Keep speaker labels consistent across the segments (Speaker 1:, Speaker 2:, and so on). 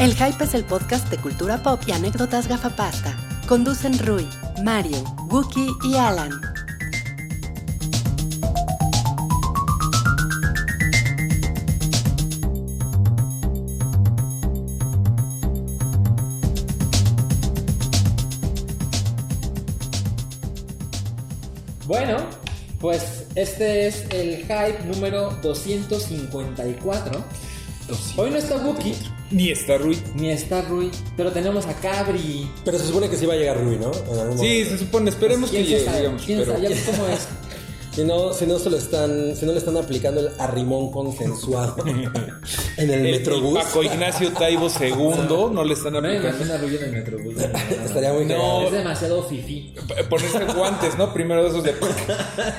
Speaker 1: El Hype es el podcast de cultura pop y anécdotas gafapasta. Conducen Rui, Mario, Wookie y Alan.
Speaker 2: Bueno, pues este es el hype número 254. Hoy no está Wookie,
Speaker 3: Ni está Rui.
Speaker 2: ni está Rui, pero tenemos a Cabri.
Speaker 4: Pero se supone que sí va a llegar Rui, ¿no? En algún
Speaker 3: Sí, se
Speaker 4: momento.
Speaker 3: supone, esperemos que
Speaker 2: Pues, ¿Quién
Speaker 3: llegue,
Speaker 2: sabe?
Speaker 3: digamos.
Speaker 2: ¿Quién
Speaker 3: pero-
Speaker 2: sabe? Ya ves cómo es?
Speaker 4: Si no, si no se lo están, si no le están aplicando el arrimón consensuado en
Speaker 3: El-
Speaker 4: el,
Speaker 3: el
Speaker 4: metrobús.
Speaker 3: Paco Ignacio Taibo II no le están
Speaker 2: No me
Speaker 3: aplicando.
Speaker 2: imagino a Rui en el Metrobús. la verdad.
Speaker 4: Estaría muy
Speaker 3: No.
Speaker 4: cagado.
Speaker 2: Es demasiado fifi.
Speaker 3: Ponerse guantes, ¿no? Primero de esos de.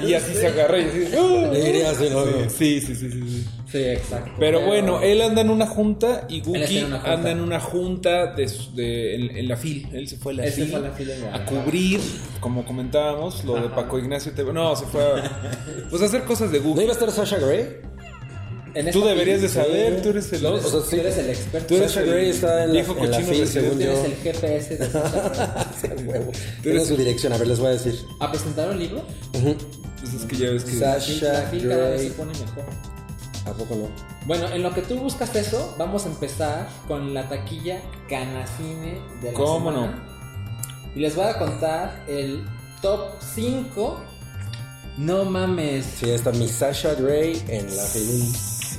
Speaker 3: Y así se agarra y así. ¡uh!
Speaker 4: Le diría así, ¿no?
Speaker 3: Sí, sí, sí, sí, sí.
Speaker 2: Sí, exacto.
Speaker 3: Pero bueno, él anda en una junta y
Speaker 2: Él está
Speaker 3: Guki
Speaker 2: en una junta.
Speaker 3: anda en una junta de, su- de- en, en la fil. Él se fue a la
Speaker 2: Él se
Speaker 3: fil,
Speaker 2: este fue a la fil en
Speaker 3: a
Speaker 2: Guadalajara.
Speaker 3: cubrir, como comentábamos, lo de Paco Ignacio. Taibo. No, se fue a. Pues a hacer cosas de
Speaker 4: ¿No
Speaker 3: Guki.
Speaker 4: iba a estar Sasha Grey?
Speaker 2: En
Speaker 3: Tú
Speaker 2: esta
Speaker 3: deberías de
Speaker 2: fil-
Speaker 3: saber, tú eres el.
Speaker 4: O sea,
Speaker 2: Tú
Speaker 4: sí.
Speaker 2: eres el experto.
Speaker 3: Tú eres
Speaker 4: Sasha
Speaker 3: el
Speaker 4: Grey está en la,
Speaker 3: viejo
Speaker 4: en la
Speaker 3: cochino
Speaker 4: fil,
Speaker 3: residente.
Speaker 4: según yo.
Speaker 2: Tienes el GPS de
Speaker 4: Tiene su dirección, a ver, les voy a decir.
Speaker 2: ¿A presentar un libro?
Speaker 3: Pues es que ya ves que.
Speaker 2: La
Speaker 4: Sasha
Speaker 2: fil cada vez se
Speaker 4: Grey.
Speaker 2: pone mejor.
Speaker 4: ¿A poco no?
Speaker 2: Bueno, en lo que tú buscas eso, vamos a empezar con la taquilla Canacine de la
Speaker 3: ¿Cómo
Speaker 2: semana. Y les voy a contar el top 5. No mames.
Speaker 4: Sí, está mi Sasha Grey en la fil.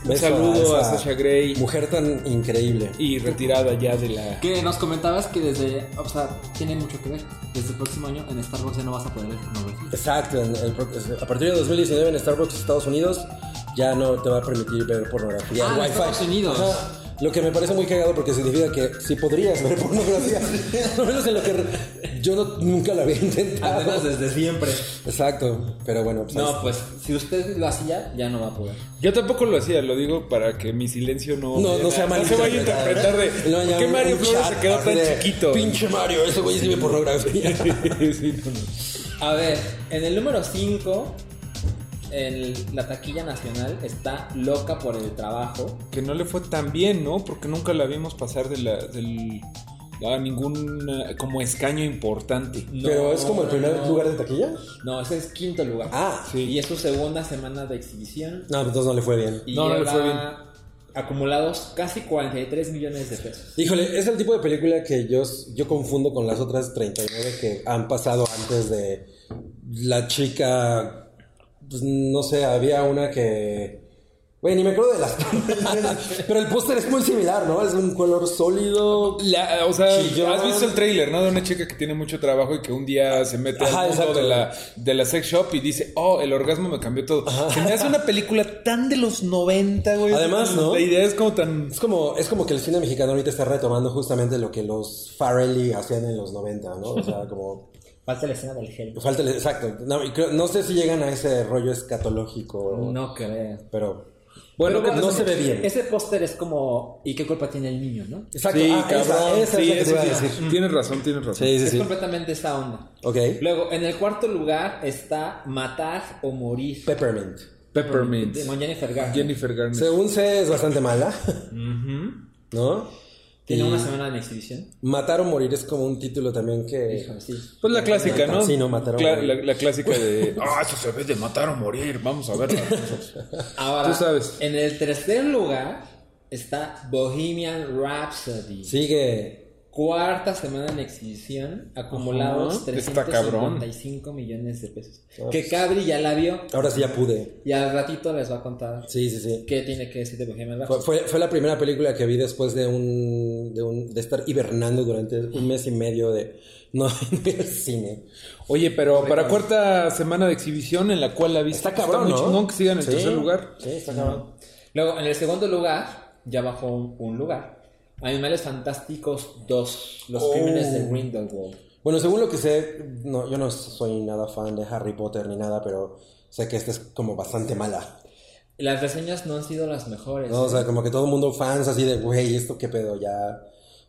Speaker 3: Un
Speaker 4: beso
Speaker 3: saludo a,
Speaker 4: esa
Speaker 3: Sasha Grey
Speaker 4: Mujer tan increíble.
Speaker 3: y retirada ya de la.
Speaker 2: Que nos comentabas que desde, o sea, tiene mucho que ver. Desde el próximo año en Starbucks ya no vas a poder ver pornografía.
Speaker 4: Exacto, en el pro- a partir de 2019 en Starbucks Estados Unidos ya no te va a permitir ver pornografía.
Speaker 2: Ah,
Speaker 4: en
Speaker 2: en
Speaker 4: Wi-Fi.
Speaker 2: Estados Unidos.
Speaker 4: Ajá. Lo que me parece muy cagado porque significa que sí podrías ver pornografía. Al menos en lo que re- yo no- nunca la había
Speaker 2: Al menos
Speaker 4: intentado.
Speaker 2: desde siempre.
Speaker 4: Exacto, pero bueno, pues,
Speaker 2: No, pues si usted lo hacía, ya no va a poder.
Speaker 3: Yo tampoco lo hacía, lo digo para que mi silencio no.
Speaker 4: No, no sea
Speaker 3: se vaya a interpretar de.
Speaker 4: Le van a
Speaker 3: ¿Por qué
Speaker 4: llamar
Speaker 3: Mario
Speaker 4: un
Speaker 3: Flores
Speaker 4: chat
Speaker 3: se quedó
Speaker 4: así
Speaker 3: tan
Speaker 4: de,
Speaker 3: chiquito?
Speaker 4: Pinche Mario, ese güey sí ve pornografía.
Speaker 3: Sí, no, no.
Speaker 2: A ver, en el número 5, en la taquilla nacional, está Loca por el Trabajo.
Speaker 3: Que no le fue tan bien, ¿no? Porque nunca la vimos pasar de la, del, a ningún eh, como escaño importante.
Speaker 2: No,
Speaker 4: pero es como el primer
Speaker 2: no.
Speaker 4: lugar de taquilla.
Speaker 2: No, ese es quinto lugar.
Speaker 4: Ah,
Speaker 3: Sí.
Speaker 2: Y es su segunda semana de exhibición.
Speaker 4: no, pues entonces no le fue bien.
Speaker 2: Y
Speaker 3: No, no le
Speaker 2: lleva
Speaker 3: fue bien.
Speaker 2: acumulados casi 43 millones de pesos.
Speaker 4: Híjole, es el tipo de película que yo, yo confundo con las otras 39 que han pasado antes de la chica. pues, no sé, había una que. Güey, ni me acuerdo de las Pero el póster es muy similar, ¿no? Es un color sólido.
Speaker 3: La- o sea,
Speaker 4: Chillón.
Speaker 3: has visto el tráiler, ¿no? De una chica que tiene mucho trabajo y que un día se mete
Speaker 4: Ajá,
Speaker 3: al mundo
Speaker 4: exacto.
Speaker 3: de la, de la sex shop y dice, oh, el orgasmo me cambió todo. Se me hace una película tan de los 90, güey.
Speaker 4: Además, ¿no?
Speaker 3: La idea es como tan...
Speaker 4: Es como, es como que el cine mexicano ahorita está retomando justamente lo que los Farrelly hacían en los 90, ¿no? O sea, como.
Speaker 2: Falta la escena del gel.
Speaker 4: Falta el- exacto. No, y creo- no sé si llegan a ese rollo escatológico.
Speaker 2: No creo.
Speaker 4: Pero. Bueno,
Speaker 2: Pero
Speaker 4: no
Speaker 2: ese-
Speaker 4: se ve bien.
Speaker 2: Ese póster es como, ¿y qué culpa tiene el niño, no?
Speaker 4: Exacto.
Speaker 3: Sí,
Speaker 4: Ah, esa-
Speaker 3: cabrón.
Speaker 4: esa
Speaker 3: sí,
Speaker 4: es la que te
Speaker 3: eso
Speaker 4: iba a
Speaker 3: sí.
Speaker 4: decir.
Speaker 3: Mm. Tienes razón, tienes razón.
Speaker 4: Sí, sí,
Speaker 2: es
Speaker 4: sí.
Speaker 2: completamente esa onda.
Speaker 4: Ok.
Speaker 2: Luego, en el cuarto lugar está Matar o Morir.
Speaker 4: Peppermint.
Speaker 3: Peppermint.
Speaker 2: Con Jennifer Garner.
Speaker 3: Jennifer Garner.
Speaker 4: Según sé, es bastante mala, ¿no?
Speaker 2: Tiene
Speaker 4: Y
Speaker 2: una semana en exhibición.
Speaker 4: Matar o morir es como un título también que.
Speaker 2: Hijo, sí.
Speaker 3: Pues la clásica, ¿no?
Speaker 4: Sí, no, matar o
Speaker 3: Cla-
Speaker 4: morir.
Speaker 3: la, la clásica de... Ah, eso se ve de matar o morir. Vamos a verla.
Speaker 2: Ahora,
Speaker 3: Tú sabes.
Speaker 2: en el tercer lugar está Bohemian Rhapsody.
Speaker 4: Sigue.
Speaker 2: Cuarta semana en exhibición, acumulados
Speaker 3: Ajá, está cabrón.
Speaker 2: 355 millones de pesos. Que Cabri ya la vio
Speaker 4: Ahora sí ya pude.
Speaker 2: y al ratito les va a contar
Speaker 4: Sí, sí, sí.
Speaker 2: qué tiene que decir de Bohemian
Speaker 4: Fue,
Speaker 2: Rhapsody.
Speaker 4: fue, fue la primera película que vi después de un, de un. de estar hibernando durante un mes y medio de no ver cine.
Speaker 3: Oye, pero para cuarta semana de exhibición en la cual la viste...
Speaker 4: Está cabrón,
Speaker 3: muy
Speaker 4: ¿no?
Speaker 3: chingón que sigan en
Speaker 4: Sí.
Speaker 3: tercer lugar.
Speaker 4: Sí, está cabrón.
Speaker 2: Luego, en el segundo lugar, ya bajó un, un lugar. Animales Fantásticos 2, Los
Speaker 4: Oh.
Speaker 2: Crímenes de Grindelwald.
Speaker 4: Bueno, según lo que sé, no, yo no soy nada fan de Harry Potter ni nada, pero sé que esta es como bastante mala.
Speaker 2: Las reseñas no han sido las mejores.
Speaker 4: No, o sea, como que todo el mundo fans así de, güey, ¿esto qué pedo? Ya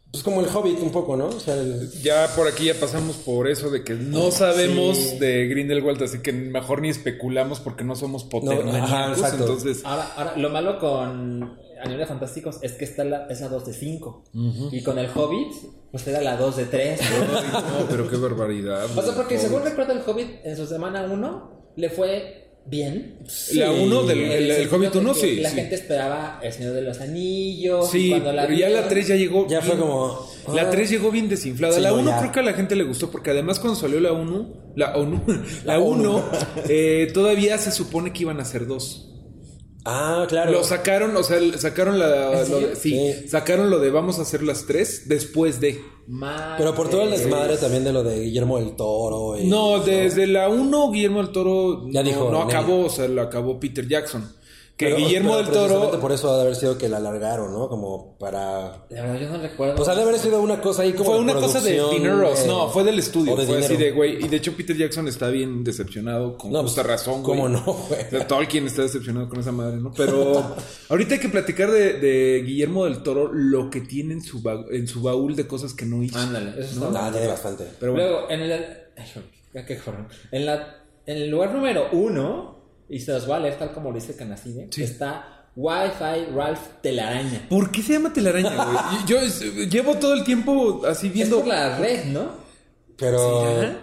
Speaker 4: Pues como el Hobbit un poco, ¿no? O sea, el-
Speaker 3: Ya por aquí ya pasamos por eso de que no sabemos de Grindelwald, así que mejor ni especulamos porque no somos potentes.
Speaker 4: ajá, exacto.
Speaker 3: entonces,
Speaker 2: Ahora, ahora, lo malo con Animales Fantásticos es que está la, es la 2 de 5. Y con el Hobbit, pues era la 2 de 3.
Speaker 3: Ay, no, pero qué barbaridad.
Speaker 2: o sea, porque
Speaker 3: güey.
Speaker 2: según recuerdo el Hobbit, en su semana 1 le fue bien.
Speaker 3: La
Speaker 4: Sí.
Speaker 3: 1 del
Speaker 2: En
Speaker 3: el,
Speaker 2: el
Speaker 3: el
Speaker 2: sentido
Speaker 3: Hobbit
Speaker 2: de
Speaker 3: 1,
Speaker 2: que
Speaker 3: sí.
Speaker 2: La
Speaker 3: sí.
Speaker 2: gente esperaba El Señor de los Anillos. y
Speaker 3: Sí,
Speaker 2: cuando
Speaker 3: pero ya la
Speaker 2: vieron-
Speaker 3: 3 ya llegó.
Speaker 4: Ya fue
Speaker 3: bien-
Speaker 4: como,
Speaker 3: La
Speaker 4: ah.
Speaker 3: 3 llegó bien desinflada.
Speaker 4: Sí,
Speaker 3: la
Speaker 4: no,
Speaker 3: 1
Speaker 4: ya.
Speaker 3: creo que a la gente le gustó porque además cuando salió la 1, la 1, la
Speaker 4: La
Speaker 3: 1 eh, todavía se supone que iban a ser dos.
Speaker 4: Ah, claro.
Speaker 3: Lo sacaron, o sea, sacaron la
Speaker 2: ¿En
Speaker 3: lo
Speaker 2: serio?
Speaker 3: de- sí,
Speaker 4: Sí.
Speaker 3: sacaron lo de vamos a hacer las tres después de.
Speaker 2: Madre.
Speaker 4: Pero por todo el desmadre también de lo de Guillermo del Toro. Y...
Speaker 3: No, desde la 1 Guillermo del Toro
Speaker 4: Ya
Speaker 3: no,
Speaker 4: dijo,
Speaker 3: no
Speaker 4: Nelly.
Speaker 3: acabó, o sea, lo acabó Peter Jackson. Que
Speaker 4: Pero-
Speaker 3: Guillermo
Speaker 4: pero
Speaker 3: del Toro
Speaker 4: precisamente por eso ha de haber sido que la alargaron, ¿no? Como para...
Speaker 2: La verdad, yo no recuerdo.
Speaker 4: O sea, ha de haber sido una cosa ahí como
Speaker 3: fue
Speaker 4: de
Speaker 3: una cosa de
Speaker 4: producción,
Speaker 3: dineros,
Speaker 4: de-
Speaker 3: no, fue del estudio,
Speaker 4: o de
Speaker 3: fue así
Speaker 4: dinero.
Speaker 3: de güey, y de hecho Peter Jackson está bien decepcionado con
Speaker 4: No,
Speaker 3: justa
Speaker 4: pues,
Speaker 3: razón, güey.
Speaker 4: ¿Cómo no, güey?
Speaker 3: O sea, Tolkien está decepcionado con esa madre, ¿no? Pero ahorita hay que platicar de, de Guillermo del Toro lo que tiene en su, ba- en su baúl de cosas que no hizo.
Speaker 2: Ándale, eso está
Speaker 4: Nada, tiene bastante.
Speaker 3: Pero bueno.
Speaker 2: Luego, en el. ay, joder, qué joder. En, la, en el lugar número uno, y se los voy a leer tal como lo dice Canacine,
Speaker 3: Sí.
Speaker 2: está Wi-Fi Ralph Telaraña.
Speaker 3: ¿Por qué se llama telaraña, güey? Y Yo es- llevo todo el tiempo así
Speaker 2: Es
Speaker 3: viendo.
Speaker 2: por la red, ¿no?
Speaker 4: Pero...
Speaker 2: Ajá.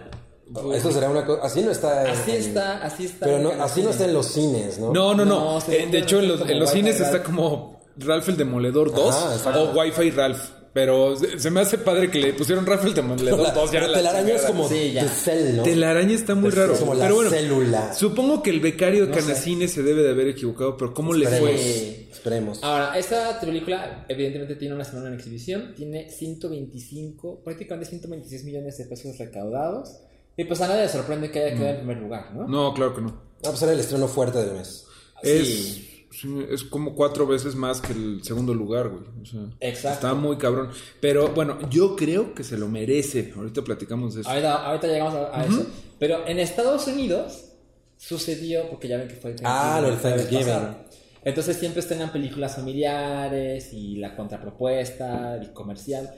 Speaker 4: Eso será una cosa... Así no está... en-
Speaker 2: Así está, así está.
Speaker 4: Pero
Speaker 2: en
Speaker 4: no,
Speaker 2: Canacine.
Speaker 4: así no está en los cines, ¿no?
Speaker 3: No, no, no.
Speaker 2: No, se
Speaker 3: Eh, de hecho, en los, en los
Speaker 2: Wi-Fi
Speaker 3: cines
Speaker 2: Ralph.
Speaker 3: está como Ralph el Demoledor 2
Speaker 4: Ajá,
Speaker 3: o
Speaker 4: exacto.
Speaker 3: Wi-Fi Ralph. Pero se se me hace padre que le pusieron Ralph el Demoledor
Speaker 4: La,
Speaker 3: 2. ya
Speaker 4: pero
Speaker 3: la
Speaker 4: telaraña es
Speaker 3: chingada.
Speaker 4: como
Speaker 2: Sí, ya.
Speaker 4: de cel, ¿no?
Speaker 3: Telaraña está muy
Speaker 4: Es
Speaker 3: raro.
Speaker 4: como la
Speaker 3: pero bueno,
Speaker 4: célula.
Speaker 3: supongo que el becario de
Speaker 2: sé.
Speaker 3: Canacine se debe de haber equivocado, pero ¿cómo le
Speaker 4: Esperemos.
Speaker 3: fue?
Speaker 2: fue?
Speaker 4: Pues, Esperemos. Ah,
Speaker 2: Ahora, esta película evidentemente tiene una semana en exhibición, tiene 125, prácticamente 126 millones de pesos recaudados. Y pues a nadie le sorprende que haya quedado en primer lugar, ¿no?
Speaker 3: No, claro que no.
Speaker 4: Ah, pues era el estreno fuerte del mes.
Speaker 3: Es,
Speaker 2: Sí.
Speaker 3: sí, es como cuatro veces más que el segundo lugar, güey. O sea,
Speaker 2: Exacto.
Speaker 3: Está muy cabrón. Pero bueno, yo creo que se lo merece. Ahorita platicamos de eso.
Speaker 2: Ahorita, ahorita llegamos a, a eso. Pero en Estados Unidos sucedió, porque ya ven que fue el
Speaker 4: Ah, lo del
Speaker 2: la vez
Speaker 4: Thanksgiving.
Speaker 2: pasada. Entonces siempre estrenan películas familiares y la contrapropuesta, el comercial.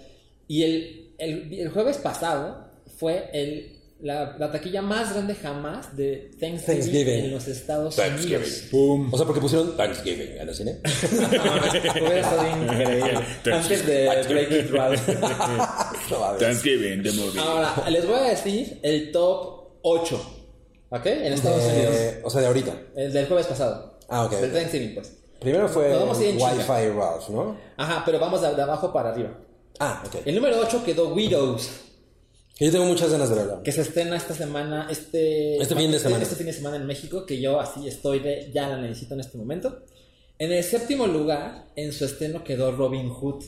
Speaker 2: Y el, el- el jueves pasado fue el, la, la taquilla más grande jamás de Thanksgiving,
Speaker 4: Thanksgiving.
Speaker 2: en los Estados Unidos.
Speaker 3: Pum.
Speaker 4: O sea, porque pusieron Thanksgiving en el cine.
Speaker 2: Hubiera estado increíble. Antes de Breaking Bad.
Speaker 4: No, a ver.
Speaker 3: Thanksgiving, the movie.
Speaker 2: Ahora, les voy a decir el top 8. ¿Ok? En Estados Unidos.
Speaker 4: Eh, o sea, de ahorita.
Speaker 2: El del jueves pasado.
Speaker 4: Ah, ok,
Speaker 2: Del
Speaker 4: ok.
Speaker 2: Thanksgiving, pues.
Speaker 4: Primero fue
Speaker 2: Nos vamos a ir en
Speaker 4: Wi-Fi Ralph, ¿no?
Speaker 2: Ajá, pero vamos de, de abajo para arriba.
Speaker 4: Ah, ok.
Speaker 2: El número 8 quedó Widows,
Speaker 4: Yo tengo muchas ganas de verlo.
Speaker 2: que se estrena esta semana, este...
Speaker 4: Este fin de semana.
Speaker 2: Este fin de semana en México, que yo así estoy de... Ya la necesito en este momento. En el séptimo lugar, en su estreno quedó Robin Hood,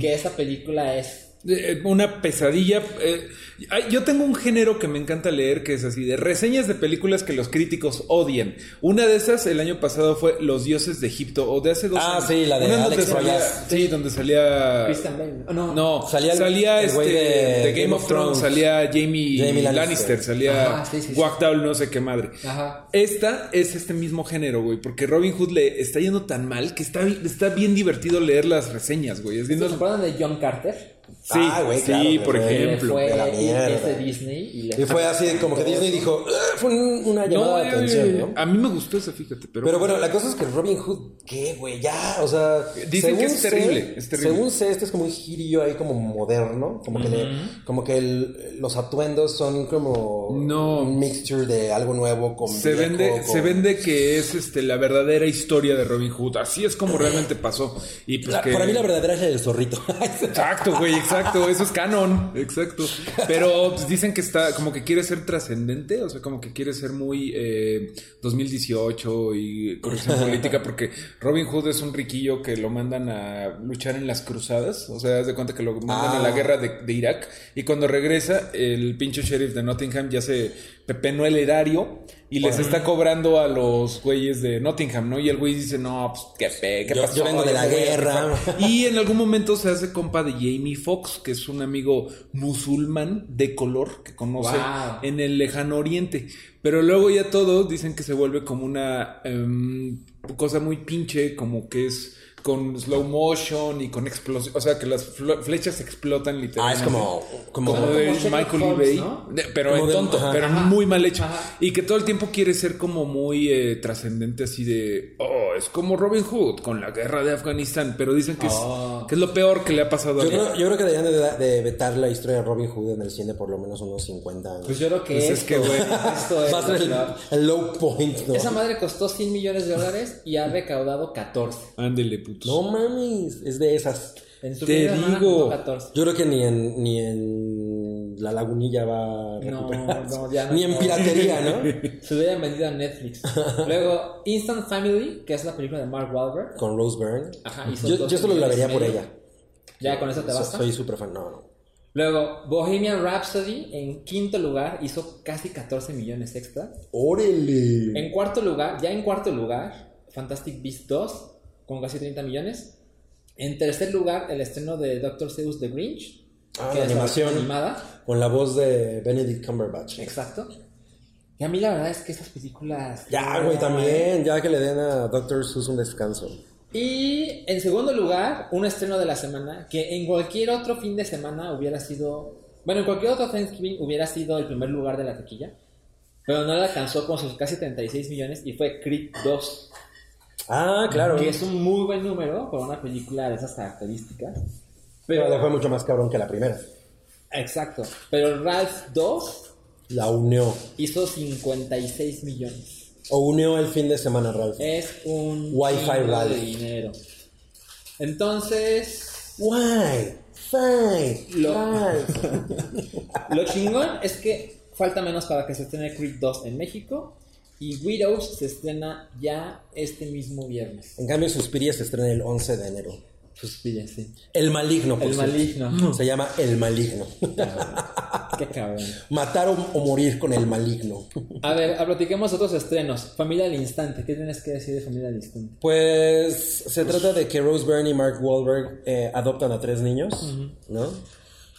Speaker 2: que esa película es...
Speaker 3: Eh, Una pesadilla. eh, ay, yo tengo un género que me encanta leer que es así, de reseñas de películas que los críticos odian. Una de esas el año pasado fue Los dioses de Egipto, o de hace dos
Speaker 4: Ah,
Speaker 3: años.
Speaker 4: sí, la de
Speaker 3: Una en
Speaker 4: Alex
Speaker 3: donde salía,
Speaker 4: Royas.
Speaker 3: Sí, donde salía...
Speaker 2: Christian Bale. Oh, no.
Speaker 3: Ah. No,
Speaker 4: Salía
Speaker 3: salía,
Speaker 4: el- el
Speaker 3: este,
Speaker 4: güey
Speaker 3: de,
Speaker 4: de
Speaker 3: Game, of Thrones, salía Jamie,
Speaker 4: Jamie
Speaker 3: Lannister.
Speaker 4: Lannister.
Speaker 3: salía
Speaker 2: Ajá, sí, sí, sí.
Speaker 3: Wagtaul, no sé qué madre.
Speaker 2: Ajá.
Speaker 3: Esta es este mismo género, güey, porque Robin Hood le está yendo tan mal que está, está bien divertido leer las reseñas, güey. Es bien-
Speaker 2: ¿Se acuerdan de John Carter?
Speaker 3: Sí,
Speaker 4: Ah, güey,
Speaker 3: sí,
Speaker 4: claro,
Speaker 3: por
Speaker 4: güey.
Speaker 2: Que le
Speaker 3: ejemplo.
Speaker 2: fue,
Speaker 4: de la
Speaker 2: y que es de
Speaker 4: mierda.
Speaker 2: Disney. Y, le
Speaker 4: Y fue así como que Disney dijo, "Ah", fue un- una llamada de
Speaker 3: eh,
Speaker 4: atención, ¿no?
Speaker 3: A mí me gustó esa, fíjate, pero.
Speaker 4: Pero bueno, la cosa es que Robin Hood, ¿qué, güey? Ya, o sea...
Speaker 3: Dicen que es
Speaker 4: según
Speaker 3: terrible,
Speaker 4: sé-
Speaker 3: es terrible.
Speaker 4: Según sé, este es como un girillo ahí como moderno, como que, le- como que el- los atuendos son como
Speaker 3: No.
Speaker 4: un mixture de algo nuevo con
Speaker 3: se
Speaker 4: viejo,
Speaker 3: vende,
Speaker 4: con-
Speaker 3: se vende que es este la verdadera historia de Robin Hood. Así es como realmente pasó. Y pues
Speaker 4: La-
Speaker 3: que-
Speaker 4: Para mí la verdadera es el zorrito.
Speaker 3: Exacto, güey, exacto. Eso es canon. Exacto. Pero pues, dicen que está como que quiere ser trascendente, o sea, como que quiere ser muy eh, 2018 y corrección política, porque Robin Hood es un riquillo que lo mandan a luchar en las cruzadas. O sea, haz de cuenta que lo mandan
Speaker 4: Ah.
Speaker 3: a la guerra de, de Irak. Y cuando regresa, el pinche sheriff de Nottingham ya se pepenó el erario y les está cobrando a los güeyes de Nottingham, ¿no? Y el güey dice, no, pues qué pe, qué
Speaker 4: Yo- yo
Speaker 3: pasó?
Speaker 4: vengo de la
Speaker 3: voy a
Speaker 4: guerra".
Speaker 3: rifar". Y en algún momento se hace compa de Jamie Foxx, que es un amigo musulmán de color que conoce
Speaker 2: Wow.
Speaker 3: en el lejano oriente. Pero luego ya todos dicen que se vuelve como una em, cosa muy pinche, como que es con slow motion y con explosión. O sea, que las flo- flechas explotan
Speaker 4: Ah,
Speaker 3: literalmente.
Speaker 4: es como. como,
Speaker 3: Como de
Speaker 2: Como Sherlock
Speaker 3: Michael
Speaker 2: Holmes,
Speaker 3: Bay,
Speaker 2: ¿no?
Speaker 3: De- pero
Speaker 4: Como
Speaker 3: en
Speaker 4: de-
Speaker 3: tonto,
Speaker 4: ajá.
Speaker 3: pero
Speaker 2: Ajá.
Speaker 3: muy mal hecho.
Speaker 2: Ajá.
Speaker 3: Y que todo el tiempo quiere ser como muy eh, trascendente, así de, oh, es como Robin Hood con la guerra de Afganistán, pero dicen que,
Speaker 2: Oh.
Speaker 3: es, que es lo peor que le ha pasado a
Speaker 4: Ah. Yo
Speaker 3: él.
Speaker 4: creo, yo creo que deberían de, de vetar la historia de Robin Hood en el cine por lo menos unos 50 años.
Speaker 2: Pues yo creo que
Speaker 3: Pues
Speaker 2: esto,
Speaker 3: es que, güey,
Speaker 2: esto es.
Speaker 4: Va a ser el,
Speaker 2: ¿no?
Speaker 4: el low point, ¿no?
Speaker 2: Esa madre costó 100 millones de dólares y ha recaudado 14.
Speaker 3: Ándele, putos.
Speaker 4: No mames, es de esas.
Speaker 2: En su
Speaker 4: Te
Speaker 2: primera semana
Speaker 4: digo,
Speaker 2: juntó 14.
Speaker 4: yo creo que ni en, ni en la lagunilla va a
Speaker 2: No,
Speaker 4: recuperarse.
Speaker 2: no, ya no.
Speaker 4: Ni en piratería, ¿no?
Speaker 2: Se lo hubieran vendido a Netflix. Luego, Instant Family, que es la película de Mark Wahlberg.
Speaker 4: Con Rose Byrne.
Speaker 2: Ajá, hizo
Speaker 4: yo,
Speaker 2: dos
Speaker 4: yo solo la
Speaker 2: millones y
Speaker 4: vería por
Speaker 2: medio.
Speaker 4: ella.
Speaker 2: Ya con eso te
Speaker 4: So-
Speaker 2: basta.
Speaker 4: Soy súper fan. No, no.
Speaker 2: Luego, Bohemian Rhapsody, en quinto lugar, hizo casi 14 millones extra.
Speaker 4: ¡Órale!
Speaker 2: En cuarto lugar, ya en cuarto lugar, Fantastic Beasts 2, con casi 30 millones. En tercer lugar, el estreno de Doctor Seuss The Grinch.
Speaker 4: Ah,
Speaker 2: que
Speaker 4: la
Speaker 2: es versión
Speaker 4: animación.
Speaker 2: animada.
Speaker 4: Con la voz de Benedict Cumberbatch.
Speaker 2: Exacto. Y a mí la verdad es que esas películas...
Speaker 4: Ya, güey, también. Ya que le den a Doctor Seuss un descanso.
Speaker 2: Y en segundo lugar, un estreno de la semana que en cualquier otro fin de semana hubiera sido. Bueno, en cualquier otro Thanksgiving hubiera sido el primer lugar de la taquilla. Pero no la alcanzó con sus casi 36 millones y fue Creed 2.
Speaker 4: Ah, claro.
Speaker 2: Que es un muy buen número para una película de esas características.
Speaker 4: Pero le
Speaker 2: Pero,
Speaker 4: fue mucho más cabrón que la primera.
Speaker 2: exacto. Pero Ralph 2
Speaker 4: La unió.
Speaker 2: hizo 56 millones.
Speaker 4: O unió el fin de semana, Ralph.
Speaker 2: Es un.
Speaker 4: Wi-Fi
Speaker 2: chingo de
Speaker 4: Ralph.
Speaker 2: dinero. Entonces.
Speaker 4: Why? Fine.
Speaker 2: Lo-
Speaker 4: Ralph.
Speaker 2: Lo chingón es que falta menos para que se estrene Creed 2 en México. Y Widows se estrena ya este mismo viernes.
Speaker 4: En cambio, Suspiria se estrena el 11 de enero. Pues
Speaker 2: Suspiria, sí.
Speaker 4: El maligno, por
Speaker 2: El
Speaker 4: cierto.
Speaker 2: maligno.
Speaker 4: Se llama El maligno.
Speaker 2: Qué cabrón.
Speaker 4: Matar o, o morir con el maligno.
Speaker 2: A ver, a- platiquemos otros estrenos. Familia al Instante. ¿Qué tienes que decir de Familia al Instante?
Speaker 4: Pues se trata de que Rose Byrne y Mark Wahlberg eh, adoptan a tres niños, ¿no?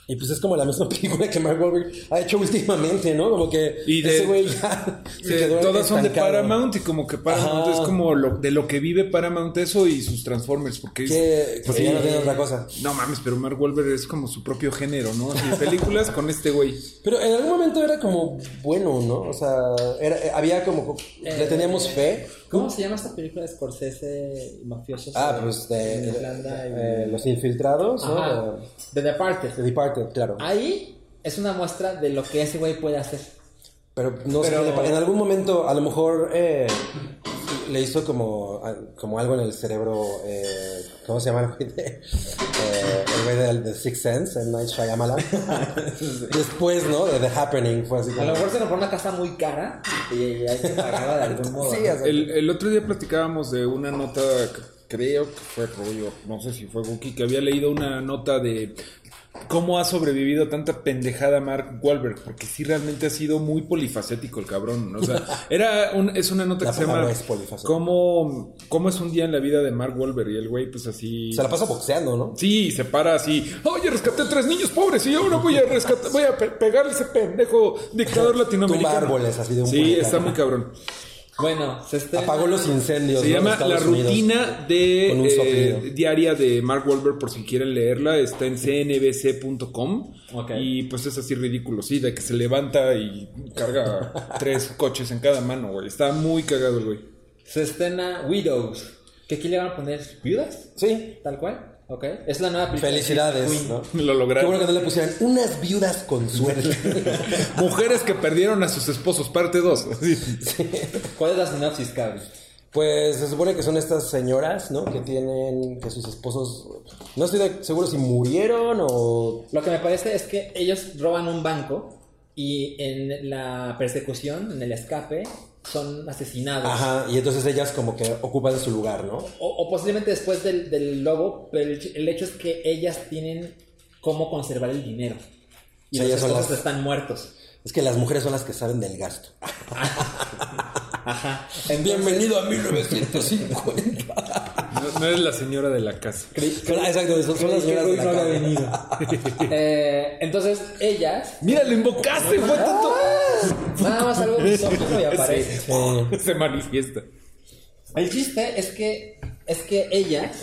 Speaker 4: Y pues es como la misma película que Mark Wahlberg ha hecho últimamente, ¿no? Como que
Speaker 3: Y de-
Speaker 4: ese güey ya se
Speaker 3: Eh,
Speaker 4: quedó
Speaker 3: todas son de
Speaker 4: estancado.
Speaker 3: Paramount y como que Paramount
Speaker 4: Ajá.
Speaker 3: es como lo- de lo que vive Paramount eso y sus Transformers porque es-
Speaker 4: Que, que
Speaker 3: porque-
Speaker 4: ya no tiene otra cosa.
Speaker 3: no mames pero Mark Wahlberg es como su propio género no Así, películas con este güey
Speaker 4: Pero en algún momento era como bueno, ¿no? O sea, era- eh, había como. le teníamos fe.
Speaker 2: ¿Cómo se llama esta película de Scorsese y mafiosos?
Speaker 4: Ah,
Speaker 2: en-
Speaker 4: pues de.
Speaker 2: en Irlanda y-
Speaker 4: eh, los infiltrados,
Speaker 2: Ajá. Ah,
Speaker 4: ¿no? De-
Speaker 2: The Departed.
Speaker 4: De Departed, claro.
Speaker 2: Ahí es una muestra de lo que ese güey puede hacer.
Speaker 4: Pero no sé,
Speaker 2: Pero-
Speaker 4: qué le pa- en algún momento a lo mejor eh, le hizo como, como algo en el cerebro, eh, ¿cómo se llama el güey? de- eh, el güey del de Sixth Sense, el Night Shyamalan. Después, ¿no? De The Happening fue así
Speaker 2: A
Speaker 4: como...
Speaker 2: lo mejor se nos pone una casa muy cara y hay que pagarla de algún modo.
Speaker 4: Sí,
Speaker 2: ¿no?
Speaker 4: o sea,
Speaker 3: El, el otro día platicábamos de una nota, que creo que fue rollo, no sé si fue Wookie, que había leído una nota de cómo ha sobrevivido tanta pendejada Mark Wahlberg, porque sí realmente ha sido muy polifacético el cabrón. O sea, era un- es una nota
Speaker 4: La
Speaker 3: que se llama
Speaker 4: palabra es polifacético.
Speaker 3: ¿cómo, ¿Cómo es un día en la vida de Mark Wahlberg? Y el güey, pues así.
Speaker 4: se la pasa boxeando, ¿no?
Speaker 3: Sí, se para así. Oye, rescaté a tres niños pobres y ahora voy a rescatar, voy a pe- pegarle a ese pendejo dictador latinoamericano.
Speaker 4: Tumba árboles así de un
Speaker 3: Sí,
Speaker 4: puñetazo.
Speaker 3: está muy cabrón.
Speaker 2: Bueno, se estrena-
Speaker 4: Apagó los incendios.
Speaker 3: Se
Speaker 4: ¿no? de
Speaker 3: llama La
Speaker 4: Estados Unidos.
Speaker 3: rutina de
Speaker 4: Con un
Speaker 3: eh,
Speaker 4: soplido.
Speaker 3: diaria de Mark Wahlberg, por si quieren leerla, está en cnbc.com.
Speaker 2: Ok.
Speaker 3: Y pues es así ridículo, sí, de que se levanta y carga tres coches en cada mano, güey. Está muy cagado el güey.
Speaker 2: Se estrena Widows. Que aquí le van a poner viudas,
Speaker 4: Sí.
Speaker 2: tal cual. Ok. Es la nueva película.
Speaker 4: Felicidades, ¿no?
Speaker 3: Lo
Speaker 4: Qué bueno
Speaker 3: lograron.
Speaker 4: que no le pusieran unas viudas con suerte.
Speaker 3: Mujeres que perdieron a sus esposos, parte 2.
Speaker 2: ¿Cuál es la sinopsis, cabrón?
Speaker 4: Pues se supone que son estas señoras, ¿no? Que tienen, que sus esposos, no estoy de- seguro si murieron o...
Speaker 2: Lo que me parece es que ellos roban un banco y en la persecución, en el escape, son asesinados.
Speaker 4: Ajá, y entonces ellas como que ocupan su lugar, ¿no?
Speaker 2: O, o posiblemente después del, del lobo, pero el, el hecho es que ellas tienen cómo conservar el dinero. Y
Speaker 4: Sí,
Speaker 2: los
Speaker 4: ellas son
Speaker 2: esposos
Speaker 4: las-
Speaker 2: están muertos.
Speaker 4: Es que las mujeres son las que saben del gasto.
Speaker 2: Ajá. Entonces-
Speaker 4: Bienvenido a 1950.
Speaker 3: No, no eres la señora de la casa.
Speaker 4: Ah, exacto, son, son las señoras de la casa.
Speaker 2: Eh, entonces, ellas.
Speaker 3: Mira, lo invocaste, fue tanto.
Speaker 2: Nada más algo misógino y aparece.
Speaker 4: Sí.
Speaker 3: Se manifiesta.
Speaker 2: El chiste es que. Es que ellas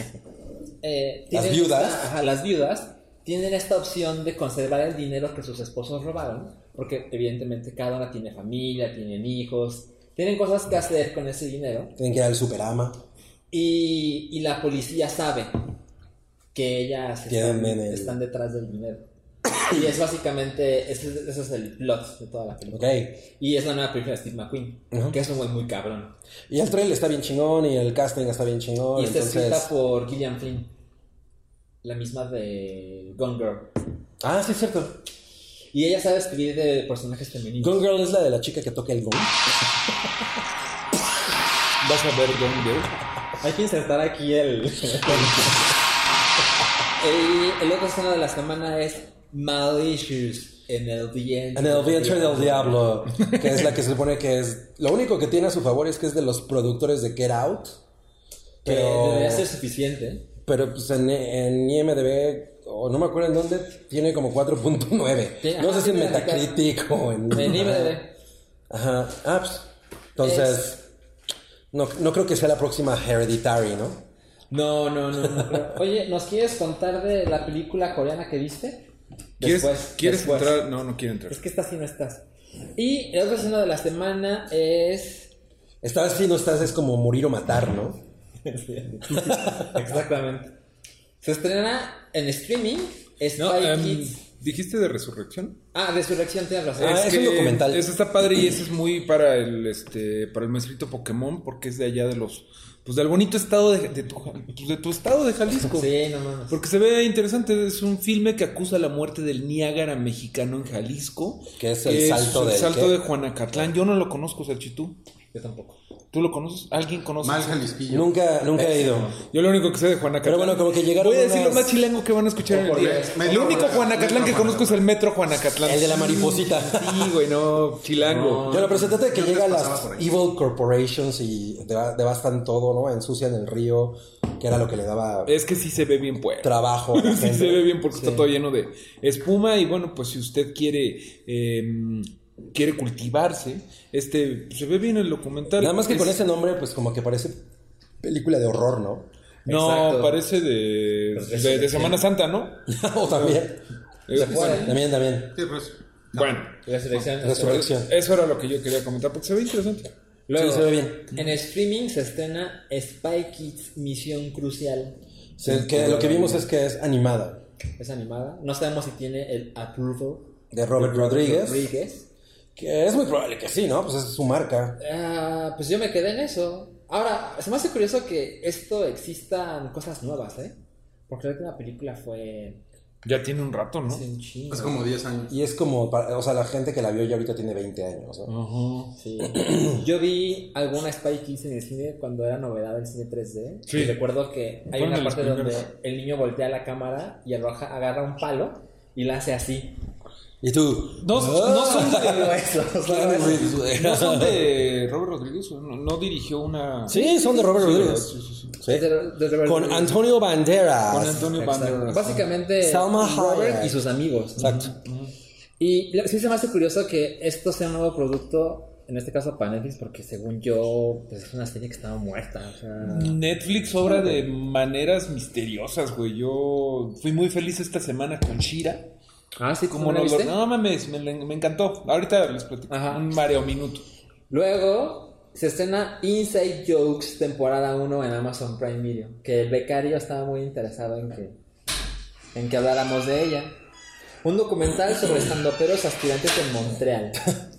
Speaker 2: eh,
Speaker 4: Las
Speaker 2: tienen
Speaker 4: viudas.
Speaker 2: esta- ajá, las viudas tienen esta opción de conservar el dinero que sus esposos robaron, porque evidentemente cada una tiene familia, tienen hijos, tienen cosas que hacer con ese dinero.
Speaker 4: Tienen que ir al superama.
Speaker 2: Y, y la policía sabe que ellas están,
Speaker 4: Tienen el-
Speaker 2: están detrás del dinero. Y es básicamente, ese, ese es el plot de toda la
Speaker 4: Ok.
Speaker 2: película. Y es la nueva película de Steve McQueen,
Speaker 4: Ujú.
Speaker 2: que es un güey muy cabrón.
Speaker 4: Y el trailer está bien chingón y el casting está bien chingón.
Speaker 2: y está
Speaker 4: entonces...
Speaker 2: escrita por Gillian Flynn, la misma de Gone Girl.
Speaker 4: Ah, sí, es cierto.
Speaker 2: Y ella sabe escribir de personajes femeninos.
Speaker 4: Gone Girl es la de la chica que toca el gong.
Speaker 3: Vas a ver Gone Girl.
Speaker 2: Hay que insertar aquí el... el, el otro escena de la semana es Malicious en el vientre.
Speaker 4: En el vientre del diablo, que es la que se supone que es... Lo único que tiene a su favor es que es de los productores de Get Out.
Speaker 2: Que
Speaker 4: Pero,
Speaker 2: Eh, debería ser suficiente.
Speaker 4: pero pues en, en IMDB, o no me acuerdo en dónde, tiene como 4.9.
Speaker 2: Tiene-
Speaker 4: No
Speaker 2: ajá,
Speaker 4: sé si en
Speaker 2: tiene la mitad.
Speaker 4: Metacritic o en...
Speaker 2: En IMDb.
Speaker 4: Ajá. Ah, pues, entonces, no, no creo que sea la próxima Hereditary, ¿no?
Speaker 2: No, no, no. no creo. Oye, ¿nos quieres contar de la película coreana que viste?
Speaker 3: ¿Quieres,
Speaker 2: Después,
Speaker 3: ¿quieres
Speaker 2: después.
Speaker 3: entrar? No, no quiero entrar.
Speaker 2: Es que estás y no estás. Y la otra escena de la semana es.
Speaker 4: Estás si no estás, es como morir o matar, ¿no?
Speaker 2: Exactamente. Se estrena en streaming. Spy
Speaker 3: No, em,
Speaker 2: Kids.
Speaker 3: ¿Dijiste de resurrección?
Speaker 2: Ah, Resurrección, tienes razón.
Speaker 4: Ah, es un documental.
Speaker 3: Eso está padre y eso es muy para el este para el maestrito Pokémon porque es de allá de los pues del bonito estado de, de tu, pues, de tu estado de Jalisco.
Speaker 2: Sí, no mames.
Speaker 3: Porque se ve interesante, es un filme que acusa la muerte del Niágara mexicano en Jalisco.
Speaker 4: Que es el salto
Speaker 3: el
Speaker 4: del
Speaker 3: salto
Speaker 4: qué?
Speaker 3: de Juanacatlán. Yo no lo conozco, Salchitú.
Speaker 2: Yo tampoco.
Speaker 3: ¿Tú lo conoces? ¿Alguien conoce?
Speaker 5: Mal Jalisquillo.
Speaker 4: Nunca, nunca he ido.
Speaker 3: Yo lo único que sé de Juanacatlán.
Speaker 4: Pero bueno, como que llegaron
Speaker 3: Voy a decir lo
Speaker 4: unas-
Speaker 3: más chilango que van a escuchar en el día.
Speaker 5: Metro
Speaker 3: Lo único
Speaker 5: Juanacatlán.
Speaker 3: Juanacatlán que
Speaker 5: Metro
Speaker 3: conozco es el Metro Juanacatlán.
Speaker 4: El de la mariposita.
Speaker 3: Sí, güey, no, chilango.
Speaker 4: Yo lo presenté que
Speaker 5: Yo antes
Speaker 4: llega a
Speaker 5: pasaba
Speaker 4: las
Speaker 5: por ahí.
Speaker 4: evil corporations y deva- devastan todo, ¿no? Ensucian el río, que era lo que le daba
Speaker 3: Es que sí se ve bien puerco.
Speaker 4: trabajo. a la
Speaker 3: Eh, Sí
Speaker 4: gente.
Speaker 3: se ve bien porque
Speaker 4: Sí.
Speaker 3: está todo lleno de espuma y bueno, pues si usted quiere eh, quiere cultivarse, este se ve bien el documental.
Speaker 4: Nada más que
Speaker 3: Es-
Speaker 4: con ese nombre, pues como que parece película de horror, ¿no?
Speaker 3: No,
Speaker 2: Exacto.
Speaker 3: parece de, de, de Semana Santa, ¿no?
Speaker 4: o también.
Speaker 3: Eh,
Speaker 4: También, también.
Speaker 5: Sí, pues.
Speaker 3: Bueno,
Speaker 2: Resurrección.
Speaker 4: Ah, Resurrección.
Speaker 3: eso era lo que yo quería comentar porque se ve interesante.
Speaker 2: Luego,
Speaker 4: Sí, se ve bien.
Speaker 2: En streaming se estrena Spy Kids Misión Crucial.
Speaker 4: Se- que lo que vimos es que es animada.
Speaker 2: Es animada. No sabemos si tiene el approval
Speaker 4: De Robert Rodríguez.
Speaker 2: Rodríguez.
Speaker 4: Que es muy probable que sí, ¿no? Pues es su marca.
Speaker 2: Ah, pues yo me quedé en eso. Ahora, se me hace curioso que esto existan cosas nuevas, ¿eh? Porque la última película fue
Speaker 3: Ya tiene un rato, ¿no?
Speaker 2: hace un chingo.
Speaker 5: Hace como 10 años.
Speaker 4: Y es como, para- o sea, la gente que la vio ya ahorita tiene 20 años. ¿no?
Speaker 3: Ajá.
Speaker 2: Sí. Yo vi alguna Spy Kids en el cine cuando era novedad el cine 3D.
Speaker 3: Sí.
Speaker 2: Y recuerdo que hay
Speaker 3: Fueron de
Speaker 2: una
Speaker 3: los
Speaker 2: parte donde
Speaker 3: primeros.
Speaker 2: el niño voltea la cámara y arroja, agarra un palo y la hace así.
Speaker 4: Y tú.
Speaker 3: No, no son de,
Speaker 2: Solo eso, solo
Speaker 4: Keanu
Speaker 2: eso.
Speaker 4: Reeves, güey.
Speaker 3: no son de Robert Rodríguez, ¿o no, no dirigió una.
Speaker 4: Ah. Sí, son de Robert Rodríguez. Ah,
Speaker 3: Sí, sí, sí.
Speaker 4: Sí.
Speaker 2: Desde- desde-
Speaker 4: Con Antonio Banderas.
Speaker 3: Con Antonio Banderas.
Speaker 2: Básicamente
Speaker 4: Salma
Speaker 2: Robert
Speaker 4: Hayek.
Speaker 2: y sus amigos. ¿no?
Speaker 4: Exacto.
Speaker 2: Y la- sí se me hace curioso que esto sea un nuevo producto, en este caso para Netflix, porque según yo, pues es una serie que estaba muerta. o
Speaker 3: Mm.
Speaker 2: sea.
Speaker 3: Netflix obra de maneras misteriosas, güey. Yo fui muy feliz esta semana con Shira.
Speaker 2: Ah, sí,
Speaker 3: Como
Speaker 2: ¿cómo la
Speaker 3: no, lo-
Speaker 2: viste?
Speaker 3: no mames, me, me encantó. Ahorita les platico.
Speaker 2: Ajá.
Speaker 3: Un mareo minuto.
Speaker 2: Luego se estrena Inside Jokes, temporada 1 en Amazon Prime Video, que el becario estaba muy interesado en que, en que habláramos de ella. Un documental sobre estandoperos aspirantes en Montreal.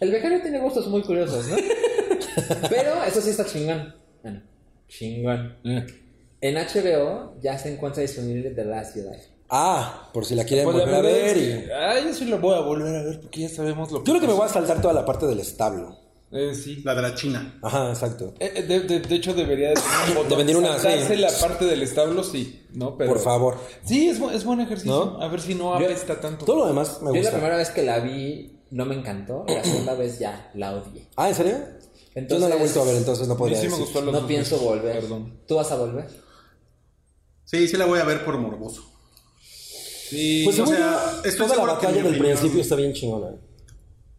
Speaker 2: El becario tiene gustos muy curiosos, ¿no? Pero eso sí está chingón. Bueno, chingón.
Speaker 3: Eh.
Speaker 2: En HBO ya se encuentra disponible The Last Jedi.
Speaker 4: Ah, por si la quieren
Speaker 3: Pues la
Speaker 4: volver a
Speaker 3: verdad es
Speaker 4: ver.
Speaker 3: que-
Speaker 4: y-
Speaker 3: Ay, eso lo voy a volver a ver porque ya sabemos lo
Speaker 4: Yo creo que me voy
Speaker 3: pasó.
Speaker 4: a saltar toda la parte del establo.
Speaker 3: Eh, sí.
Speaker 5: La de la China.
Speaker 4: Ajá, exacto.
Speaker 3: Eh, eh, de, de- de hecho, debería de tener un botón.
Speaker 4: De vender una,
Speaker 3: Saltarse
Speaker 4: sí.
Speaker 3: la parte del establo, sí. No, pero...
Speaker 4: Por favor.
Speaker 3: Sí, es, bu- es buen ejercicio.
Speaker 4: ¿No?
Speaker 3: A ver si no
Speaker 4: Yo-
Speaker 3: apesta tanto.
Speaker 4: Todo lo demás me
Speaker 2: Yo la
Speaker 4: gusta.
Speaker 2: primera vez que la vi no me encantó, la segunda vez ya la odié.
Speaker 4: Ah, ¿en serio? Yo no la he
Speaker 2: Entonces-
Speaker 4: vuelto a ver, entonces no
Speaker 3: A mí
Speaker 4: podría
Speaker 3: sí me
Speaker 4: decir.
Speaker 3: gustó las
Speaker 2: No
Speaker 3: dos
Speaker 2: pienso
Speaker 3: veces.
Speaker 2: volver.
Speaker 3: Perdón.
Speaker 2: ¿Tú vas a volver?
Speaker 5: Sí, sí la voy a ver por morboso.
Speaker 3: Sí.
Speaker 4: Pues
Speaker 5: O
Speaker 4: según
Speaker 5: sea,
Speaker 4: yo,
Speaker 5: estoy
Speaker 4: toda la
Speaker 5: seguro que
Speaker 4: batalla
Speaker 5: mi
Speaker 4: del
Speaker 5: opinión-
Speaker 4: principio está bien chingona.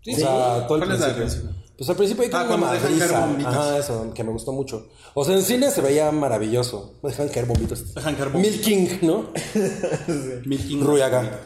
Speaker 3: Sí,
Speaker 4: o sea, todo el
Speaker 5: ¿Cuál es la
Speaker 4: principio.
Speaker 5: diferencia?
Speaker 4: Pues al principio hay como
Speaker 5: Ah,
Speaker 4: una
Speaker 5: cuando dejan caer
Speaker 4: madriza.
Speaker 5: bombitas.
Speaker 4: Ajá, eso, que me gustó mucho. O sea, en cine se veía maravilloso. Dejan caer bombitas.
Speaker 5: Dejan caer bombitas.
Speaker 4: Milking, ¿no?
Speaker 5: Milking.
Speaker 4: Ruyaga.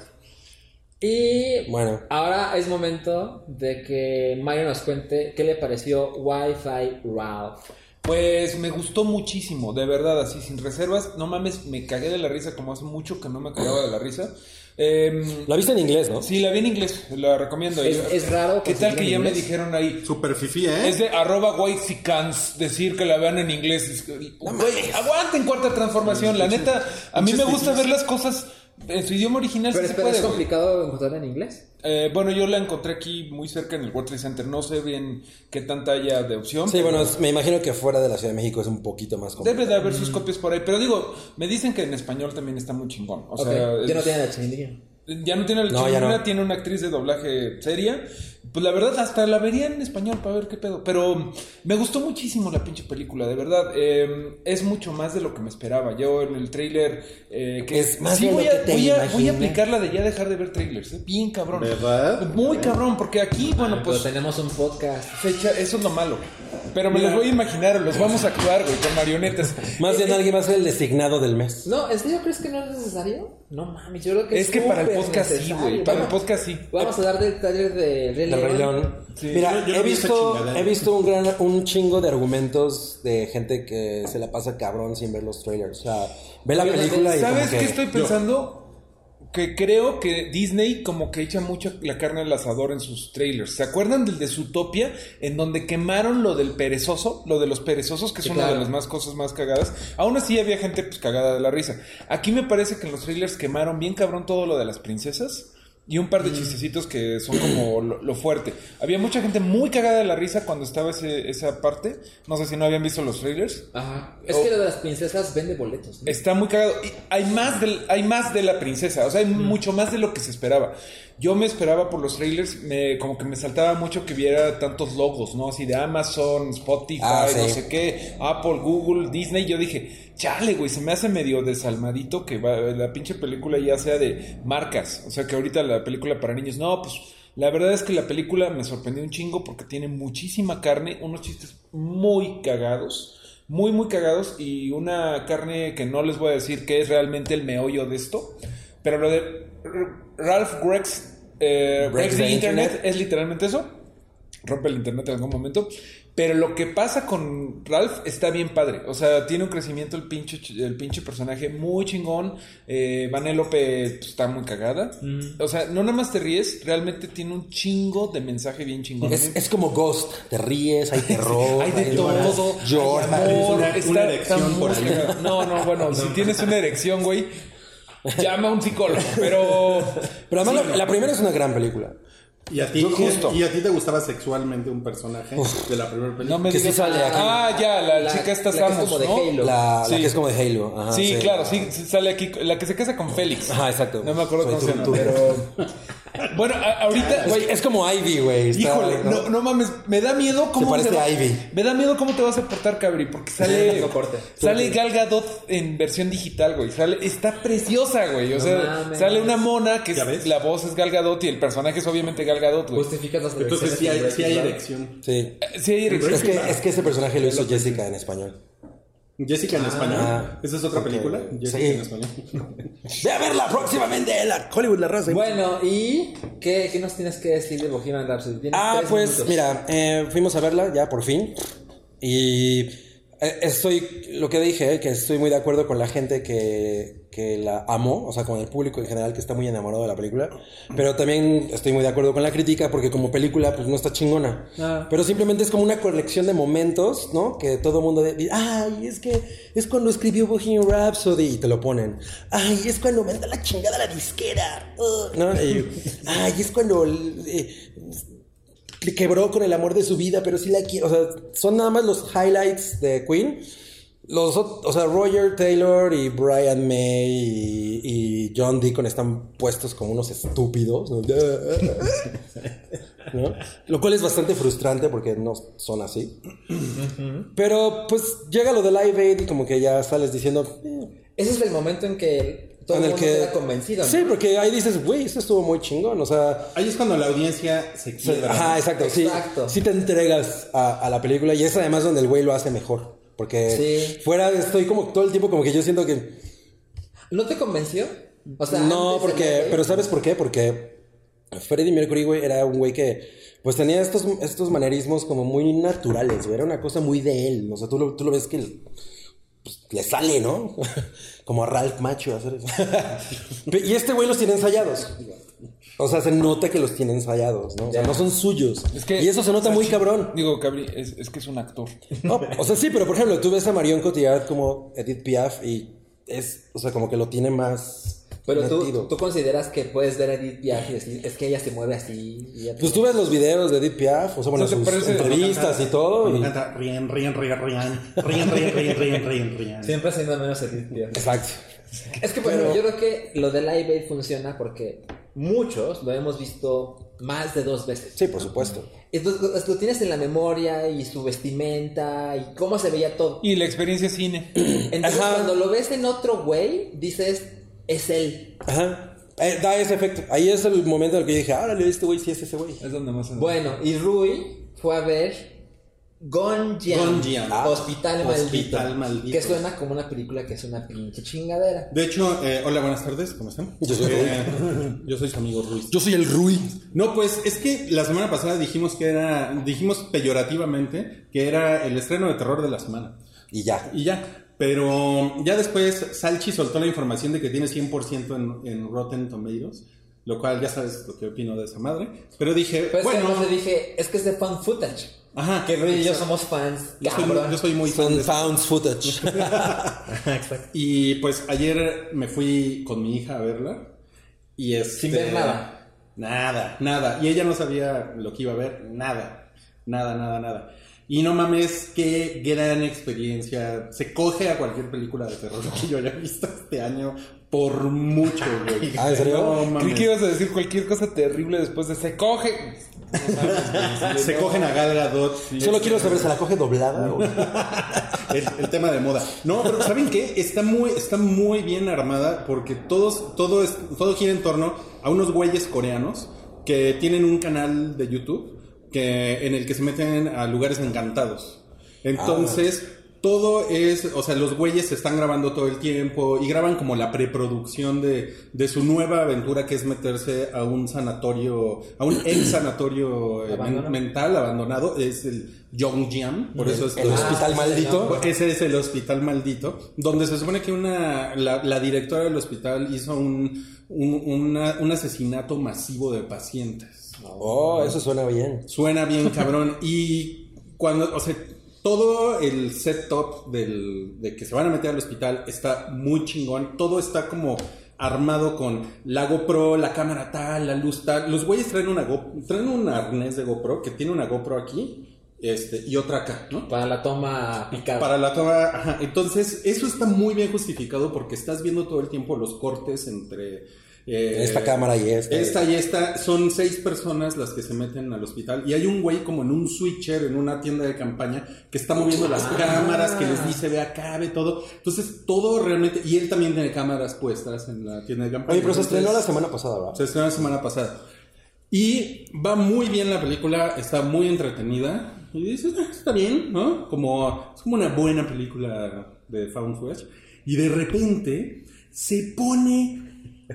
Speaker 2: Y
Speaker 4: Bueno.
Speaker 2: ahora es momento de que Mario nos cuente qué le pareció Wi-Fi Ralph.
Speaker 3: Pues me gustó muchísimo, de verdad, así sin reservas. No mames, me cagué de la risa como hace mucho que no me cagaba de la risa. Em,
Speaker 4: La viste en inglés, ¿no?
Speaker 3: sí, la vi en inglés, la recomiendo.
Speaker 2: Es-
Speaker 3: Yo-
Speaker 2: es raro
Speaker 3: ¿Qué tal
Speaker 2: conseguirla
Speaker 3: que
Speaker 2: en
Speaker 3: ya me
Speaker 2: inglés?
Speaker 3: dijeron ahí?
Speaker 5: Super fifí, ¿eh?
Speaker 3: Es de arroba whitesicans, decir que la vean en inglés. Es- Güey, aguanten cuarta transformación, la neta. A mí me gusta ver las cosas en su idioma original.
Speaker 2: Pero
Speaker 3: si se
Speaker 2: espera,
Speaker 3: puede,
Speaker 2: ¿es
Speaker 3: güey.
Speaker 2: complicado encontrarla en inglés?
Speaker 3: Eh, bueno, yo la encontré aquí muy cerca en el World Trade Center. No sé bien qué tanta haya de opción.
Speaker 4: Sí, bueno, es- me imagino que fuera de la Ciudad de México es un poquito más complicado.
Speaker 3: Debe de haber sus copias por ahí. Pero digo, me dicen que en español también está muy chingón. O
Speaker 2: Ok,
Speaker 3: sea,
Speaker 2: ya no
Speaker 3: es-
Speaker 2: tiene la chilindrina.
Speaker 3: ya no tiene la
Speaker 4: No, ya
Speaker 3: chingona,
Speaker 4: no.
Speaker 3: tiene una actriz de doblaje seria. Pues la verdad, hasta la vería en español para ver qué pedo. Pero me gustó muchísimo la pinche película, de verdad. Eh, es mucho más de lo que me esperaba. Yo en el tráiler... eh, que
Speaker 4: Es más de
Speaker 3: voy
Speaker 4: lo
Speaker 3: a,
Speaker 4: que te
Speaker 3: voy a- voy a
Speaker 4: imaginas.
Speaker 3: aplicar la de ya dejar de ver trailers. eh, Bien cabrón.
Speaker 5: ¿Verdad?
Speaker 3: Muy cabrón, porque aquí,
Speaker 4: Ah,
Speaker 3: bueno,
Speaker 2: Pero
Speaker 3: pues...
Speaker 2: tenemos un podcast.
Speaker 3: Fecha, eso es lo malo. Pero me los voy a imaginar, los vamos a actuar, güey, con marionetas.
Speaker 4: Más bien alguien va a ser el designado del mes.
Speaker 2: No, ¿en serio crees que no es necesario? No mames, yo creo que
Speaker 3: Es que para el
Speaker 2: súper
Speaker 3: podcast sí, güey.
Speaker 2: necesario.
Speaker 3: Para el
Speaker 2: Bueno,
Speaker 3: podcast sí.
Speaker 2: Vamos a dar detalles de Rey
Speaker 4: Del Rey León. Mira,
Speaker 5: yo- yo no
Speaker 4: he,
Speaker 5: vi esa
Speaker 4: visto,
Speaker 5: chingadera.
Speaker 4: he visto un gran, un chingo de argumentos de gente que se la pasa cabrón sin ver los trailers. O sea, ve la
Speaker 2: Oye,
Speaker 4: película y.
Speaker 3: ¿Sabes
Speaker 4: como
Speaker 3: qué
Speaker 4: que-
Speaker 3: estoy pensando? Que creo que Disney como que echa mucho la carne al asador en sus trailers. ¿Se acuerdan del de Zootopia? En donde quemaron lo del perezoso, lo de los perezosos, que es
Speaker 2: Sí,
Speaker 3: una
Speaker 2: claro.
Speaker 3: de las más cosas más cagadas. Aún así había gente pues cagada de la risa. Aquí me parece que en los trailers quemaron bien cabrón todo lo de las princesas. Y un par de chistecitos que son como lo, lo fuerte. Había mucha gente muy cagada de la risa cuando estaba ese- esa parte. No sé si no habían visto los trailers.
Speaker 2: Ajá. Es
Speaker 3: Oh.
Speaker 2: que lo de las princesas vende boletos. ¿no?
Speaker 3: Está muy cagado. Y hay más del, hay más de la princesa. O sea, hay
Speaker 4: Mm.
Speaker 3: mucho más de lo que se esperaba. Yo me esperaba por los trailers, me, como que me saltaba mucho que viera tantos logos, ¿no? Así de Amazon, Spotify,
Speaker 4: Ah, sí.
Speaker 3: no sé qué, Apple, Google, Disney. Yo dije, chale, güey, se me hace medio desalmadito que va- la pinche película ya sea de marcas. O sea, que ahorita la película para niños, no, pues. La verdad es que la película me sorprendió un chingo porque tiene muchísima carne, unos chistes muy cagados muy, muy cagados y una carne que no les voy a decir que es realmente el meollo de esto. Pero lo de R- Ralph Grex, eh,
Speaker 4: Breaks
Speaker 3: Breaks the
Speaker 4: the
Speaker 3: Internet,
Speaker 4: Internet.
Speaker 3: es literalmente eso. Rompe el Internet en algún momento. Pero lo que pasa con Ralph está bien padre. O sea, tiene un crecimiento el pinche, ch- el pinche personaje muy chingón. Eh, Vanellope pues, está muy cagada. O sea, no nada más te ríes, realmente tiene un chingo de mensaje bien chingón.
Speaker 4: Es, es como Ghost, te ríes, hay terror,
Speaker 3: Hay de
Speaker 4: lloras,
Speaker 3: todo.
Speaker 4: lloras.
Speaker 3: hay amor,
Speaker 5: Una- una
Speaker 3: está-
Speaker 5: erección
Speaker 3: está
Speaker 5: por
Speaker 3: muy
Speaker 5: ahí.
Speaker 3: cagado. No, no, bueno, si tienes una erección, güey, llama a un psicólogo. Pero.
Speaker 4: Pero además, la, la primera es una gran película.
Speaker 5: ¿Y a, ti,
Speaker 3: Yo justo.
Speaker 5: ¿Y a ti te gustaba sexualmente un personaje de la primera película?
Speaker 3: No me
Speaker 4: Que sí
Speaker 3: digas.
Speaker 4: sale aquí.
Speaker 3: Ah, ya, la,
Speaker 2: La-
Speaker 3: chica esta
Speaker 2: la que es
Speaker 3: Samus,
Speaker 2: como de
Speaker 3: ¿no?
Speaker 2: Halo.
Speaker 4: La, la
Speaker 3: Sí.
Speaker 4: que es como de Halo. Ajá,
Speaker 3: sí, claro, sí, sí, sale aquí. La que se casa con Félix.
Speaker 4: Ah, Ajá, exacto.
Speaker 3: No me acuerdo
Speaker 4: Soy
Speaker 3: cómo se llama,
Speaker 4: tú, tú.
Speaker 3: pero- Bueno, a- ahorita,
Speaker 4: Es,
Speaker 3: güey,
Speaker 4: es como Ivy, güey. está-
Speaker 3: Híjole, no, no mames, me da miedo cómo
Speaker 4: parece
Speaker 3: va-
Speaker 4: a Ivy.
Speaker 3: Me da miedo cómo te vas a portar, Cabri, porque sale
Speaker 2: No corte.
Speaker 3: sale Gal Gadot en versión digital, güey. Sale está preciosa, güey. O
Speaker 2: No
Speaker 3: sea,
Speaker 2: mames.
Speaker 3: sale una mona que
Speaker 5: ¿Ya
Speaker 3: es-
Speaker 5: ves?
Speaker 3: la voz es Gal Gadot y el personaje es obviamente Gal Gadot, güey.
Speaker 2: Justificas las
Speaker 5: Entonces sí hay,
Speaker 2: elecciones
Speaker 5: sí
Speaker 2: en
Speaker 5: hay
Speaker 2: Breaking
Speaker 5: erección.
Speaker 4: Sí.
Speaker 3: Eh, Sí, hay erección.
Speaker 4: Es que, es que ese personaje lo hizo Jessica en español.
Speaker 5: Jessica en español.
Speaker 4: Ah.
Speaker 5: ¿Esa es otra
Speaker 4: Ok.
Speaker 5: película?
Speaker 4: Sí.
Speaker 5: Jessica en español.
Speaker 4: Ve a verla próximamente en la Hollywood La Raza.
Speaker 2: Bad. Bueno, ¿y qué, qué nos tienes que decir de Bohemian Rhapsody? Tienes
Speaker 4: Ah,
Speaker 2: tres
Speaker 4: pues
Speaker 2: minutos.
Speaker 4: mira, eh, fuimos a verla ya por fin. Y eh, estoy, lo que dije, eh, que estoy muy de acuerdo con la gente que, que la amó, o sea, con el público en general que está muy enamorado de la película. Pero también estoy muy de acuerdo con la crítica porque como película, pues no está chingona.
Speaker 2: Ah.
Speaker 4: Pero simplemente es como una colección de momentos, ¿no? Que todo mundo dice, ay, es que es cuando escribió Bohemian Rhapsody y te lo ponen. Ay, es cuando manda la chingada la disquera. Ugh", ¿no? Y, ay, es cuando eh, que quebró con el amor de su vida, pero sí la quiero. O sea, son nada más los highlights de Queen. Los, ot- o sea, Roger Taylor y Brian May y, y John Deacon están puestos como unos estúpidos. ¿no? ¿no? Lo cual es bastante frustrante porque no son así. Pero pues llega lo de Live Aid y como que ya sales diciendo... "Eh,
Speaker 2: Ese es el momento en que todo
Speaker 4: En
Speaker 2: el
Speaker 4: el
Speaker 2: mundo
Speaker 4: que-
Speaker 2: queda convencido. ¿no?
Speaker 4: Sí, porque ahí dices, güey, esto estuvo muy chingón. O sea,
Speaker 5: Ahí es cuando la audiencia se
Speaker 4: se-
Speaker 5: quiebra.
Speaker 4: ajá, exacto. Sí,
Speaker 2: Exacto.
Speaker 4: sí te entregas a, a la película y es además donde el güey lo hace mejor. Porque
Speaker 2: Sí.
Speaker 4: fuera estoy como todo el tiempo como que yo siento que...
Speaker 2: ¿No te convenció? O sea,
Speaker 4: no,
Speaker 2: antes
Speaker 4: porque,
Speaker 2: salía, güey.
Speaker 4: pero ¿sabes por qué? Porque Freddie Mercury, güey, era un güey que, pues tenía estos, estos manerismos como muy naturales, güey, era una cosa muy de él, o sea, tú lo, tú lo ves que pues, le sale, ¿no? como a Ralph Macho hacer eso. Pe- y este güey los tiene ensayados. O sea, se nota que los tiene ensayados, ¿no? O sea, no son suyos.
Speaker 3: Es que-
Speaker 4: y eso se nota muy cabrón.
Speaker 3: Digo, Cabri, es, es que es un actor.
Speaker 4: No, o sea, sí, pero por ejemplo, tú ves a Marion Cotillard como Edith Piaf y es, o sea, como que lo tiene más.
Speaker 2: Pero
Speaker 4: metido.
Speaker 2: tú, tú consideras que puedes ver a Edith Piaf y decir, es que ella se mueve así. y ella
Speaker 4: Pues
Speaker 2: tiene-
Speaker 4: tú ves los videos de Edith Piaf, o sea, bueno,
Speaker 3: ¿No te
Speaker 4: sus
Speaker 3: parece-
Speaker 4: entrevistas y todo.
Speaker 5: Me
Speaker 4: y-
Speaker 5: encanta. Ríen, ríen, ríen, ríen. Ríen, ríen, ríen, ríen, ríen, ríen.
Speaker 2: Siempre haciendo menos Edith Piaf.
Speaker 4: Exacto.
Speaker 2: Es que, por ejemplo, yo creo que lo del Live Aid funciona porque muchos lo hemos visto más de dos veces.
Speaker 4: Sí, por supuesto.
Speaker 2: Entonces, lo tienes en la memoria y su vestimenta y cómo se veía todo.
Speaker 3: Y la experiencia cine.
Speaker 2: Entonces,
Speaker 4: Ajá.
Speaker 2: cuando lo ves en otro güey, dices, es él.
Speaker 4: Ajá. Eh, da ese efecto. Ahí es el momento en el que yo dije, órale, este güey sí es ese güey.
Speaker 3: Es donde más.
Speaker 2: Bueno, y Rui fue a ver Gonjiam,
Speaker 5: Gonjiam.
Speaker 2: Ah, Hospital,
Speaker 5: Hospital
Speaker 2: Maldito,
Speaker 5: Maldito.
Speaker 2: que suena como una película que es una pinche chingadera.
Speaker 5: De hecho, eh, hola, buenas tardes, ¿cómo están?
Speaker 4: Yo soy
Speaker 5: Eh, yo soy su amigo Ruiz.
Speaker 4: Yo soy el Rui.
Speaker 5: No, pues es que la semana pasada dijimos que era, dijimos peyorativamente que era el estreno de terror de la semana.
Speaker 4: Y ya.
Speaker 5: Y ya, pero ya después Salchi soltó la información de que tiene 100% en, en Rotten Tomatoes, lo cual ya sabes lo que opino de esa madre. Pero dije,
Speaker 2: Pero bueno,
Speaker 5: bueno,
Speaker 2: le dije, es que es de fan footage.
Speaker 5: ajá,
Speaker 2: Que Rui y yo
Speaker 5: exacto.
Speaker 2: somos fans,
Speaker 5: Yo soy,
Speaker 2: cabrón.
Speaker 5: yo soy muy fan
Speaker 4: Son
Speaker 5: de
Speaker 4: found footage.
Speaker 5: Y pues ayer me fui con mi hija a verla. Y este,
Speaker 2: Sin ver nada.
Speaker 5: Nada, nada. Y ella no sabía lo que iba a ver, nada. Nada, nada, nada. Y no mames, qué gran experiencia. Se coge a cualquier película de terror que yo haya visto este año por mucho, güey.
Speaker 4: Ah, ¿en serio?
Speaker 5: No
Speaker 3: Creí
Speaker 5: mames.
Speaker 3: que ibas a decir cualquier cosa terrible después de se coge. No sabes, güey.
Speaker 5: Se cogen a Gal Gadot. sí,
Speaker 4: Solo
Speaker 5: es-
Speaker 4: quiero saber, ¿se la coge doblada? o-
Speaker 5: el, el tema de moda. No, pero ¿saben qué? Está muy, está muy bien armada porque todos, todo, es, todo gira en torno a unos güeyes coreanos que tienen un canal de YouTube que, en el que se meten a lugares encantados. Entonces, todo es, o sea, los güeyes se están grabando todo el tiempo y graban como la preproducción de, de su nueva aventura que es meterse a un sanatorio, a un ex sanatorio eh, men-
Speaker 2: Abandonado.
Speaker 5: mental abandonado, es el Yongjiang, por eso es
Speaker 4: El ah, hospital maldito.
Speaker 5: ese es el hospital maldito, donde se supone que una, la, la directora del hospital hizo un, un- una- un asesinato masivo de pacientes.
Speaker 4: Oh, eso suena bien.
Speaker 5: Suena bien cabrón. y cuando, o sea, todo el setup del, de que se van a meter al hospital está muy chingón. Todo está como armado con la GoPro, la cámara tal, la luz tal. Los güeyes traen una Go- traen un arnés de GoPro que tiene una GoPro aquí este, y otra acá, ¿no?
Speaker 2: Para la toma picada.
Speaker 5: Para la toma, ajá. Entonces, eso está muy bien justificado porque estás viendo todo el tiempo los cortes entre. eh,
Speaker 4: Esta cámara este y esta.
Speaker 5: Esta y esta. Son seis personas las que se meten al hospital. Y hay un güey como en un switcher, en una tienda de campaña, que está moviendo las cámaras, que les dice, ve acá, ve todo. Entonces, todo realmente. Y él también tiene cámaras puestas en la tienda de campaña.
Speaker 4: Oye, pero se
Speaker 5: Entonces,
Speaker 4: estrenó la semana pasada, ¿verdad?
Speaker 5: se estrenó la semana pasada. Y va muy bien la película, está muy entretenida. Y dices, "Ah, está bien, ¿no? Como, es como una buena película de Found Footage. Y de repente se pone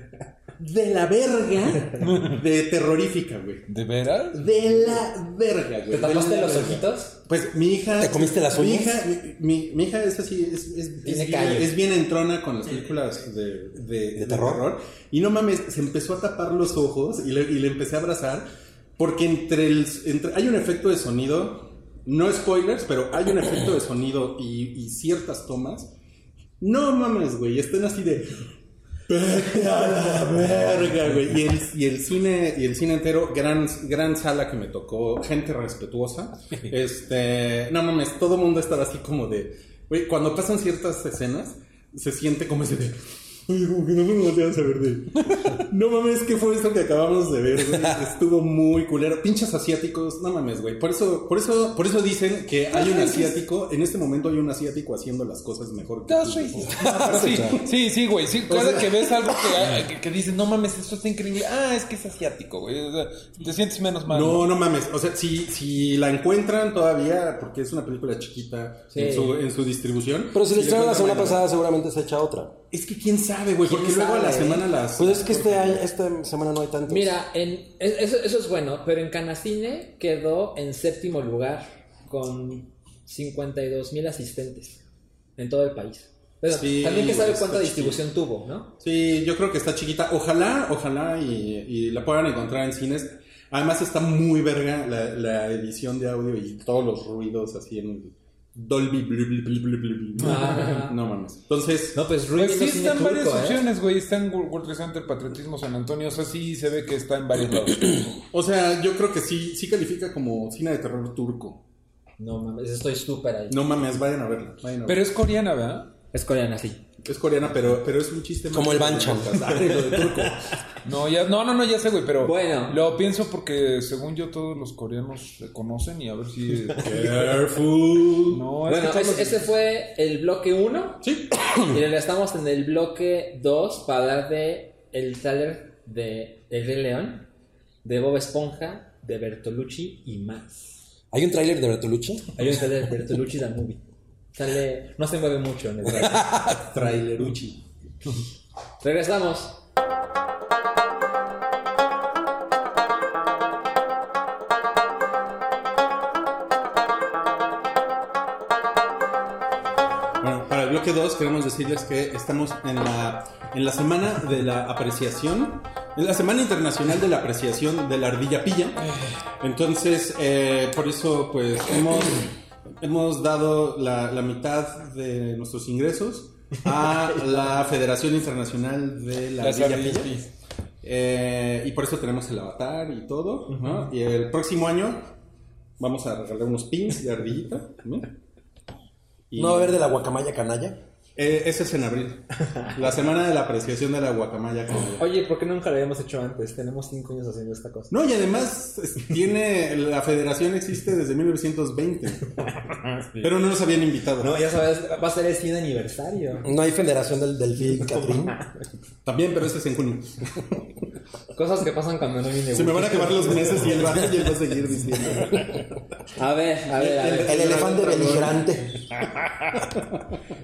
Speaker 5: de la verga de terrorífica, güey.
Speaker 3: ¿De veras?
Speaker 5: De la verga, güey.
Speaker 2: ¿Te
Speaker 5: De
Speaker 2: tapaste
Speaker 5: la
Speaker 2: los
Speaker 5: verga.
Speaker 2: ojitos?
Speaker 5: Pues mi hija.
Speaker 4: ¿Te comiste las
Speaker 5: mi
Speaker 4: uñas?
Speaker 5: hija, mi, mi hija es así, es, es,
Speaker 2: Tiene
Speaker 5: es bien,
Speaker 2: callos.
Speaker 5: es bien entrona con las películas de, de- de
Speaker 4: terror?
Speaker 5: terror. Y no mames, se empezó a tapar los ojos y le, y le empecé a abrazar. Porque entre el. entre- hay un efecto de sonido, no spoilers, pero hay un efecto de sonido y, y ciertas tomas. No mames, güey, están así de. Vete a la verga, güey. Y el, y el cine, y el cine entero, gran, gran sala que me tocó, gente respetuosa. Este, no mames, todo el mundo estaba así como de, güey, cuando pasan ciertas escenas, se siente como ese de, Oye, como que no me volteaban a saber de. No mames, ¿qué fue esto que acabamos de ver? güey? Estuvo muy culero. Pinches asiáticos, no mames, güey. Por eso, por eso, por eso dicen que hay un asiático, en este momento hay un asiático haciendo las cosas mejor que
Speaker 4: That's
Speaker 5: tú.
Speaker 4: racist.
Speaker 3: Sí, sí, sí, güey. Sí, cada que ves algo que, que, que dices, no mames, esto está increíble. Ah, es que es asiático, güey. O sea, te sientes menos mal.
Speaker 5: No, no mames. O sea, si, si la encuentran todavía, porque es una película chiquita
Speaker 2: Sí.
Speaker 5: en, su, en su distribución.
Speaker 4: Pero si les traen la
Speaker 5: encuentran,
Speaker 4: semana
Speaker 5: bueno,
Speaker 4: pasada, seguramente se echa otra.
Speaker 5: Es que quién sabe, güey,
Speaker 2: ¿Quién
Speaker 5: porque luego a la
Speaker 2: sabe?
Speaker 5: semana las.
Speaker 4: Pues es que este año, esta semana no hay tantos.
Speaker 2: Mira, en, es- eso, eso es bueno, pero en Canacine quedó en séptimo lugar con 52 mil asistentes en todo el país. Pero
Speaker 5: Sí,
Speaker 2: también que sabe
Speaker 5: está
Speaker 2: cuánta
Speaker 5: chido.
Speaker 2: distribución tuvo, ¿no?
Speaker 5: Sí, yo creo que está chiquita. Ojalá, ojalá y, y la puedan encontrar en cines. Además está muy verga la, la edición de audio y todos los ruidos así en Dolby. blu, blu, blu, blu, blu, blu.
Speaker 2: Ah.
Speaker 5: No mames. Entonces,
Speaker 2: No, pues Ruiz
Speaker 3: Pues sí,
Speaker 2: es cine
Speaker 3: están varias
Speaker 2: turco, ¿eh?
Speaker 3: opciones, güey. Está en World Trade Center, Patriotismo San Antonio. O sea, sí se ve que está en varios lados.
Speaker 5: o sea, yo creo que sí, sí califica como cine de terror turco.
Speaker 2: No mames, estoy súper ahí.
Speaker 5: No mames, vayan a verla. vayan a verla.
Speaker 3: Pero es coreana, ¿verdad?
Speaker 2: Es coreana, sí.
Speaker 5: es coreana, pero, pero es un chiste.
Speaker 4: Como el Banchan.
Speaker 5: Ay, lo de turco.
Speaker 3: No, ya, no, no, no, ya sé, güey, pero
Speaker 2: Bueno.
Speaker 3: lo pienso porque según yo todos los coreanos se conocen y a ver si...
Speaker 5: Careful.
Speaker 3: No,
Speaker 2: Bueno,
Speaker 3: es que todos
Speaker 2: es-
Speaker 3: los-
Speaker 2: ese fue el bloque 1.
Speaker 5: Sí.
Speaker 2: Y ahora estamos en el bloque 2 para hablar de el tráiler de El Rey León, de Bob Esponja, de Bertolucci y más.
Speaker 4: ¿Hay un tráiler de Bertolucci?
Speaker 2: Hay un tráiler de Bertolucci la movie. Sale, no se mueve mucho en el tráiler.
Speaker 5: Traileruchi.
Speaker 2: Regresamos.
Speaker 5: Bueno, para el bloque 2 queremos decirles que estamos en la, en la semana de la apreciación, en la semana internacional de la apreciación de la ardilla pilla. Entonces, eh, por eso, pues hemos, hemos dado la, la mitad de nuestros ingresos a la Federación Internacional de la
Speaker 3: Las
Speaker 5: Ardilla
Speaker 3: ardillas
Speaker 5: Pilla. Eh, y por eso tenemos el avatar y todo. ¿no? Y el próximo año vamos a regalar unos pins de ardillita. ¿no? Y-
Speaker 4: ¿No va a haber de la guacamaya canalla?
Speaker 5: eh, ese es en abril. La semana de la apreciación de la guacamaya. creo yo.
Speaker 2: Oye, ¿por qué nunca lo habíamos hecho antes? Tenemos 5 años haciendo esta cosa.
Speaker 5: No, y además es- tiene la federación existe desde 1920. Pero no nos habían invitado.
Speaker 2: No, ya sabes, va a ser el 100 aniversario.
Speaker 4: ¿No hay federación del delfín Catrín?
Speaker 5: También, pero ese es en junio.
Speaker 2: Cosas que pasan cuando no viene
Speaker 5: Se me
Speaker 2: Woody.
Speaker 5: van a acabar los meses y él va, y él va a seguir diciendo.
Speaker 2: A ver, a ver, a ver.
Speaker 4: El elefante beligerante.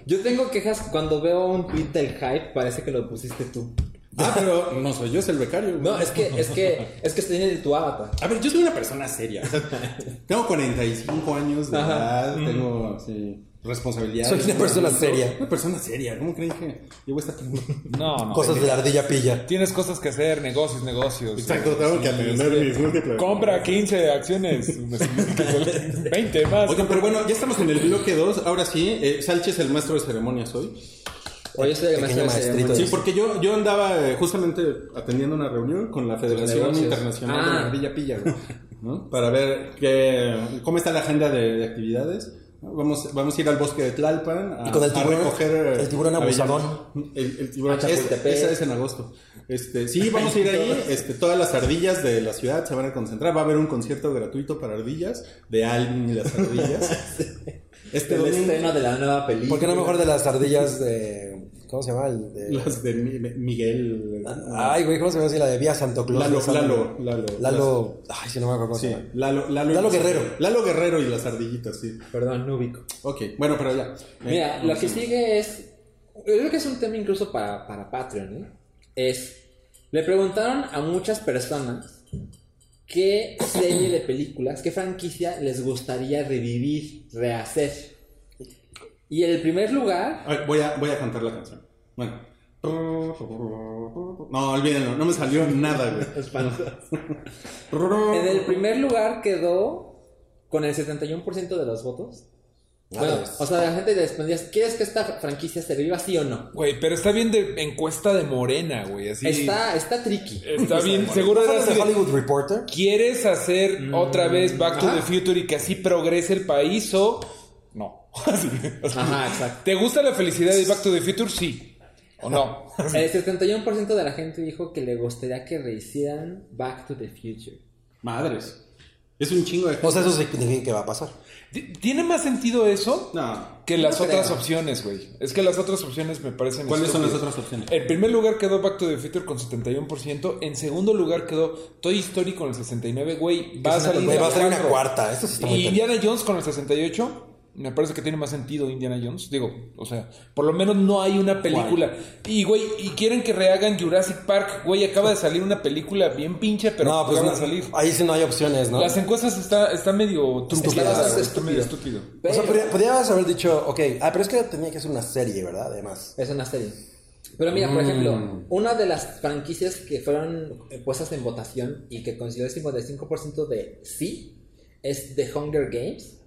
Speaker 2: Yo tengo quejas cuando veo un tweet del hype, parece que lo pusiste tú.
Speaker 5: Ah, pero no soy yo, es el becario. güey.
Speaker 2: No, es que, es que, es que estoy en tu avatar.
Speaker 4: Ah,
Speaker 5: A ver, yo soy una persona seria. O sea, tengo 45 años de
Speaker 2: Ajá.
Speaker 5: edad, tengo sí, responsabilidades.
Speaker 4: Soy una persona seria.
Speaker 5: Una persona seria. ¿Cómo creen que yo voy a estar con-
Speaker 3: No, no.
Speaker 4: Cosas de la ardilla pilla.
Speaker 3: Tienes cosas que hacer, negocios, negocios. Este,
Speaker 5: Exacto, tengo que atender mis múltiples.
Speaker 3: Compra 15 acciones. 20 más.
Speaker 5: Oigan, pero bueno, ya estamos en el bloque 2. Ahora sí, eh, Salchi es el maestro de ceremonias hoy.
Speaker 2: Oye, soy el
Speaker 4: Pequeño
Speaker 2: maestro de
Speaker 4: maestrito.
Speaker 2: ceremonias.
Speaker 5: Sí, porque yo, yo andaba eh, justamente atendiendo una reunión con la Federación
Speaker 2: negocios.
Speaker 5: Internacional de
Speaker 2: Ah.
Speaker 5: la Ardilla Pilla, güey, ¿no? Para ver qué, cómo está la agenda de, de actividades. Vamos, vamos a ir al bosque de Tlalpan a,
Speaker 4: Y con el
Speaker 5: a
Speaker 4: tiburón-
Speaker 5: recoger eh,
Speaker 4: el tiburón abusadón.
Speaker 5: avellan- El, el tiburón
Speaker 2: A
Speaker 5: es-
Speaker 2: Chapultepec.
Speaker 5: Esa es en agosto. Este, sí, vamos a ir ahí. Este, todas las ardillas de la ciudad se van a concentrar. Va a haber un concierto gratuito para ardillas de Alvin y las ardillas. Este
Speaker 2: El
Speaker 5: domingo-
Speaker 2: estreno de la nueva película.
Speaker 4: ¿Por qué no mejor de las ardillas de... ¿Cómo se llama? El de-
Speaker 5: Las de Mi- Miguel.
Speaker 4: Ah,
Speaker 5: ah,
Speaker 4: Ay, güey, ¿cómo se llama así? La de Vía Santo Claus.
Speaker 5: Lalo,
Speaker 4: de San-
Speaker 5: Lalo, Lalo.
Speaker 4: Lalo... Ay, si no me acuerdo cómo se
Speaker 5: Sí,
Speaker 4: llama.
Speaker 5: Lalo, Lalo, y
Speaker 4: Lalo
Speaker 5: las-
Speaker 4: Guerrero.
Speaker 5: Lalo Guerrero y las ardillitas, sí.
Speaker 2: Perdón, no ubico.
Speaker 5: Ok, bueno, pero ya. eh,
Speaker 4: Eh,
Speaker 2: Mira, lo que sigue es. Yo creo que es un tema incluso para, para Patreon, ¿eh? Es. Le preguntaron a muchas personas qué serie de películas, qué franquicia les gustaría revivir, rehacer. Y en el primer lugar.
Speaker 5: A ver, voy, a, voy a cantar la canción. Bueno. No, olvídenlo, no me salió nada, güey.
Speaker 2: En el primer lugar quedó con el 71% de los votos. Bueno,
Speaker 4: Madres.
Speaker 2: o sea, la gente les respondía, ¿quieres que esta franquicia se reviva sí o no?
Speaker 3: Güey, pero está bien de encuesta de morena, güey. Así.
Speaker 2: Está, está tricky.
Speaker 3: Está bien. Seguro
Speaker 4: ¿No
Speaker 3: era
Speaker 4: es
Speaker 3: así
Speaker 4: de
Speaker 3: de-
Speaker 4: Hollywood Reporter?
Speaker 3: ¿Quieres hacer otra vez Back to
Speaker 5: ajá.
Speaker 3: the Future y que así progrese el país o no? Así, o sea,
Speaker 2: Ajá, exacto.
Speaker 3: ¿Te gusta la felicidad de Back to the Future? Sí.
Speaker 2: ¿O no? El 71% de la gente dijo que le gustaría que rehicieran Back to the Future.
Speaker 5: Madres. Es un chingo de.
Speaker 4: O sea, eso significa que va a pasar.
Speaker 3: Ti- ¿Tiene más sentido eso
Speaker 5: No.
Speaker 3: que las
Speaker 2: No
Speaker 3: otras
Speaker 2: creo.
Speaker 3: opciones, güey? Es que las otras opciones me parecen.
Speaker 5: ¿Cuáles son las
Speaker 3: estúpidas.
Speaker 5: otras opciones?
Speaker 3: En primer lugar quedó Back to the Future con 71%. En segundo lugar quedó Toy Story con el 69%. Güey, va a
Speaker 2: es
Speaker 3: salir,
Speaker 4: Güey,
Speaker 3: la
Speaker 4: va a salir una
Speaker 3: cuatro.
Speaker 4: cuarta. este Esto sí está muy
Speaker 3: Y Indiana Jones con el 68. Me parece que tiene más sentido Indiana Jones. Digo, o sea, por lo menos no hay una película. Y, güey, y quieren que rehagan Jurassic Park. Güey, acaba de salir una película bien pinche, pero
Speaker 4: no, pues
Speaker 3: acaba
Speaker 4: no,
Speaker 3: de salir.
Speaker 4: ahí sí no hay opciones, ¿no?
Speaker 3: Las encuestas está, está medio
Speaker 2: Está
Speaker 3: truqueadas.
Speaker 2: bastante
Speaker 3: güey, Está medio estúpido.
Speaker 4: O sea,
Speaker 2: Pero-
Speaker 4: podría- podrías haber dicho, ok, ah, pero es que tenía que ser una serie, ¿verdad? Además.
Speaker 2: Es una serie. Pero mira, por ejemplo, una de las franquicias que fueron eh, puestas en votación y que consiguió el 55% de sí es The Hunger Games.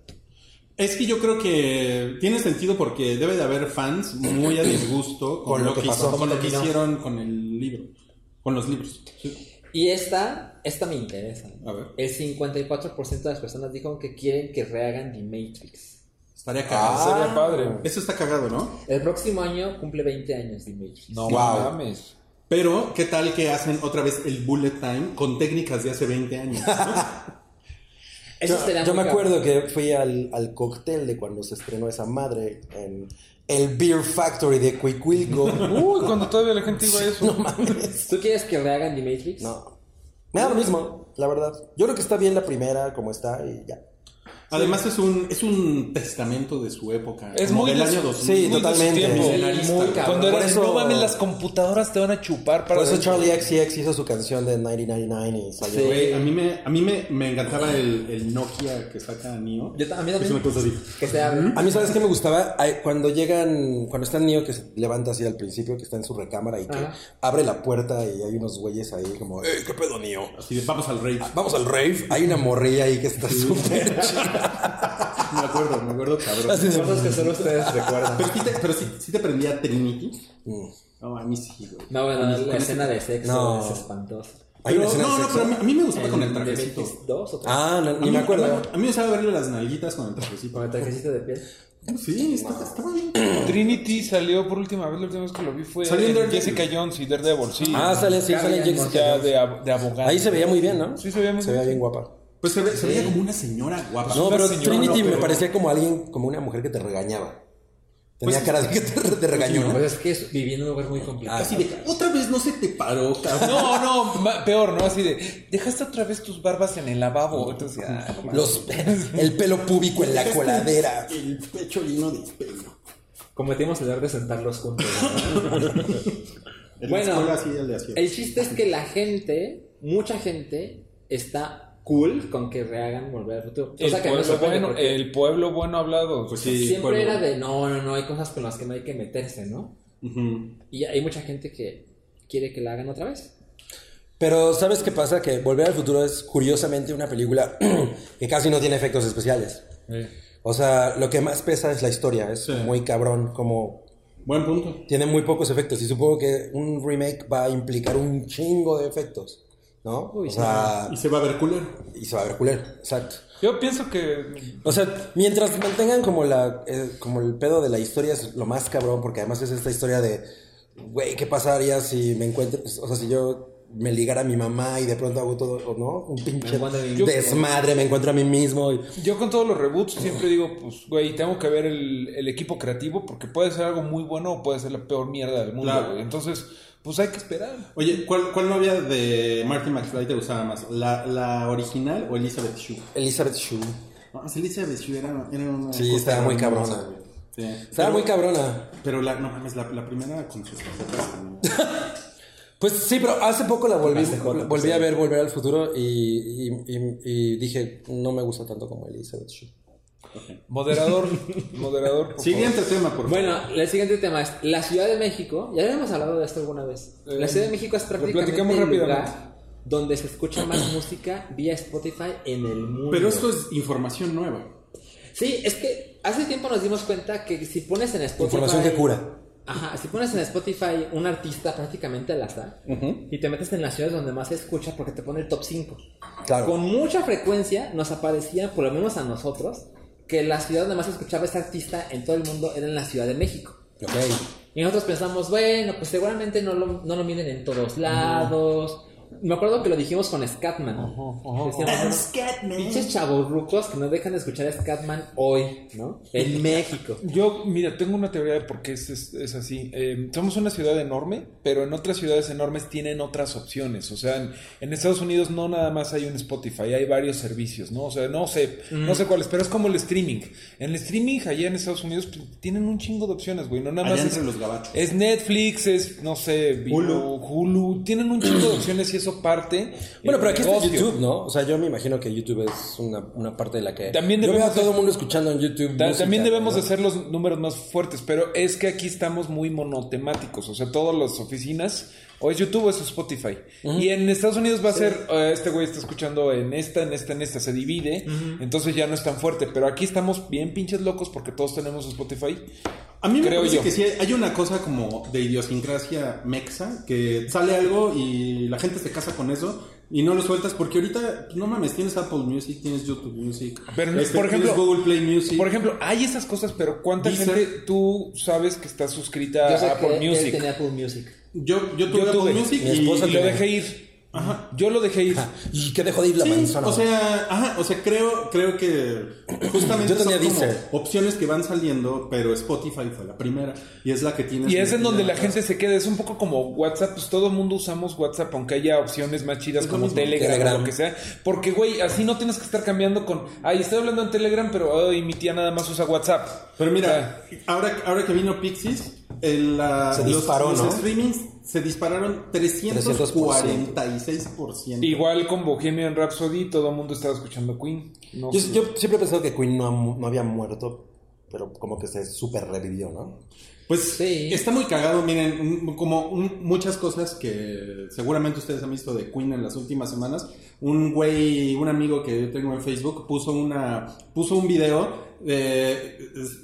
Speaker 5: Es que yo creo que tiene sentido porque debe de haber fans muy a disgusto con,
Speaker 4: Con lo
Speaker 5: lo,
Speaker 4: que
Speaker 5: que,
Speaker 4: pasó.
Speaker 5: con lo que hicieron con el libro. Con los libros. Sí.
Speaker 2: Y esta, esta me interesa.
Speaker 5: A ver.
Speaker 2: El 54% de las personas dijo que quieren que rehagan The Matrix.
Speaker 5: Estaría
Speaker 4: Ah.
Speaker 5: cagado.
Speaker 3: Sería padre.
Speaker 5: Eso está cagado, ¿no?
Speaker 2: El próximo año cumple 20 años The Matrix.
Speaker 3: No
Speaker 4: Wow.
Speaker 3: mames.
Speaker 5: Pero, ¿qué tal que hacen otra vez el bullet time con técnicas de hace 20 años?
Speaker 2: Eso
Speaker 4: yo
Speaker 2: sería
Speaker 4: yo me
Speaker 2: muy cabrón.
Speaker 4: acuerdo que fui al, al cóctel de cuando se estrenó esa madre en el Beer Factory de Cuicuilco.
Speaker 3: Uy, cuando todavía la gente iba a eso.
Speaker 4: no mames.
Speaker 2: ¿Tú quieres que rehagan The Matrix?
Speaker 4: No. Me da lo mismo, la verdad. Yo creo que está bien la primera, como está, y ya.
Speaker 5: Además, es un, es un testamento de su época.
Speaker 3: Es
Speaker 5: como
Speaker 3: muy
Speaker 5: del
Speaker 3: de
Speaker 5: año
Speaker 3: su-
Speaker 5: 2000.
Speaker 4: sí,
Speaker 5: Muy de su
Speaker 4: totalmente.
Speaker 5: tiempo.
Speaker 2: Sí,
Speaker 5: Analista.
Speaker 2: muy cabrón.
Speaker 3: Cuando era,
Speaker 4: Por eso-
Speaker 3: no mames, las computadoras te van a chupar para
Speaker 4: Por eso
Speaker 3: dentro".
Speaker 4: Charlie XCX hizo su canción de 1999 y salió.
Speaker 2: Sí.
Speaker 5: Güey, a mí me, a mí me, me encantaba el, el Nokia que saca Nio.
Speaker 2: Yo ta- a mí
Speaker 5: Es
Speaker 2: también.
Speaker 5: una cosa así.
Speaker 2: Que se abra.
Speaker 4: A mí, ¿sabes qué me gustaba? Ay, Cuando llegan, cuando está el niño que se levanta así al principio, que está en su recámara y que
Speaker 2: Ajá.
Speaker 4: abre la puerta y hay unos güeyes ahí como, ¡Ey, qué pedo, niño!
Speaker 5: Así de, vamos al rey.
Speaker 2: Ah,
Speaker 4: Vamos al rave. Hay una morrilla ahí que está súper chida.
Speaker 5: Me acuerdo, me acuerdo, cabrón.
Speaker 2: Cosas que solo ustedes recuerdan.
Speaker 5: Pero sí te, pero sí, sí te prendía Trinity. No, a mí sí, güey.
Speaker 2: Mm. No, bueno, la escena de sexo
Speaker 4: No.
Speaker 2: es espantosa.
Speaker 4: Hay una
Speaker 5: Pero-
Speaker 4: escena de
Speaker 5: no, no,
Speaker 4: sexo.
Speaker 5: pero a mí, a mí me gustaba con el
Speaker 2: ¿En
Speaker 5: trajecito.
Speaker 2: The Matrix 2 o 3?
Speaker 4: Ah, no,
Speaker 5: A
Speaker 4: ni
Speaker 5: mí-
Speaker 4: me acuerdo.
Speaker 5: A mí me gustaba verle las nalguitas con el
Speaker 2: Con
Speaker 5: trajecito.
Speaker 2: el trajecito de piel.
Speaker 5: Sí, está- estaba bien.
Speaker 3: Trinity salió por última vez, la última vez que lo vi fue
Speaker 5: Salió en
Speaker 3: en
Speaker 5: Daredevil.
Speaker 3: Jessica Jones y Daredevil, sí.
Speaker 4: Ah, sale, sí,
Speaker 2: Carly
Speaker 4: sale
Speaker 2: Ann
Speaker 4: Jessica
Speaker 3: ya
Speaker 4: Jones.
Speaker 3: de, ab- de abogado.
Speaker 4: Ahí se veía muy bien, ¿no?
Speaker 3: Sí, se veía muy
Speaker 4: Se
Speaker 3: bien.
Speaker 4: veía bien guapa.
Speaker 5: Pues se, ve- se veía como una señora guapa.
Speaker 4: No, pero
Speaker 3: señora,
Speaker 4: Trinity
Speaker 3: pero-
Speaker 4: me parecía como alguien, como una mujer que te regañaba.
Speaker 3: Pues
Speaker 4: Tenía cara de que te, te regañó.
Speaker 2: Pues es que es- viví en un lugar muy complicado.
Speaker 5: Así de, otra vez no se te paró, cabrón.
Speaker 3: No, no, ma- peor, ¿no? Así de, dejaste otra vez tus barbas en el lavabo. Entonces, ah, no mames. Este-
Speaker 4: Los, el pelo púbico en la coladera.
Speaker 5: El pecho lleno de pelo.
Speaker 2: Cometimos el error de sentarlos juntos. ¿no?
Speaker 5: En
Speaker 2: Bueno,
Speaker 5: la escuela así él le hacía.
Speaker 2: el chiste es que la gente, mucha gente, está cool con que rehagan volver al futuro.
Speaker 3: el,
Speaker 2: Cosa que no
Speaker 3: pueblo
Speaker 2: se puede
Speaker 3: bueno, eh,
Speaker 2: porque
Speaker 3: el pueblo bueno hablado.
Speaker 5: Pues sí,
Speaker 2: siempre
Speaker 5: pueblo.
Speaker 2: era de no, no, no, hay cosas con las que no hay que meterse, ¿no?
Speaker 5: Ujú.
Speaker 2: Y hay mucha gente que quiere que la hagan otra vez.
Speaker 4: Pero ¿sabes qué pasa? Que Volver al Futuro es curiosamente una película que casi no tiene efectos especiales. O sea, lo que más pesa es la historia, es
Speaker 5: Sí.
Speaker 4: muy cabrón, como
Speaker 5: Buen punto.
Speaker 4: tiene muy pocos efectos y supongo que un remake va a implicar un chingo de efectos, ¿no?
Speaker 2: Uy,
Speaker 4: o sea,
Speaker 5: Y se va a ver culero.
Speaker 4: y se va a ver culero, exacto.
Speaker 3: Yo pienso que
Speaker 4: O sea, mientras mantengan como la eh, como el pedo de la historia es lo más cabrón, porque además es esta historia de, güey, ¿qué pasaría si me encuentro, Pues, o sea, si yo me ligara a mi mamá y de pronto hago todo, o no, un pinche
Speaker 2: encuentro a mí
Speaker 3: mismo.
Speaker 4: desmadre, me encuentro a mí mismo. y-
Speaker 3: Yo con todos los reboots siempre digo, pues, güey, tengo que ver el, el equipo creativo porque puede ser algo muy bueno o puede ser la peor mierda del mundo,
Speaker 5: Claro.
Speaker 3: güey. Entonces, pues hay que esperar.
Speaker 5: Oye, ¿cuál, ¿cuál novia de Martin McFly te gustaba más? ¿La, la original o Elizabeth Shue?
Speaker 4: Elizabeth Shue.
Speaker 5: No, Elizabeth Shue era, era una.
Speaker 4: Sí,
Speaker 5: cosa
Speaker 4: estaba muy
Speaker 5: hermosa,
Speaker 4: cabrona.
Speaker 5: güey. Sí.
Speaker 4: Estaba
Speaker 5: Pero-
Speaker 4: muy cabrona.
Speaker 5: Pero la, no mames, la, la primera con sus facetas. güey.
Speaker 4: Pues sí, pero hace poco la volví,
Speaker 2: Hace poco,
Speaker 4: volví
Speaker 2: sí.
Speaker 4: a ver Volver al Futuro y, y, y- y dije, no me gusta tanto como Elizabeth Shue.
Speaker 3: Moderador, moderador. por favor.
Speaker 5: Siguiente tema, por favor.
Speaker 2: Bueno, el siguiente tema es la Ciudad de México. Ya habíamos hablado de esto alguna vez. La
Speaker 3: Eh,
Speaker 2: Ciudad de México es
Speaker 3: lo
Speaker 2: prácticamente
Speaker 3: platicamos
Speaker 2: el
Speaker 3: rápidamente.
Speaker 2: lugar donde se escucha más música vía Spotify en el mundo.
Speaker 5: pero esto es información nueva.
Speaker 2: Sí, es que hace tiempo nos dimos cuenta que si pones en Spotify...
Speaker 4: Información que cura.
Speaker 2: Ajá, si pones en Spotify un artista prácticamente al azar y te metes en las ciudades donde más se escucha porque te pone el top 5.
Speaker 4: Claro.
Speaker 2: Con mucha frecuencia nos aparecía, por lo menos a este nosotros, que la ciudad donde más se escuchaba ese artista en todo el mundo era en la Ciudad de México.
Speaker 4: Ok.
Speaker 2: Y nosotros pensamos, bueno, pues seguramente no lo, no lo miden en todos lados. Me acuerdo que lo dijimos con Scatman. Decíamos, bueno, Pinches chavorrucos que no dejan de escuchar a Scatman hoy, ¿no? En México.
Speaker 3: Yo, mira, tengo una teoría de por qué es, es- es así. Eh, somos una ciudad enorme, pero en otras ciudades enormes tienen otras opciones. O sea, en, en Estados Unidos no nada más hay un Spotify, hay varios servicios, ¿no? O sea, no sé,
Speaker 5: Mm.
Speaker 3: no sé cuáles, pero es como el streaming. En el streaming allá en Estados Unidos pues, tienen un chingo de opciones, güey. No nada
Speaker 5: Allá
Speaker 3: más es,
Speaker 5: entre los gabachos.
Speaker 3: es Netflix, es, no sé, Vivo,
Speaker 5: Hulu.
Speaker 3: Hulu. Tienen un chingo de opciones y eso parte. en
Speaker 4: Bueno, pero aquí
Speaker 3: el
Speaker 4: está
Speaker 3: negocio.
Speaker 4: YouTube, ¿no? O sea, yo me imagino que YouTube es una, una parte de la que...
Speaker 3: También
Speaker 4: yo veo a
Speaker 3: debemos de-
Speaker 4: todo el mundo escuchando en YouTube.
Speaker 3: Ta-
Speaker 4: música,
Speaker 3: También debemos
Speaker 4: ¿no?
Speaker 3: de hacer los números más fuertes, pero es que aquí estamos muy monotemáticos, o sea, todas las oficinas, o es YouTube o es Spotify. Y en Estados Unidos va a ser, eh, este güey está escuchando en esta, en esta, en esta, se divide, entonces ya no es tan fuerte, pero aquí estamos bien pinches locos porque todos tenemos Spotify.
Speaker 5: A mí me
Speaker 3: Creo
Speaker 5: parece
Speaker 3: yo.
Speaker 5: que sí hay una cosa como de idiosincrasia mexa, que sale algo y la gente se casa con eso y no lo sueltas porque ahorita, pues, no mames, tienes Apple Music, tienes YouTube Music,
Speaker 3: Pero,
Speaker 5: este,
Speaker 3: por ejemplo-
Speaker 5: tienes Google Play Music.
Speaker 3: Por ejemplo, hay esas cosas, pero ¿cuánta
Speaker 5: Deezer.
Speaker 3: gente tú sabes que está suscrita
Speaker 2: Yo sé
Speaker 3: a
Speaker 2: que
Speaker 3: Apple
Speaker 2: él
Speaker 4: este
Speaker 3: Music?
Speaker 2: tenía Apple Music.
Speaker 5: yo, yo tuve
Speaker 3: Yo
Speaker 5: Apple
Speaker 3: tuve,
Speaker 5: Music
Speaker 4: mi
Speaker 5: y-
Speaker 4: esposa
Speaker 5: y
Speaker 3: Y lo
Speaker 4: tenía.
Speaker 5: lo dejé.
Speaker 3: dejé ir. Yo lo dejé ir.
Speaker 4: Y que dejó de ir la
Speaker 5: Sí,
Speaker 4: manzana.
Speaker 5: o sea, ajá, o sea, creo, creo que justamente
Speaker 4: Yo tenía
Speaker 5: son como
Speaker 4: Deezer.
Speaker 5: opciones que van saliendo, pero Spotify fue la primera y es la que tienes.
Speaker 3: Y es en
Speaker 5: metida
Speaker 3: donde
Speaker 5: en
Speaker 3: la
Speaker 5: casa.
Speaker 3: gente se queda. Es un poco como WhatsApp. Pues todo el mundo usamos WhatsApp, aunque haya opciones más chidas
Speaker 5: Es lo
Speaker 3: como
Speaker 5: mismo.
Speaker 3: Telegram,
Speaker 4: Telegram.
Speaker 3: o lo que sea. Porque, güey, así no tienes que estar cambiando con. Ay, estoy hablando en Telegram, pero ay, mi tía nada más usa WhatsApp.
Speaker 5: Pero mira, ahora, ahora que vino Pixies, el, la-
Speaker 4: Ah. Se
Speaker 5: los,
Speaker 4: disparó,
Speaker 5: los
Speaker 4: ¿no?
Speaker 5: streamings se dispararon 346%.
Speaker 3: Igual con Bohemian Rhapsody, todo el mundo estaba escuchando Queen. No
Speaker 4: yo,
Speaker 3: sé.
Speaker 4: yo siempre he pensado que Queen no, ha mu- no había muerto, pero como que se super revivió, ¿no?
Speaker 5: Pues
Speaker 2: Sí.
Speaker 5: está muy cagado, miren, un- como un- muchas cosas que seguramente ustedes han visto de Queen en las últimas semanas. Un güey, un amigo que yo tengo en Facebook puso una, puso un video de-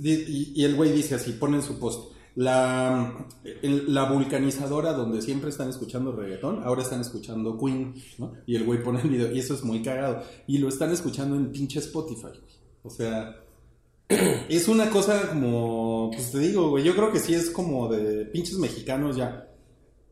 Speaker 5: y, y el güey dice así, pone en su post. La, el- la vulcanizadora donde siempre están escuchando reggaetón, ahora están escuchando Queen, ¿no? Y el güey pone el video, y eso es muy cagado. Y lo están escuchando en pinche Spotify. O sea, es una cosa como, pues te digo, güey, yo creo que sí es como de pinches mexicanos ya.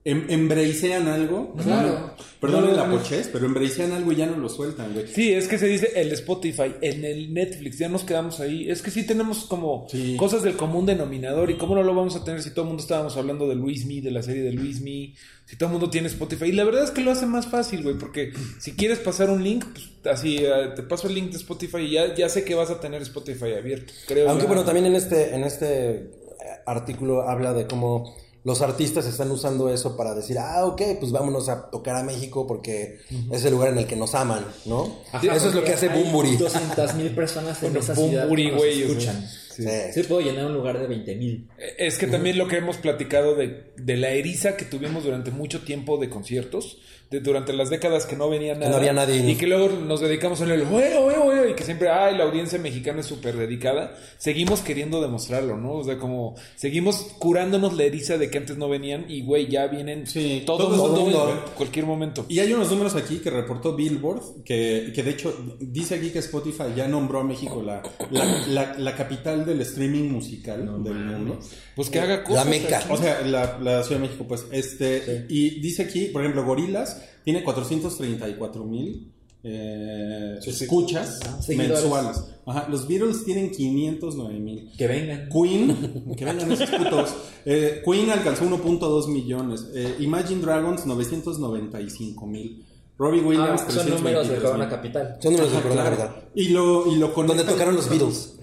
Speaker 5: Em- embracean algo.
Speaker 2: Claro.
Speaker 5: Perdón
Speaker 3: No,
Speaker 5: la
Speaker 3: no.
Speaker 5: pochez, pero embracean algo y ya no lo sueltan, güey.
Speaker 3: Sí, es que se dice el Spotify, en el Netflix, ya nos quedamos ahí. Es que sí tenemos como
Speaker 5: Sí.
Speaker 3: cosas del común denominador y cómo no lo vamos a tener si todo el mundo estábamos hablando de Luis Me, de la serie de Luis Me, si todo el mundo tiene Spotify. Y la verdad es que lo hace más fácil, güey, porque si quieres pasar un link, pues así eh, te paso el link de Spotify y ya, ya sé que vas a tener Spotify abierto, creo.
Speaker 4: Aunque
Speaker 3: yo.
Speaker 4: bueno, también en este, en este eh, artículo habla de cómo los artistas están usando eso para decir, ah, ok, pues vámonos a tocar a México porque es el lugar en el que nos aman, ¿no?
Speaker 2: Ajá,
Speaker 4: eso es lo
Speaker 2: porque
Speaker 4: que hace
Speaker 2: hay
Speaker 4: Bumburi.
Speaker 2: 200.000 personas en
Speaker 3: Bueno,
Speaker 2: esa
Speaker 3: Boom
Speaker 2: ciudad
Speaker 3: Buri,
Speaker 2: que nos
Speaker 3: güey, o sea.
Speaker 2: escuchan.
Speaker 4: Sí.
Speaker 2: Sí puedo llenar un lugar de 20.000.
Speaker 3: Eh, Es que también lo que hemos platicado de, de la eriza que tuvimos durante mucho tiempo de conciertos, de durante las décadas que no venía nada.
Speaker 4: no había nadie.
Speaker 3: Y que luego nos dedicamos en el "Ue, ue, ue", y que siempre, ay, la audiencia mexicana es súper dedicada. Seguimos queriendo demostrarlo, ¿no? O sea, como seguimos curándonos la eriza de que antes no venían y, güey, ya vienen
Speaker 5: Sí,
Speaker 3: todo,
Speaker 5: todo el
Speaker 3: mundo,
Speaker 5: mundo.
Speaker 3: en cualquier momento.
Speaker 5: Y hay unos números aquí que reportó Billboard, que, que de hecho dice aquí que Spotify ya nombró a México la, la, la- la capital del streaming musical del mundo.
Speaker 3: Pues que haga
Speaker 4: La
Speaker 3: cosas.
Speaker 4: meca.
Speaker 5: O sea, la, la Ciudad de México, pues, este, y dice aquí, por ejemplo, Gorilas tiene 434 mil eh, escuchas
Speaker 2: Ah, Seguidores.
Speaker 5: mensuales. Ajá, los Beatles tienen 509 mil.
Speaker 2: Que vengan.
Speaker 5: Queen, que vengan esos putos. Eh, Queen alcanzó 1.2 millones. Eh, Imagine Dragons, 995 mil. Robbie
Speaker 2: Ah,
Speaker 5: Williams,
Speaker 2: son números de
Speaker 5: 323,000.
Speaker 2: Corona Capital.
Speaker 4: Son números de Corona
Speaker 5: Claro.
Speaker 4: Capital.
Speaker 5: Y lo, y lo
Speaker 4: Donde
Speaker 5: conectan-
Speaker 4: tocaron los Beatles.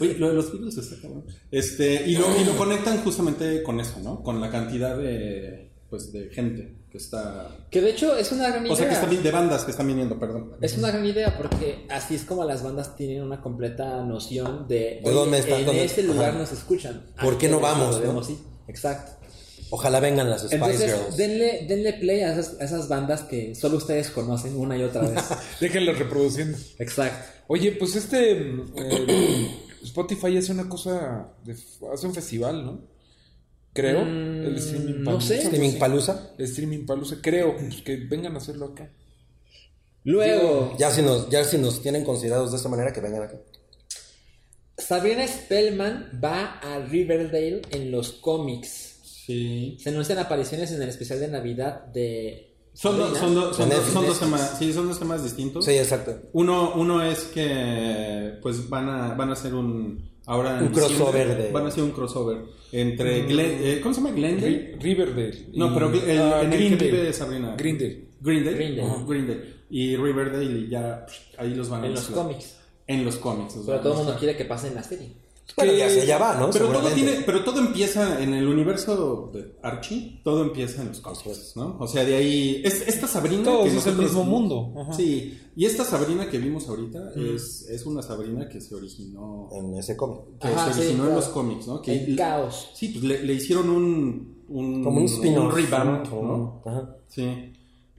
Speaker 5: Oye, lo de los Beatles está cabrón. Este, y lo, y lo conectan justamente con eso, ¿no? Con la cantidad de, pues, de gente que está...
Speaker 2: Que de hecho es una gran idea.
Speaker 5: O sea, que están, vi- de bandas que están viniendo, perdón.
Speaker 2: Es una gran idea porque así es como las bandas tienen una completa noción de,
Speaker 4: ¿De
Speaker 2: oye,
Speaker 4: dónde está?
Speaker 2: en
Speaker 4: ¿Dónde-
Speaker 2: este lugar
Speaker 4: Ajá.
Speaker 2: nos escuchan.
Speaker 4: ¿Por qué no
Speaker 2: Entonces,
Speaker 4: vamos,
Speaker 2: lo vemos,
Speaker 4: no?
Speaker 2: sí. Exacto.
Speaker 4: Ojalá vengan las Spice
Speaker 2: Entonces,
Speaker 4: Girls.
Speaker 2: denle, denle play a esas, a esas bandas que solo ustedes conocen una y otra vez.
Speaker 3: Déjenlo reproduciendo.
Speaker 2: Exacto.
Speaker 3: Oye, pues este eh, Spotify hace una cosa, de- hace un festival, ¿no? Creo.
Speaker 2: Mm,
Speaker 3: el streaming
Speaker 2: no sé.
Speaker 4: Streaming Palusa.
Speaker 3: El streaming palusa, creo. pues, que vengan a hacerlo acá.
Speaker 2: Luego,
Speaker 4: Ya si, nos, ya si nos tienen considerados de esta manera, que vengan acá.
Speaker 2: Sabrina Spellman va a Riverdale en los cómics.
Speaker 5: Sí.
Speaker 2: Se anuncian apariciones en el especial de Navidad de.
Speaker 5: Son, do-
Speaker 2: Sabrina.
Speaker 5: son, do- son, do-
Speaker 4: Netflix.
Speaker 5: son dos temas, sí, son dos temas distintos.
Speaker 4: Sí, exacto.
Speaker 5: Uno, uno es que pues van a, van a hacer un ahora en
Speaker 4: Un crossover
Speaker 5: diciembre,
Speaker 4: de-
Speaker 5: van a hacer un crossover
Speaker 2: Mm.
Speaker 5: entre Glen- eh, ¿cómo se llama Glendale?
Speaker 3: Ri- Riverdale.
Speaker 5: No, pero el, el
Speaker 3: Ah,
Speaker 5: en el que
Speaker 3: Greendale.
Speaker 5: vive Sabrina.
Speaker 3: Greendale.
Speaker 5: Grindel.
Speaker 2: Greendale.
Speaker 5: Y Riverdale y ya psh, ahí los van a
Speaker 2: En los
Speaker 5: mezclar.
Speaker 2: cómics.
Speaker 5: En los cómics. o sea,
Speaker 2: Pero todo el
Speaker 5: no
Speaker 2: mundo
Speaker 5: está-
Speaker 2: quiere que pase en la serie.
Speaker 4: Bueno,
Speaker 5: Que-
Speaker 4: ya se ya va, ¿no?
Speaker 5: Pero todo,
Speaker 4: Seguramente.
Speaker 5: tiene, pero todo empieza en el universo de Archie, todo empieza en los cómics, ¿no? O sea, de ahí. es- esta Sabrina.
Speaker 3: Todos
Speaker 5: que
Speaker 3: es el
Speaker 5: nosotros-
Speaker 3: mismo mundo, ajá.
Speaker 5: Sí. Y esta Sabrina que vimos ahorita
Speaker 2: Mm.
Speaker 5: es, es una Sabrina que se originó.
Speaker 4: En ese cómic.
Speaker 5: Que
Speaker 2: Ajá,
Speaker 5: se
Speaker 2: sí,
Speaker 5: originó en
Speaker 2: claro.
Speaker 5: los cómics, ¿no? Que
Speaker 2: El caos.
Speaker 5: Sí, pues le, le hicieron un. Mm, un
Speaker 4: Como un spin-off.
Speaker 5: revamp,
Speaker 4: Como-
Speaker 5: ¿no?
Speaker 4: Ajá.
Speaker 5: Sí.